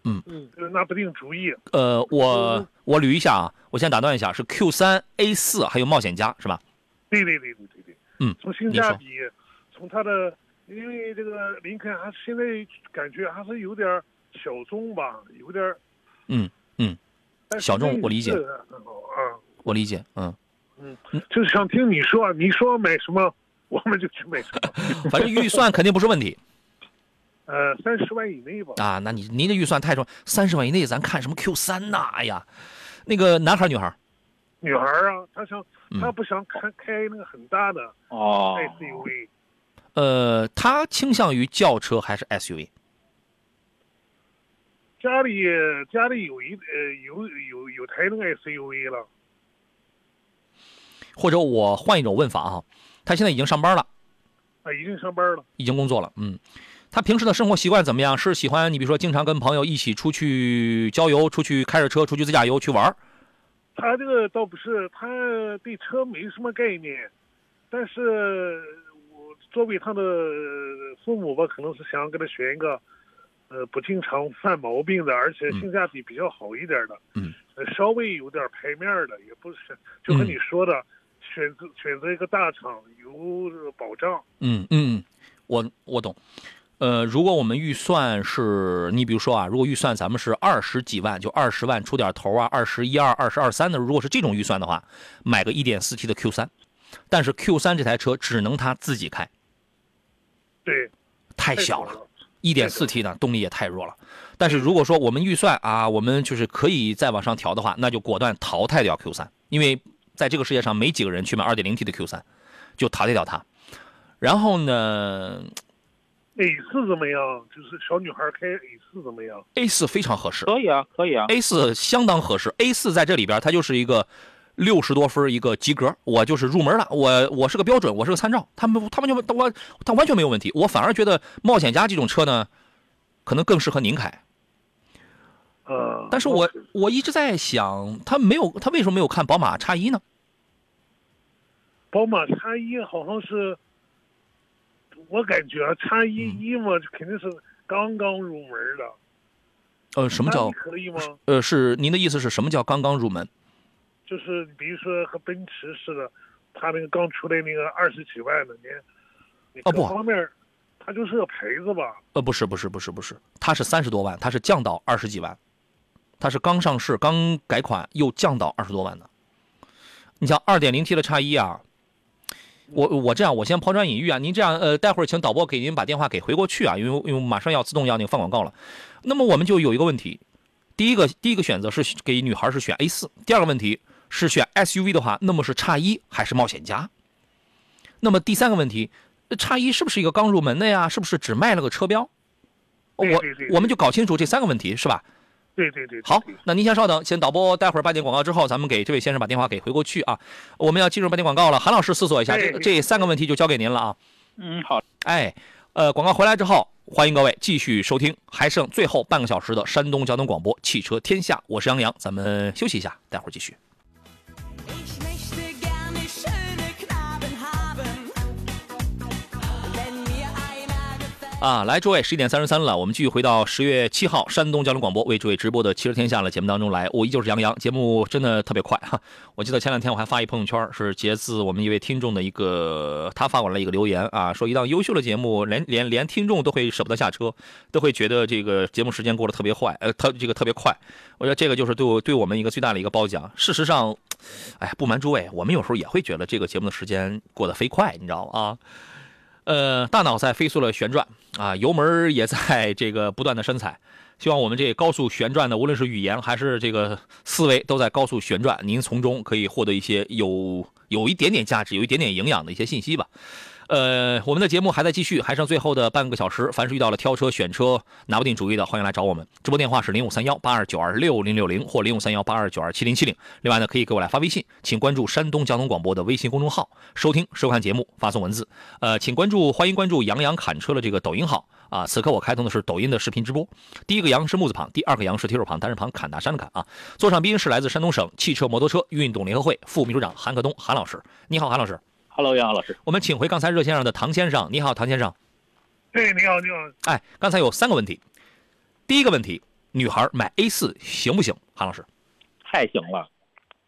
Speaker 1: 嗯
Speaker 11: 嗯，就是拿不定主意，
Speaker 1: 呃，我我捋一下啊，我先打断一下，是 Q 三 A 四还有冒险家是吧？
Speaker 11: 对对对对对对。
Speaker 1: 嗯，
Speaker 11: 从性
Speaker 1: 您
Speaker 11: 价
Speaker 1: 说，
Speaker 11: 比，从它的，因为这个林肯还是现在感觉还是有点儿小众吧，有点儿。
Speaker 1: 嗯嗯，
Speaker 11: 但是
Speaker 1: 小
Speaker 11: 类
Speaker 1: 众
Speaker 11: 似
Speaker 1: 我理解，
Speaker 11: 的啊，
Speaker 1: 我理解，嗯，
Speaker 11: 嗯，就是想听你说，你说买什么，啊 我们就去买什么。
Speaker 1: 反正预算肯定不是问题
Speaker 11: 呃，三十万以内吧。
Speaker 1: 啊。那你您的预算太重，三十万以内咱看什么 Q 三呐？哎呀，那个男孩儿女孩儿
Speaker 11: 女孩儿啊，她想，她不想开开那个很大的
Speaker 1: 嗯哦
Speaker 11: SUV，
Speaker 1: 呃，他倾向于轿车还是 SUV？
Speaker 11: 家里家里有一呃有有有台那个 SUV 了。
Speaker 1: 或者我换一种问法啊，他现在已经上班了，
Speaker 11: 啊，已经上班了。
Speaker 1: 已经工作了，嗯，他平时的生活习惯怎么样？是喜欢你比如说经常跟朋友一起出去郊游，出去开着车出去自驾游去玩儿
Speaker 11: 他这个倒不是，他对车没什么概念，但是我作为他的父母吧，可能是想给他选一个，呃，不经常犯毛病的，而且性价比比较好一点的，
Speaker 1: 嗯，
Speaker 11: 呃、稍微有点牌面儿的，也不是就和你说的，选择选择一个大厂有保障，
Speaker 1: 嗯嗯，嗯，我我懂。呃，如果我们预算是你比如说啊，如果预算咱们是二十几万，就二十万出点头啊，二十一二、二十二三的，如果是这种预算的话，买个一点四 T 的 Q 三，但是 Q 三这台车只能他自己开，
Speaker 11: 对，
Speaker 1: 太小了。一点四 T 呢，动力也太弱了。但是如果说我们预算啊，我们就是可以再往上调的话，那就果断淘汰掉 Q 三，因为在这个世界上没几个人去买二点零 T 的 Q 三，就淘汰掉它。然后呢，
Speaker 11: A 四怎么样？就是小女孩开 A 四怎么样？
Speaker 1: A 四非常合适，
Speaker 2: 可以啊，可以啊。
Speaker 1: A 四相当合适，A 四在这里边它就是一个六十多分一个及格，我就是入门了，我我是个标准，我是个参照，他们他们就我他完全没有问题，我反而觉得冒险家这种车呢，可能更适合您开。
Speaker 11: 呃，
Speaker 1: 但是我我一直在想，他没有他为什么没有看宝马叉一呢？
Speaker 11: 宝马叉一好像是，我感觉叉一一嘛，肯定是刚刚入门的。
Speaker 1: 呃，什么
Speaker 11: 叉
Speaker 1: 叫
Speaker 11: 一可以吗？
Speaker 1: 呃是您的意思是什么叫刚刚入门？
Speaker 11: 就是比如说和奔驰似的，他那个刚出来那个二十几万的，你你各
Speaker 1: 啊不
Speaker 11: 方面儿，他就是个赔子吧？
Speaker 1: 呃，不是，不是，不是，不是，它是三十多万，它是降到二十几万，它是刚上市、刚改款又降到二十多万的。你像二点零 T 的叉一啊，我我这样，我先抛砖引玉啊，您这样，呃，待会儿请导播给您把电话给回过去啊，因为因为马上要自动要那个放广告了。那么我们就有一个问题，第一个第一个选择是给女孩是选 A 四，第二个问题是选 SUV 的话，那么是叉一还是冒险家？那么第三个问题，叉一是不是一个刚入门的呀？是不是只卖了个车标？我我们就搞清楚这三个问题是吧？
Speaker 11: 对对对，
Speaker 1: 好，那您先稍等，先导播待会儿八点广告之后，咱们给这位先生把电话给回过去啊。我们要进入八点广告了，韩老师思索一下，
Speaker 2: 哎
Speaker 1: 这个这三个问题就交给您了啊。
Speaker 2: 嗯，好，
Speaker 1: 哎，呃，广告回来之后，欢迎各位继续收听，还剩最后半个小时的山东交通广播《汽车天下》，我是杨洋，咱们休息一下，待会儿继续。啊，来，诸位，十一点三十三了，我们继续回到十月七号山东交通广播为诸位直播的《汽车天下》的节目当中来。我依旧是杨洋，节目真的特别快 哈。我记得前两天我还发一朋友圈，是截自我们一位听众的一个他发过来一个留言啊，说一档优秀的节目，连连连听众都会舍不得下车，都会觉得这个节目时间过得特别快，呃， 特这个特别快。我觉得这个就是对我对我们一个最大的一个褒奖。事实上，哎，不瞒诸位，我们有时候也会觉得这个节目的时间过得飞快，你知道吗？啊。呃，大脑在飞速的旋转啊，油门儿也在这个不断的深踩。希望我们这高速旋转的，无论是语言还是这个思维，都在高速旋转。您从中可以获得一些有有一点点价值、有一点点营养的一些信息吧。呃，我们的节目还在继续，还剩最后的半个小时。凡是遇到了挑车、选车拿不定主意的，欢迎来找我们。直播电话是零五三幺八二九二六零六零或零五三幺八二九二七零七零。另外呢，可以给我来发微信，请关注山东交通广播的微信公众号，收听收看节目，发送文字。呃，请关注，欢迎关注杨洋侃车的这个抖音号。啊，此刻我开通的是抖音的视频直播。第一个“杨”是木字旁，第二个“杨”是铁手旁，单人旁，砍大山的砍啊。座上宾是来自山东省汽车摩托车运动联合会副秘书长韩克东，韩老师，你好，韩老师。
Speaker 2: Hello，杨老师。
Speaker 1: 我们请回刚才热线上的唐先生，你好，唐先生。
Speaker 11: 对，你好，你好，
Speaker 1: 哎，刚才有三个问题，第一个问题，女孩买 A 四行不行？韩老师，
Speaker 2: 太行了。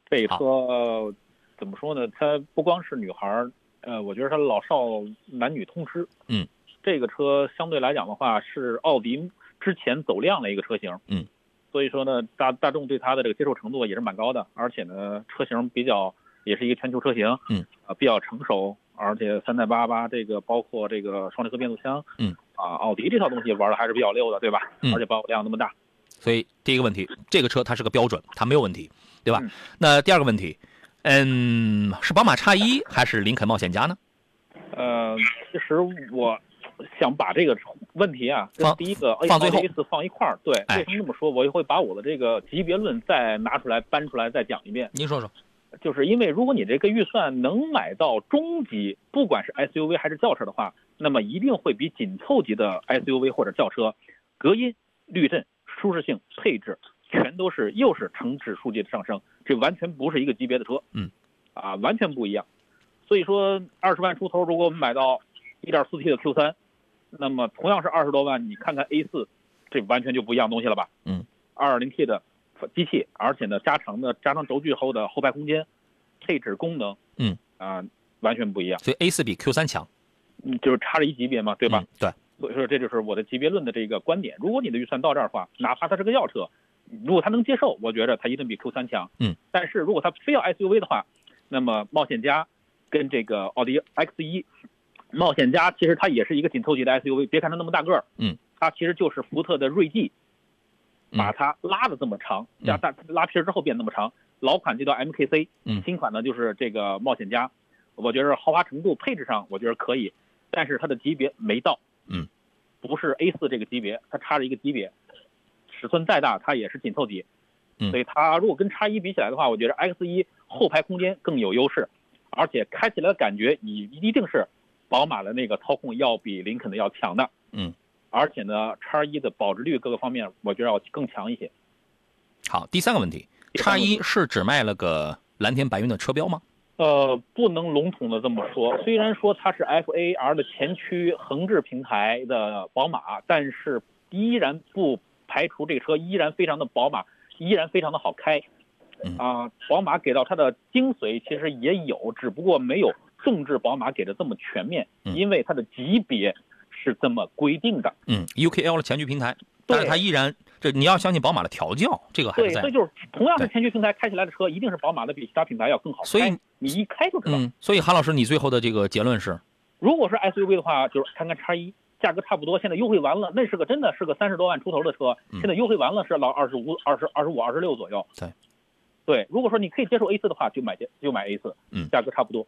Speaker 2: 这车呃怎么说呢？它不光是女孩儿，呃，我觉得它老少男女通吃。
Speaker 1: 嗯
Speaker 2: 这个车相对来讲的话，是奥迪之前走量的一个车型，
Speaker 1: 嗯，
Speaker 2: 所以说呢，大大众对它的这个接受程度也是蛮高的，而且呢，车型比较也是一个全球车型，
Speaker 1: 嗯，
Speaker 2: 啊，比较成熟，而且三代八八这个包括这个双离合变速箱
Speaker 1: 嗯，
Speaker 2: 啊，奥迪这套东西玩的还是比较溜的，对吧？
Speaker 1: 嗯
Speaker 2: 而且保有量那么大，
Speaker 1: 所以第一个问题，这个车它是个标准，它没有问题，对
Speaker 2: 嗯
Speaker 1: 吧？那第二个问题，嗯，是宝马叉一还是林肯冒险家呢？
Speaker 2: 呃，其实我想把这个问题啊，跟
Speaker 1: 放
Speaker 2: 第一个
Speaker 1: 放最后
Speaker 2: 一次放一块儿。对，
Speaker 1: 哎
Speaker 2: 为什么这么说？我也会把我的这个级别论再拿出来搬出来再讲一遍。
Speaker 1: 您说说，
Speaker 2: 就是因为如果你这个预算能买到中级，不管是 SUV 还是轿车的话，那么一定会比紧凑级的 SUV 或者轿车，隔音、滤震、舒适性、配置全都是又是成指数级的上升，这完全不是一个级别的车。
Speaker 1: 嗯，
Speaker 2: 啊，完全不一样。所以说，二十万出头，如果我们买到 1.4T 的 Q3，那么同样是二十多万，你看看 A4，这完全就不一样东西了吧？
Speaker 1: 嗯
Speaker 2: 220T 的机器，而且呢，加长的加长轴距后的后排空间、配置功能
Speaker 1: 嗯，
Speaker 2: 啊、完全不一样，
Speaker 1: 所以 A 四比 Q 三强，
Speaker 2: 嗯就是差了一级别嘛，对吧？
Speaker 1: 嗯对，
Speaker 2: 所以说这就是我的级别论的这个观点。如果你的预算到这儿的话，哪怕它是个轿车，如果他能接受，我觉着他一定比 Q 3强。
Speaker 1: 嗯，
Speaker 2: 但是如果他非要 SUV 的话，那么冒险家跟这个奥迪 X 1冒险家其实它也是一个紧凑级的 SUV，别看它那么大个儿，
Speaker 1: 嗯，
Speaker 2: 它其实就是福特的锐际，
Speaker 1: 嗯
Speaker 2: 把它拉的这么长，加大拉皮儿之后变那么长。老款就叫 MKC，
Speaker 1: 嗯
Speaker 2: 新款呢就是这个冒险家，我觉着豪华程度、配置上我觉得可以，但是它的级别没到，
Speaker 1: 嗯，
Speaker 2: 不是 A 4这个级别，它差了一个级别，尺寸再大它也是紧凑级，
Speaker 1: 嗯
Speaker 2: 所以它如果跟叉一比起来的话，我觉得 X 1后排空间更有优势，而且开起来的感觉你一定是宝马的那个操控要比林肯的要强的，
Speaker 1: 嗯，
Speaker 2: 而且呢叉一的保值率各个方面我觉得要更强一些。
Speaker 1: 好，第三个问题，叉一是只卖了个蓝天白云的车标吗？
Speaker 2: 呃，不能笼统的这么说。虽然说它是 FAR 的前驱横置平台的宝马，但是依然不排除这个车依然非常的宝马，依然非常的好开。
Speaker 1: 嗯
Speaker 2: 啊，宝马给到它的精髓其实也有，只不过没有纵置宝马给的这么全面，因为它的级别是这么规定的。
Speaker 1: 嗯，UKL 的前驱平台，但是它依然这你要相信宝马的调教，这个还
Speaker 2: 对，
Speaker 1: 是在
Speaker 2: 这。就是同样是前驱平台开起来的车，一定是宝马的比其他品牌要更好开。
Speaker 1: 所以
Speaker 2: 你一开就知道。
Speaker 1: 嗯，所以韩老师，你最后的这个结论是，
Speaker 2: 如果是 SUV 的话，就是看看叉一，价格差不多，现在优惠完了，那是个真的是个三十多万出头的车，
Speaker 1: 嗯
Speaker 2: 现在优惠完了是老二十五、二十二十五、二十六左右。
Speaker 1: 对，
Speaker 2: 对，如果说你可以接受 A 四的话，就买就买 A 四，
Speaker 1: 嗯
Speaker 2: 价格差不多。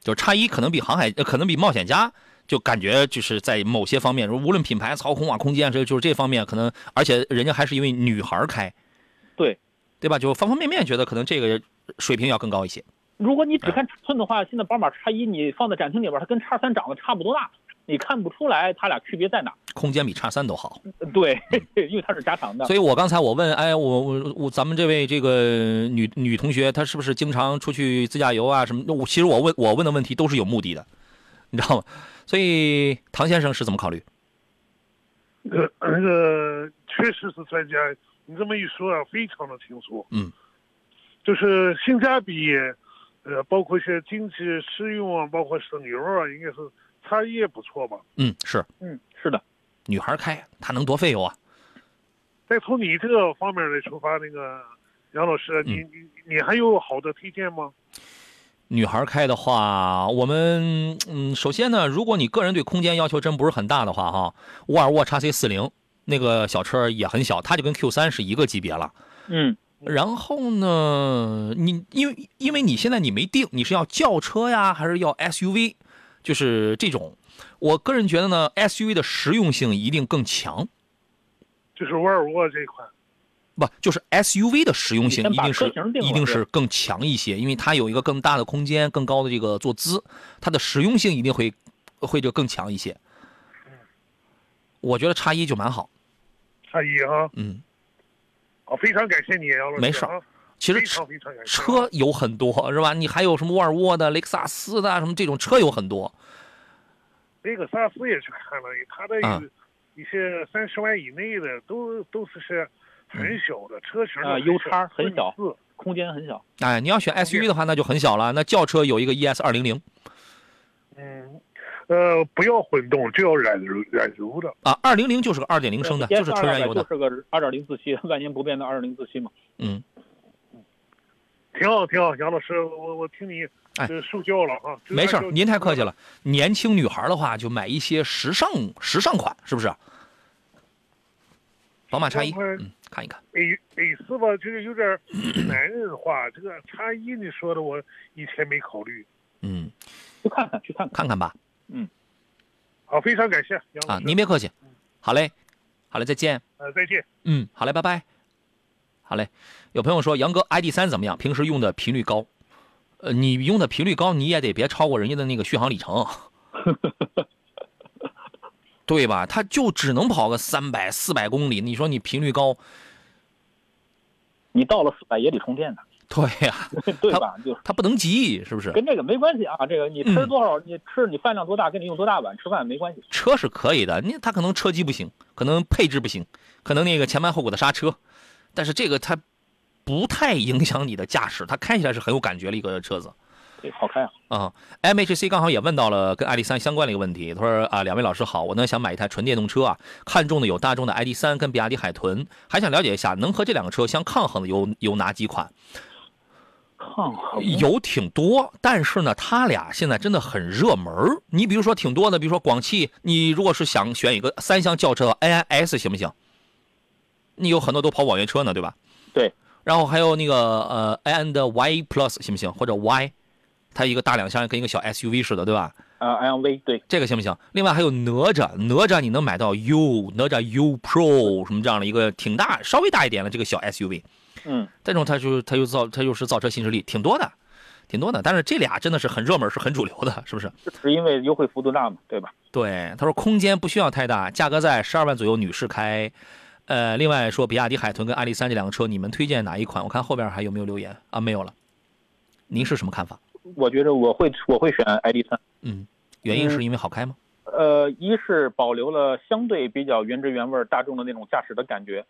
Speaker 1: 就叉一可能比航海，呃可能比冒险家，就感觉就是在某些方面，无论品牌操控啊、空间啊，这就是这方面可能，而且人家还是因为女孩儿开，
Speaker 2: 对，
Speaker 1: 对吧？就方方面面觉得可能这个水平要更高一些。
Speaker 2: 如果你只看尺寸的话，现在宝马叉一你放在展厅里边，它跟叉三长得差不多大，你看不出来它俩区别在哪。
Speaker 1: 空间比叉三都好，
Speaker 2: 呃对，因为它是加长的。
Speaker 1: 嗯所以我刚才我问，哎，我我我，咱们这位这个女女同学，她是不是经常出去自驾游啊？什么？我其实我问我问的问题都是有目的的，你知道吗？所以唐先生是怎么考虑？
Speaker 11: 呃，那个确实是专家，你这么一说啊，非常的清楚。
Speaker 1: 嗯，
Speaker 11: 就是性价比，呃，包括一些经济适用啊，包括省油啊，应该是差异也不错吧。
Speaker 1: 嗯，是，
Speaker 2: 嗯，是的，
Speaker 1: 女孩开她能多费油啊？
Speaker 11: 再从你这个方面来出发，那个杨老师，啊你
Speaker 1: 嗯
Speaker 11: 你你还有好的推荐吗？
Speaker 1: 女孩开的话，我们嗯，首先呢，如果你个人对空间要求真不是很大的话，哈，沃尔沃 x C 四零那个小车也很小，它就跟 Q 三是一个级别了。
Speaker 2: 嗯，
Speaker 1: 然后呢，你因为因为你现在你没定你是要轿车呀，还是要 SUV，就是这种。我个人觉得呢，SUV 的实用性一定更强，
Speaker 11: 就是沃尔沃这一款。
Speaker 1: 不就是 SUV 的实用性
Speaker 11: 你先
Speaker 1: 一
Speaker 11: 把
Speaker 1: 定是
Speaker 11: 车型定了
Speaker 1: 一定
Speaker 11: 对
Speaker 1: 是更强一些，因为它有一个更大的空间、更高的这个坐姿，它的实用性一定会会就更强一些。我觉得叉一就蛮好，
Speaker 11: 差异啊，
Speaker 1: 嗯，
Speaker 11: 啊，非常感谢你，杨老师啊。
Speaker 1: 没事儿其实
Speaker 11: 非常非常感谢。
Speaker 1: 车有很多是吧？你还有什么沃尔沃的、雷克萨斯的什么这种车有很多，
Speaker 11: 雷克萨斯也去看了，它的
Speaker 1: 啊
Speaker 11: 一些三十万以内的都都是些
Speaker 1: 嗯
Speaker 11: 很小的车型
Speaker 2: 啊
Speaker 11: 的
Speaker 2: ，U 叉很小
Speaker 11: 四，
Speaker 2: 空间很小。
Speaker 1: 哎，你要选 SUV 的话，那就很小了。那轿车有一个 ES 二零零
Speaker 11: 嗯，呃，不要混动，就要燃油燃油的。
Speaker 1: 啊，二零零就是个二点零升
Speaker 11: ，E
Speaker 1: 的，就是纯燃油的
Speaker 2: 就。是个呃二点零自吸，万年不变的二点零自吸嘛。
Speaker 1: 嗯，
Speaker 11: 挺好，挺好，杨老师，我我听你
Speaker 1: 哎
Speaker 11: 呃受教了哈。就是
Speaker 1: 没事
Speaker 11: 按
Speaker 1: 儿
Speaker 11: 照，
Speaker 1: 您太客气了。年轻女孩的话，就买一些时尚时尚款，是不是？宝马叉
Speaker 11: 时
Speaker 1: 一，
Speaker 11: 尚款
Speaker 1: 嗯，看一看。
Speaker 11: A A 四吧，这个有点儿男人化，这个叉一你说的我以前没考虑。
Speaker 1: 嗯，
Speaker 2: 去看看，去看
Speaker 1: 看看吧。
Speaker 11: 好，非常感谢杨老
Speaker 1: 啊，
Speaker 11: 师。
Speaker 1: 您别客气。好嘞，好嘞，再见。
Speaker 11: 呃，再见。
Speaker 1: 嗯，好嘞，拜拜。好嘞，有朋友说杨哥 ID 三怎么样？平时用的频率高，呃，你用的频率高，你也得别超过人家的那个续航里 程，对吧？它就只能跑个三百、四百公里，你说你频率高，
Speaker 2: 你到了四百也得充电的，
Speaker 1: 对呀、
Speaker 2: 对吧？就
Speaker 1: 它不能急，是不是？嗯
Speaker 2: 跟这个没关系啊。这个你吃多少，你吃你饭量多大，跟你用多大碗吃饭没关系。
Speaker 1: 车是可以的，你它可能车机不行，可能配置不行，可能那个前盘后鼓的刹车，但是这个它不太影响你的驾驶，它开起来是很有感觉的一个车子。
Speaker 2: 对，好开啊。
Speaker 1: 啊、m h c 刚好也问到了跟 ID 三相关的一个问题，他说啊，两位老师好，我呢想买一台纯电动车啊，看中的有大众的 ID 三跟比亚迪海豚，还想了解一下能和这两个车相抗衡的有有哪几款？
Speaker 2: 抗衡
Speaker 1: 有挺多，但是呢，它俩现在真的很热门儿你比如说挺多的，比如说广汽，你如果是想选一个三厢轿车，NIS 行不行？你有很多都跑网约车呢，对吧？
Speaker 2: 对。
Speaker 1: 然后还有那个呃 i n 的 Y Plus 行不行？或者 Y，它一个大两厢跟一个小 SUV 似的，对吧？
Speaker 2: 啊，LV 对，
Speaker 1: 这个行不行？另外还有哪吒，哪吒你能买到 U 哪吒 U Pro 什么这样的一个挺大、稍微大一点的这个小 SUV，
Speaker 2: 嗯，
Speaker 1: 这种它就它就造它就是造车新势力，挺多的，挺多的。但是这俩真的是很热门，是很主流的，是不是？
Speaker 2: 是因为优惠幅度大嘛，对吧？
Speaker 1: 对，他说空间不需要太大，价格在十二万左右，女士开。呃，另外说比亚迪海豚跟艾力三这两个车，你们推荐哪一款？我看后边还有没有留言啊？没有了。您是什么看法？
Speaker 2: 我觉得我会我会选 ID 三。
Speaker 1: 嗯，原因是因为好开吗？
Speaker 2: 呃，一是保留了相对比较原汁原味儿大众的那种驾驶的感觉，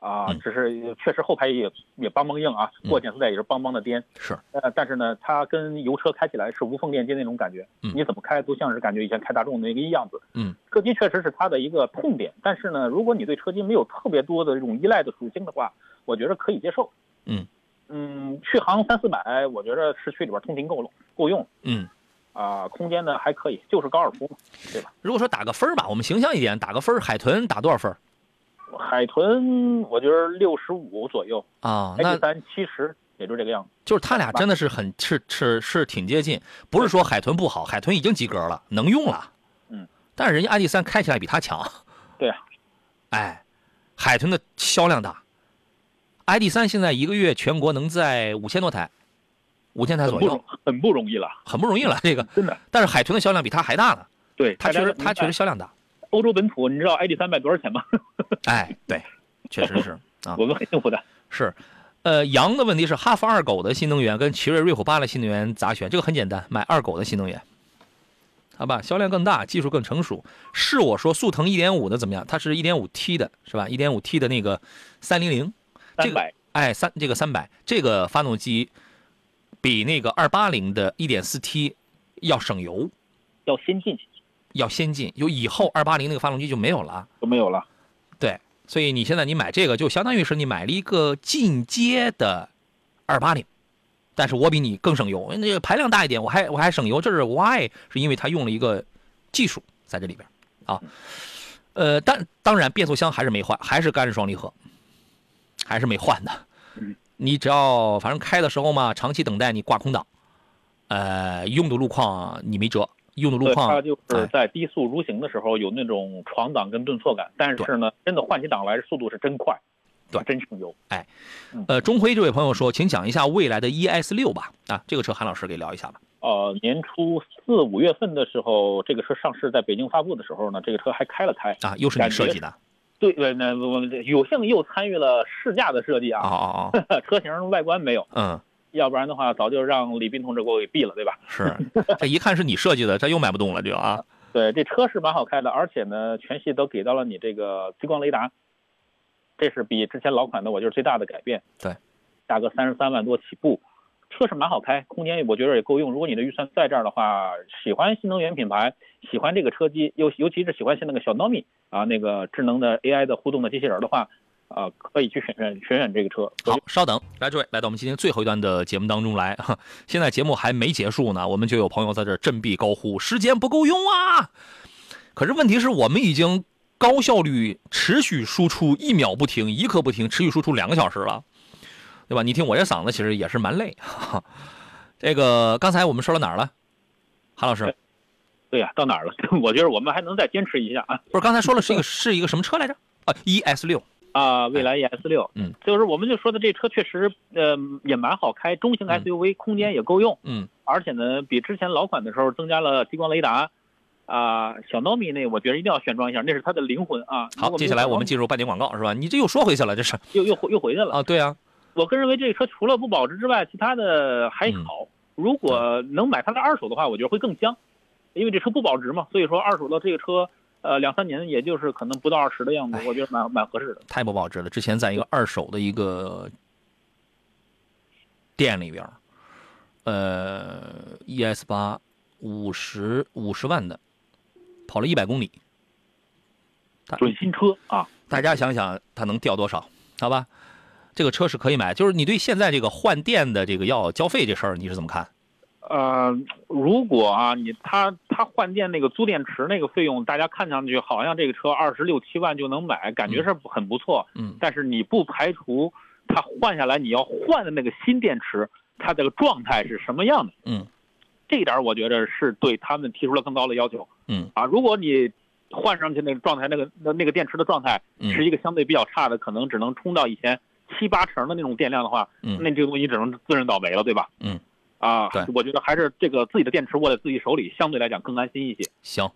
Speaker 1: 嗯
Speaker 2: 啊，只是确实后排也也梆梆硬啊，过减速带也是梆梆的颠。
Speaker 1: 是，
Speaker 2: 呃，但是呢，它跟油车开起来是无缝链接那种感觉，
Speaker 1: 嗯
Speaker 2: 你怎么开都像是感觉以前开大众的那个样子。
Speaker 1: 嗯
Speaker 2: 车机确实是它的一个痛点，但是呢，如果你对车机没有特别多的这种依赖的属性的话，我觉得可以接受。
Speaker 1: 嗯
Speaker 2: 嗯，续航三四百，我觉得市区里边通勤够了，够用
Speaker 1: 嗯。
Speaker 2: 啊、空间呢还可以，就是高尔夫嘛，对吧？
Speaker 1: 如果说打个分儿吧，我们形象一点，打个分儿，海豚打多少分儿
Speaker 2: 海豚我觉得六十五左右
Speaker 1: 啊？那
Speaker 2: ，H 三七十也就这个样子。
Speaker 1: 就是他俩真的是很是是是挺接近，不是说海豚不好，海豚已经及格了，能用了。
Speaker 2: 嗯，
Speaker 1: 但是人家 ID 三开起来比它强，
Speaker 2: 对啊，
Speaker 1: 哎，海豚的销量大，ID 三现在一个月全国能在五千多台，五千台左右，
Speaker 2: 很不容易了，
Speaker 1: 很不容易了，这个
Speaker 2: 真的。
Speaker 1: 但是海豚的销量比它还大呢，
Speaker 2: 对，
Speaker 1: 它确实
Speaker 2: 大家
Speaker 1: 它确实销量大，
Speaker 2: 欧洲本土，你知道 ID 三卖多少钱吗？
Speaker 1: 哎，对，确实是啊
Speaker 2: 我们很幸福的。
Speaker 1: 是。呃，羊的问题是哈弗二狗的新能源跟奇瑞瑞虎八的新能源咋选？这个很简单，买二狗的新能源，好吧，销量更大，技术更成熟。是我说速腾一点五的怎么样？它是一点五 T 的，是吧？一点五 T 的那个三零零，这个哎三这个三百这个发动机比那个二八零的一点四 T 要省油，
Speaker 2: 要先进，
Speaker 1: 要先进。有以后二八零那个发动机就没有了，
Speaker 2: 就没有了。
Speaker 1: 对，所以你现在你买这个就相当于是你买了一个进阶的二八零，但是我比你更省油，那个排量大一点，我还我还省油，这是 why？是因为它用了一个技术在这里边啊。呃，但当然变速箱还是没换，还是干式双离合，还是没换的。
Speaker 2: 嗯
Speaker 1: 你只要反正开的时候嘛，长期等待你挂空档，呃，用的路况你没辙，用的路
Speaker 2: 对，
Speaker 1: 况
Speaker 2: 它就是
Speaker 1: 哎
Speaker 2: 在低速蠕行的时候有那种闯档跟顿挫感，但是呢，真的换起档来速度是真快，
Speaker 1: 对
Speaker 2: 真省油。
Speaker 1: 哎，呃，钟辉这位朋友说，请讲一下未来的 ES 六吧。啊，这个车韩老师给聊一下吧。
Speaker 2: 呃，年初四五月份的时候，这个车上市在北京发布的时候呢，这个车还开了开
Speaker 1: 啊，又是你设计的。
Speaker 2: 对对，那我们有幸又参与了试驾的设计啊，
Speaker 1: 哦哦
Speaker 2: 车型外观没有，
Speaker 1: 嗯，
Speaker 2: 要不然的话早就让李斌同志给我给毙了，对吧？
Speaker 1: 是，这一看是你设计的，这又买不动了，就啊，
Speaker 2: 对，这车是蛮好开的，而且呢，全系都给到了你这个激光雷达，这是比之前老款的我就是最大的改变。
Speaker 1: 对，
Speaker 2: 价格三十三万多起步，车是蛮好开，空间我觉得也够用。如果你的预算在这儿的话，喜欢新能源品牌，喜欢这个车机，尤尤其是喜欢像那个小 Nomi 啊，那个智能的 AI 的互动的机器人的话，啊、可以去选选选选这个车。
Speaker 1: 好，稍等，来，诸位，来到我们今天最后一段的节目当中来。 哈现在节目还没结束呢，我们就有朋友在这儿振臂高呼：“时间不够用啊！”可是问题是我们已经高效率持续输出，一秒不停，一刻不停，持续输出两个小时了，对吧？你听我这嗓子，其实也是蛮累。 哈哈这个刚才我们说到哪儿了？韩老师，
Speaker 2: 对呀、到哪儿了？ 我觉得我们还能再坚持一下啊。
Speaker 1: 不是刚才说了是一个是一个什么车来着？啊，ES 六。
Speaker 2: 啊，蔚来 ES 六，
Speaker 1: 嗯，
Speaker 2: 就是我们就说的这车确实，呃，也蛮好开，中型 SUV 空间也够用，
Speaker 1: 嗯，
Speaker 2: 而且呢，比之前老款的时候增加了激光雷达，啊、小 Nomi 那我觉得一定要选装一下，那是它的灵魂啊。如
Speaker 1: 好，
Speaker 2: 果没
Speaker 1: 接
Speaker 2: 有
Speaker 1: 下来
Speaker 2: 小
Speaker 1: 我们
Speaker 2: Nomi
Speaker 1: 进入半点广告是吧？你这又说回去了，这是
Speaker 2: 又又回又回去了
Speaker 1: 啊？对啊，
Speaker 2: 我个人认为这车除了不保值之外，其他的还
Speaker 1: 嗯
Speaker 2: 好。如果能买它的二手的话，我觉得会更香，因为这车不保值嘛，所以说二手的这个车，呃，两三年也就是可能不到二十的样子，
Speaker 1: 哎
Speaker 2: 我觉得蛮蛮合适的。
Speaker 1: 太不保值了。之前在一个二手的一个店里边儿，呃，ES 八五十五十万的，跑了一百公里，
Speaker 2: 准新车啊！
Speaker 1: 大家想想它能掉多少？好吧，这个车是可以买，就是你对现在这个换电的这个要交费这事儿你是怎么看？
Speaker 2: 呃，如果啊，你他他换电那个租电池那个费用，大家看上去好像这个车二十六七万就能买，感觉是很不错。
Speaker 1: 嗯，
Speaker 2: 但是你不排除它换下来你要换的那个新电池，它这个状态是什么样的？
Speaker 1: 嗯
Speaker 2: 这一点我觉得是对他们提出了更高的要求
Speaker 1: 嗯
Speaker 2: 啊。如果你换上去那个状态，那个那那个电池的状态
Speaker 1: 嗯
Speaker 2: 是一个相对比较差的，可能只能充到以前七八成的那种电量的话，
Speaker 1: 嗯
Speaker 2: 那这个东西只能自认倒霉了，对吧？
Speaker 1: 嗯，
Speaker 2: 啊，
Speaker 1: 对
Speaker 2: 我觉得还是这个自己的电池握在自己手里，相对来讲更安心一些。
Speaker 1: 行。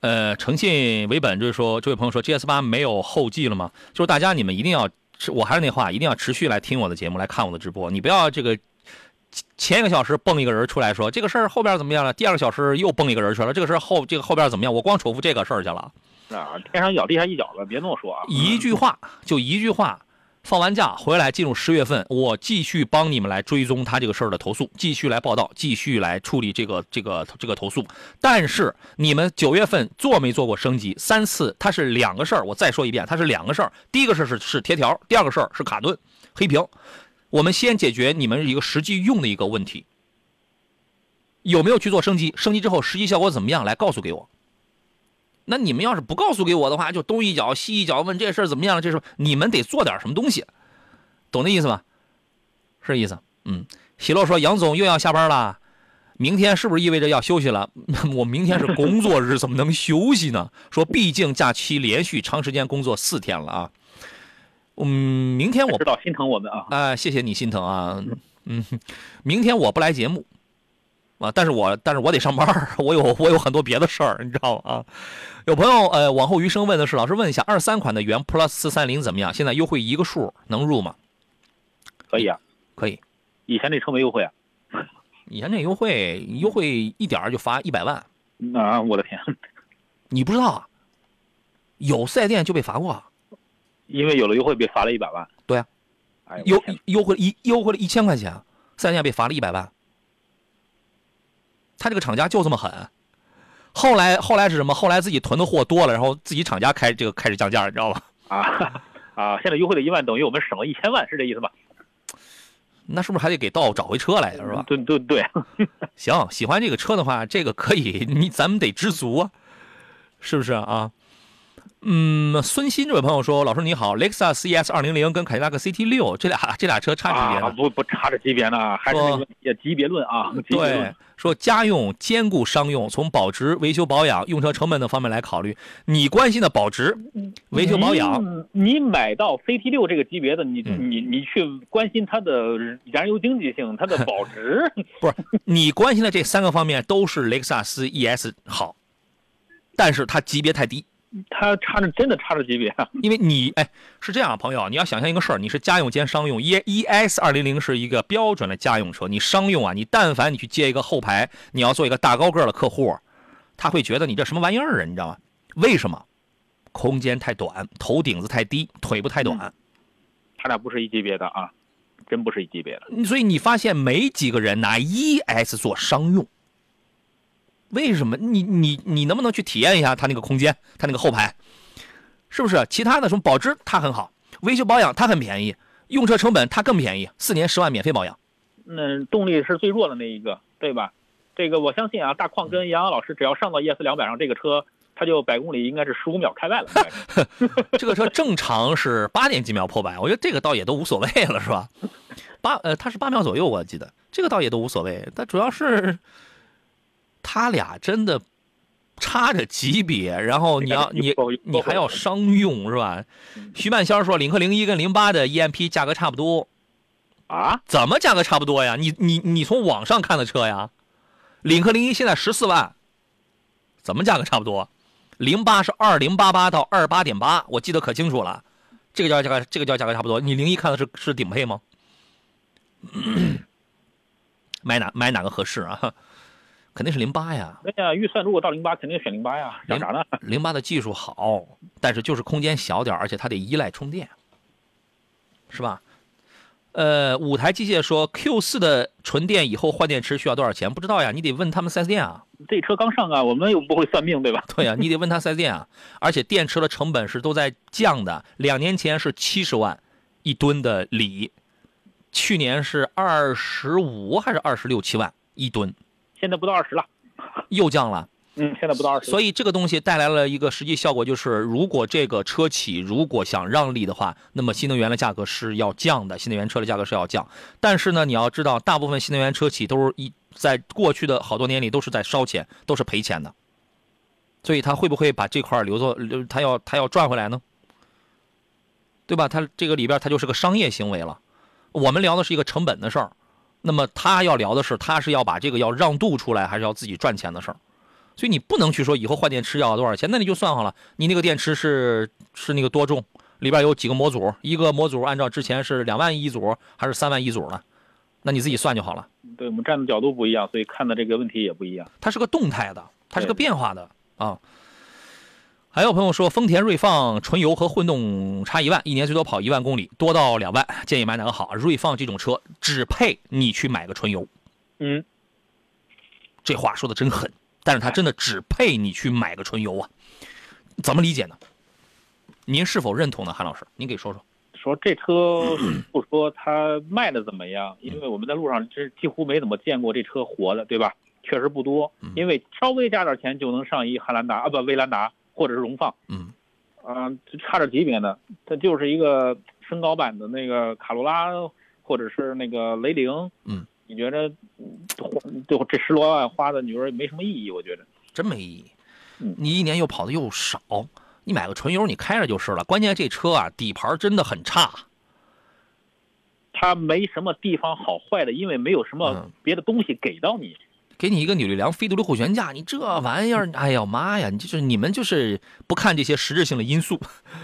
Speaker 1: 呃，诚信为本，就是说，这位朋友说，GS 八没有后继了吗？就是大家你们一定要，持，我还是那话，一定要持续来听我的节目，来看我的直播，你不要这个前前一个小时蹦一个人出来说这个事儿后边怎么样了，第二个小时又蹦一个人出来了，这个事儿后这个后边怎么样，我光重复这个事儿去了，
Speaker 2: 啊，天上一脚地下一脚的，别跟我说啊。
Speaker 1: 一句话，就一句话。放完假回来，进入十月份，我继续帮你们来追踪他这个事儿的投诉，继续来报道，继续来处理这个这个这个投诉。但是你们九月份做没做过升级？三次，它是两个事儿。我再说一遍，它是两个事儿。第一个事儿是是贴条，第二个事儿是卡顿黑屏。我们先解决你们一个实际用的一个问题，有没有去做升级？升级之后实际效果怎么样？来告诉给我。那你们要是不告诉给我的话，就东一脚西一脚，问这事儿怎么样了？这事儿你们得做点什么东西，懂那意思吧？是这意思。嗯，喜乐说杨总又要下班了，明天是不是意味着要休息了？ 我明天是工作日，怎么能休息呢？说毕竟假期连续长时间工作四天了啊。嗯，明天我
Speaker 2: 知道心疼我们啊。
Speaker 1: 哎、谢谢你心疼啊。嗯，明天我不来节目。啊，但是我但是我得上班儿，我有我有很多别的事儿，你知道吗？啊，有朋友呃，往后余生问的是，老师问一下，二三款的元 Plus 四三零怎么样？现在优惠一个数，能入吗？
Speaker 2: 可以啊，
Speaker 1: 可以。
Speaker 2: 以前那车没优惠啊。
Speaker 1: 以前那优惠优惠一点儿就罚一百万，
Speaker 2: 啊，我的天！
Speaker 1: 你不知道啊？有四 S 店就被罚过啊，
Speaker 2: 因为有了优惠被罚了一百万。
Speaker 1: 对啊，
Speaker 2: 哎呦，
Speaker 1: 优优惠了一优惠了一千块钱，四 S 店被罚了一百万。他这个厂家就这么狠。后来后来是什么？后来自己囤的货多了，然后自己厂家开这个开始降价，你知道吧？
Speaker 2: 啊啊！现在优惠的一万等于我们省了一千万，是这意思吧？
Speaker 1: 那是不是还得给道找回车来，是吧？
Speaker 2: 对嗯对对，
Speaker 1: 行，喜欢这个车的话，这个可以，你咱们得知足啊，是不是啊？嗯，孙鑫这位朋友说：“老师你好，Lexus ES 二零零跟凯迪拉克 CT 六这俩这俩车差级别呢
Speaker 2: 啊，不不差这级别呢，还是那个问题级别论啊，级别
Speaker 1: 对
Speaker 2: 论。，
Speaker 1: 说家用兼顾商用，从保值、维修保养、用车成本等方面来考虑，你关心的保值、维修保养，嗯
Speaker 2: 你，你买到 CT 六这个级别的，你、你你去关心它的燃油经济性、它的保值，
Speaker 1: 不是你关心的这三个方面都是雷克萨斯 ES 好，但是它级别太低，
Speaker 2: 它差着真的差着级别啊。
Speaker 1: 因为你哎是这样啊，朋友，你要想象一个事儿，你是家用兼商用，E E S 二零零是一个标准的家用车，你商用啊，你但凡你去接一个后排，你要做一个大高个儿的客户，他会觉得你这什么玩意儿啊，你知道吗？为什么？空间太短，头顶子太低，腿部太短。
Speaker 2: 它俩不是一级别的啊，真不是一级别的。
Speaker 1: 所以你发现没几个人拿 ES 做商用，为什么？你你你能不能去体验一下它那个空间，它那个后排，是不是？其他的什么保值它很好，维修保养它很便宜，用车成本它更便宜，四年十万免费保养。
Speaker 2: 那嗯动力是最弱的那一个，对吧？这个我相信啊，大矿跟杨洋老师只要上到 ES 两百上，这个车它就百公里应该是十五秒 开外了。哎大概是
Speaker 1: 这个车正常是八点几秒破百，我觉得这个倒也都无所谓了，是吧？八呃，它是八秒左右，我记得这个倒也都无所谓。但主要是他俩真的差着级别，然后你要你你还要商用是吧？徐半仙说，领克零一跟零八的 EMP 价格差不多
Speaker 2: 啊？
Speaker 1: 怎么价格差不多呀？你你你从网上看的车呀，领克零一现在十四万，怎么价格差不多？零八是二零八八到二八点八，我记得可清楚了。这个叫价格，这个叫价格差不多。你零一看的是是顶配吗？买哪买哪个合适啊？ 肯定是零八呀，
Speaker 2: 对呀，预算如果到零八，肯定选零八呀，想啥呢？
Speaker 1: 零八的技术好，但是就是空间小点儿，而且它得依赖充电，是吧？呃，五台机械说 Q 四的纯电以后换电池需要多少钱？不知道呀，你得问他们四 S 店啊。
Speaker 2: 这车刚上啊，我们又不会算命，对吧？
Speaker 1: 对呀、你得问他四 S 店啊。而且电池的成本是都在降的，两年前是七十万一吨的锂，去年是二十五还是二十六七万一吨，
Speaker 2: 现在不到二十了，
Speaker 1: 又降了。
Speaker 2: 嗯，现在不到二十。
Speaker 1: 所以这个东西带来了一个实际效果，就是如果这个车企如果想让利的话，那么新能源的价格是要降的，新能源车的价格是要降。但是呢，你要知道，大部分新能源车企都是一在过去的好多年里都是在烧钱，都是赔钱的。所以他会不会把这块儿留作，留他要他要赚回来呢？对吧？他这个里边他就是个商业行为了。我们聊的是一个成本的事儿，那么他要聊的是，他是要把这个要让渡出来，还是要自己赚钱的事儿？所以你不能去说以后换电池要多少钱，那你就算好了，你那个电池是是那个多重，里边有几个模组，一个模组按照之前是两万一组还是三万一组了，那你自己算就好了。
Speaker 2: 对我们站的角度不一样，所以看的这个问题也不一样。
Speaker 1: 它是个动态的，它是个
Speaker 2: 对
Speaker 1: 变化的啊。还有朋友说，丰田锐放纯油和混动差一万，一年最多跑一万公里，多到两万，建议买哪个好？锐放这种车只配你去买个纯油。
Speaker 2: 嗯，
Speaker 1: 这话说的真狠，但是它真的只配你去买个纯油啊？怎么理解呢？您是否认同呢，韩老师？您给说说。
Speaker 2: 说 这车不说它卖的怎么样，因为我们在路上这几乎没怎么见过这车活的，对吧？确实不多，
Speaker 1: 嗯
Speaker 2: 因为稍微加点钱就能上一汉兰达啊，不，威兰达或者是荣放，
Speaker 1: 嗯，
Speaker 2: 啊、这差点级别呢，它就是一个升高版的那个卡罗拉或者是那个雷凌，
Speaker 1: 嗯，
Speaker 2: 你觉得对这十多万花的，你说没什么意义？我觉得
Speaker 1: 真没意义。
Speaker 2: 嗯
Speaker 1: 你一年又跑的又少，你买个纯油你开着就是了。关键这车啊，底盘真的很差。
Speaker 2: 它没什么地方好坏的，因为没有什么别的东西给到你。
Speaker 1: 嗯给你一个扭力梁、非独立后悬架，你这玩意儿，哎呀妈呀！你就是你们就是不看这些实质性的因素，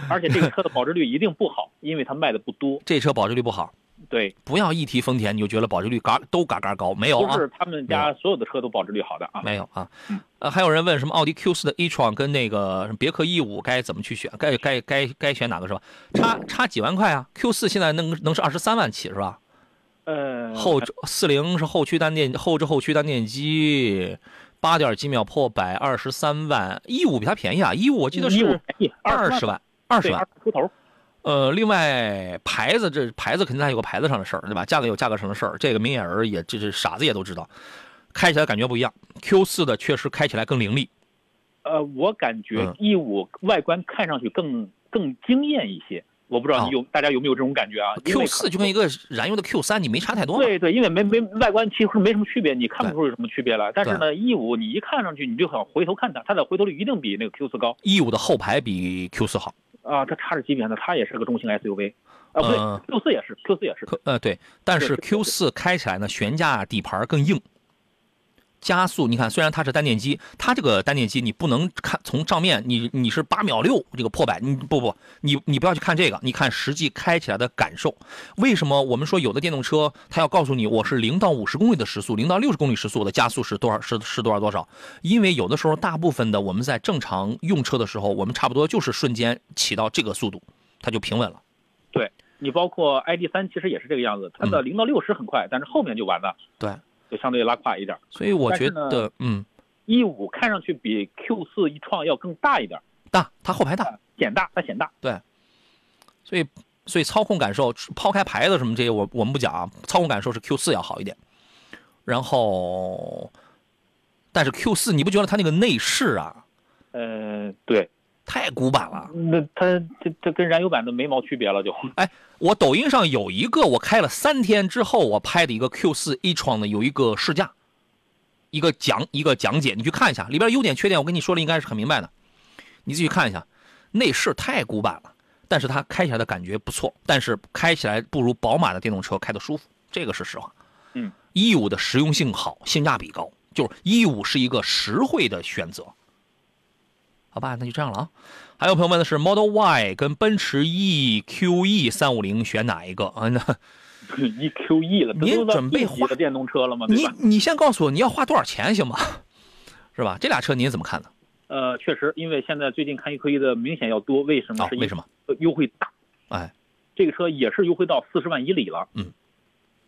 Speaker 2: 而且 这个车的保值率一定不好，因为它卖的不多。
Speaker 1: 这车保值率不好。
Speaker 2: 对，
Speaker 1: 不要一提丰田你就觉得保值率嘎都嘎嘎高，没有啊？
Speaker 2: 不是他们家所有的车都保值率好的啊。
Speaker 1: 没有啊。呃，还有人问什么奥迪 Q 四的 e tron 跟那个什么别克 E 五该怎么去选？该该该该选哪个是吧？差差几万块啊？Q 四现在能能是二十三万起是吧？
Speaker 2: 呃，
Speaker 1: 后四零是后驱单电后置后驱单电机，八点几秒破百，二十三万。E 五比它便宜啊，E 五我记得是二十万，二十万
Speaker 2: 出头。
Speaker 1: 呃，另外牌子这牌子肯定还有个牌子上的事儿，对吧？价格有价格上的事儿，这个明眼人也这这傻子也都知道。开起来感觉不一样，Q 四的确实开起来更凌厉。
Speaker 2: 呃，我感觉
Speaker 1: 嗯
Speaker 2: E 五外观看上去更更惊艳一些，我不知道你有、大家有没有这种感觉啊
Speaker 1: Q 四就跟一个燃油的 Q 三你没差太多嘛。
Speaker 2: 对对，因为没没外观其实没什么区别，你看不出有什么区别来。但是呢，E 五你一看上去你就想回头看它，它的回头率一定比那个 Q 四高
Speaker 1: E 五的后排比 Q 四好。
Speaker 2: 啊，它差着级别呢，它也是个中型 SUV 啊，不对、
Speaker 1: 嗯
Speaker 2: q 四也是，Q 四也是，
Speaker 1: 呃，对，但是 Q 四开起来呢，悬架底盘更硬，加速你看，虽然它是单电机，它这个单电机你不能看从账面，你你是八秒六这个破百，你不不，你你不要去看这个，你看实际开起来的感受。为什么我们说有的电动车它要告诉你我是零到五十公里的时速，零到六十公里时速我的加速是多少是是多少多少？因为有的时候大部分的我们在正常用车的时候，我们差不多就是瞬间起到这个速度，它就平稳了。
Speaker 2: 对你包括 ID 三其实也是这个样子，它
Speaker 1: 嗯
Speaker 2: 的零到六十很快，但是后面就完了，
Speaker 1: 对，
Speaker 2: 就相对拉胯一点。
Speaker 1: 所以我
Speaker 2: 但是
Speaker 1: 觉
Speaker 2: 呢
Speaker 1: 得，嗯。
Speaker 2: E 五看上去比 Q 四一创要更大一点，
Speaker 1: 大，它后排大，
Speaker 2: 呃显大，它显大。
Speaker 1: 对，所以所以操控感受，抛开牌子什么这些，我我们不讲啊，操控感受是 Q 四要好一点。然后，但是 Q 四你不觉得它那个内饰啊，
Speaker 2: 呃，对，
Speaker 1: 太古板了？
Speaker 2: 那它这这跟燃油版的没毛区别了就。
Speaker 1: 哎，我抖音上有一个我开了三天之后我拍的一个 Q 四 e 创的有一个试驾，一个讲一个讲解，你去看一下里边优点缺点，我跟你说了应该是很明白的，你自己看一下。内饰太古板了，但是它开起来的感觉不错，但是开起来不如宝马的电动车开的舒服，这个是实话。
Speaker 2: 嗯
Speaker 1: ，E 五的实用性好，性价比高，就是 E 五是一个实惠的选择。好吧，那就这样了啊。还有朋友问的是 Model Y 跟奔驰 E QE 三五零选哪一个啊？那
Speaker 2: E QE 了，
Speaker 1: 您准备
Speaker 2: 花电动车了吗？对
Speaker 1: 你
Speaker 2: 吧？
Speaker 1: 你先告诉我你要花多少钱行吗？是吧？这俩车您怎么看呢？
Speaker 2: 呃，确实，因为现在最近看 E Q E 的明显要多，为什么？是因
Speaker 1: 为什么？
Speaker 2: 优惠大，
Speaker 1: 哎，
Speaker 2: 这个车也是优惠到四十万以里了。
Speaker 1: 嗯。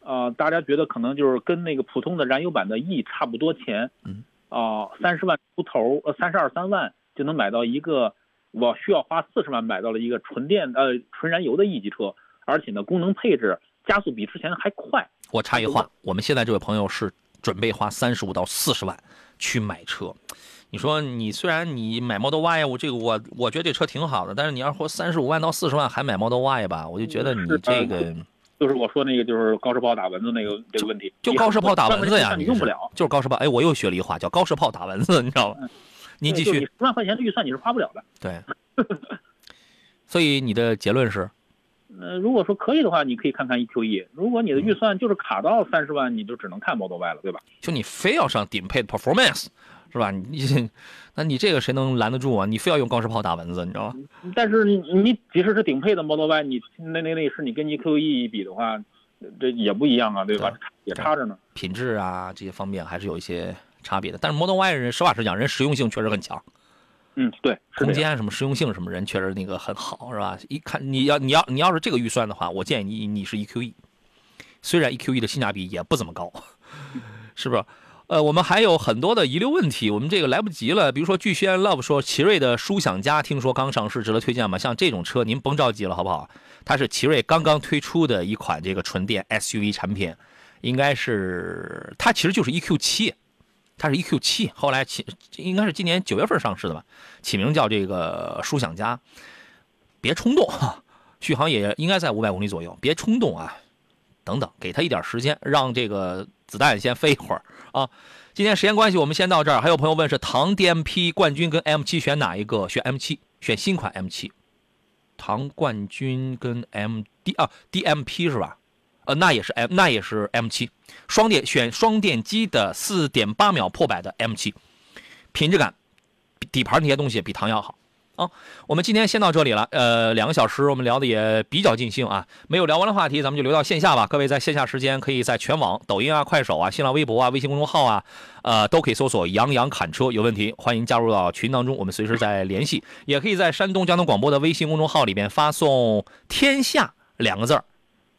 Speaker 2: 啊、大家觉得可能就是跟那个普通的燃油版的 E 差不多钱。
Speaker 1: 嗯。
Speaker 2: 啊、三十万出头，呃，三十二三万就能买到一个，我需要花四十万买到了一个纯电呃纯燃油的 E 级车，而且呢，功能配置加速比之前还快。
Speaker 1: 我插一
Speaker 2: 啊
Speaker 1: 话，我们现在这位朋友是准备花三十五到四十万去买车。你说你虽然你买 Model Y，我这啊个我我觉得这车挺好的，但是你要花三十五万到四十万还买 Model Y 吧，我就觉得你
Speaker 2: 是
Speaker 1: 这个
Speaker 2: 呃就是我说那个，就是高射炮打蚊子那个这个问题，
Speaker 1: 就高射炮打蚊子呀，
Speaker 2: 你
Speaker 1: 你
Speaker 2: 用不
Speaker 1: 是
Speaker 2: 了。，嗯
Speaker 1: 就是高射炮。哎，我又学了一话，叫高射炮打蚊子，你知道吗？您继
Speaker 2: 对呃就是你
Speaker 1: 续
Speaker 2: 十。万块钱的预算你是花不了的。
Speaker 1: 对，所以你的结论是，
Speaker 2: 呃，如果说可以的话，你可以看看 EQE。如果你的预算就是卡到三十万，你就只能看 Model Y 了，对吧？
Speaker 1: 就你非要上顶配的 performance，是吧？你 那你这个谁能拦得住啊？你非要用高射炮打蚊子，你知道吗？
Speaker 2: 但是你你即使是顶配的 Model Y，你那那那是你跟 EQE 一比的话，这也不一样啊，对吧？也差着呢。
Speaker 1: 品质啊这些方面还是有一些差别的。但是 Model Y 人实话实讲，人实用性确实很强，
Speaker 2: 嗯，对，是
Speaker 1: 空
Speaker 2: 这样
Speaker 1: 间什么实用性什么人确实那个很好是吧？一看你要你要你要是这个预算的话，我建议你你是 EQE，虽然 EQE 的性价比也不怎么高， 是不是？呃，我们还有很多的遗留问题，我们这个来不及了。比如说，巨轩 Love 说，奇瑞的舒享家听说刚上市，值得推荐吗？像这种车，您甭着急了，好不好？它是奇瑞刚刚推出的一款这个纯电 SUV 产品，应该是它其实就是 EQ 七，它是 EQ 七，后来起应该是今年九月份上市的吧，起名叫这个舒享家。别冲动， 续航也应该在五百公里左右，别冲动啊，等等，给他一点时间，让这个子弹先飞一会儿啊。今天时间关系，我们先到这儿。还有朋友问是唐 DMP 冠军跟 M 七选哪一个？选 M 七，选新款 M 七。唐冠军跟 M D 啊 DMP 是吧？呃，那也是 M，那也是 M 七，双电选双电机的四点八秒破百的 M 七，品质感比底盘那些东西比唐要好啊。我们今天先到这里了，呃，两个小时我们聊的也比较尽兴啊，没有聊完的话题咱们就留到线下吧。各位在线下时间可以在全网、抖音啊、快手啊、新浪微博啊、微信公众号啊，呃，都可以搜索“杨洋侃车”，有问题欢迎加入到群当中，我们随时再联系。也可以在山东交通广播的微信公众号里边发送“天下”两个字儿。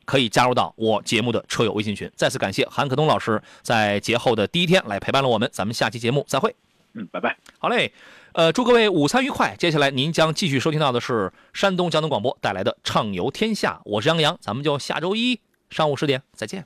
Speaker 1: 可以加入到我节目的车友微信群。再次感谢韩可东老师在节后的第一天来陪伴了我们，咱们下期节目再会。
Speaker 2: 嗯，拜拜。
Speaker 1: 好嘞，呃，祝各位午餐愉快。接下来您将继续收听到的是山东交通广播带来的《畅游天下》，我是杨洋，咱们就下周一上午十点再见。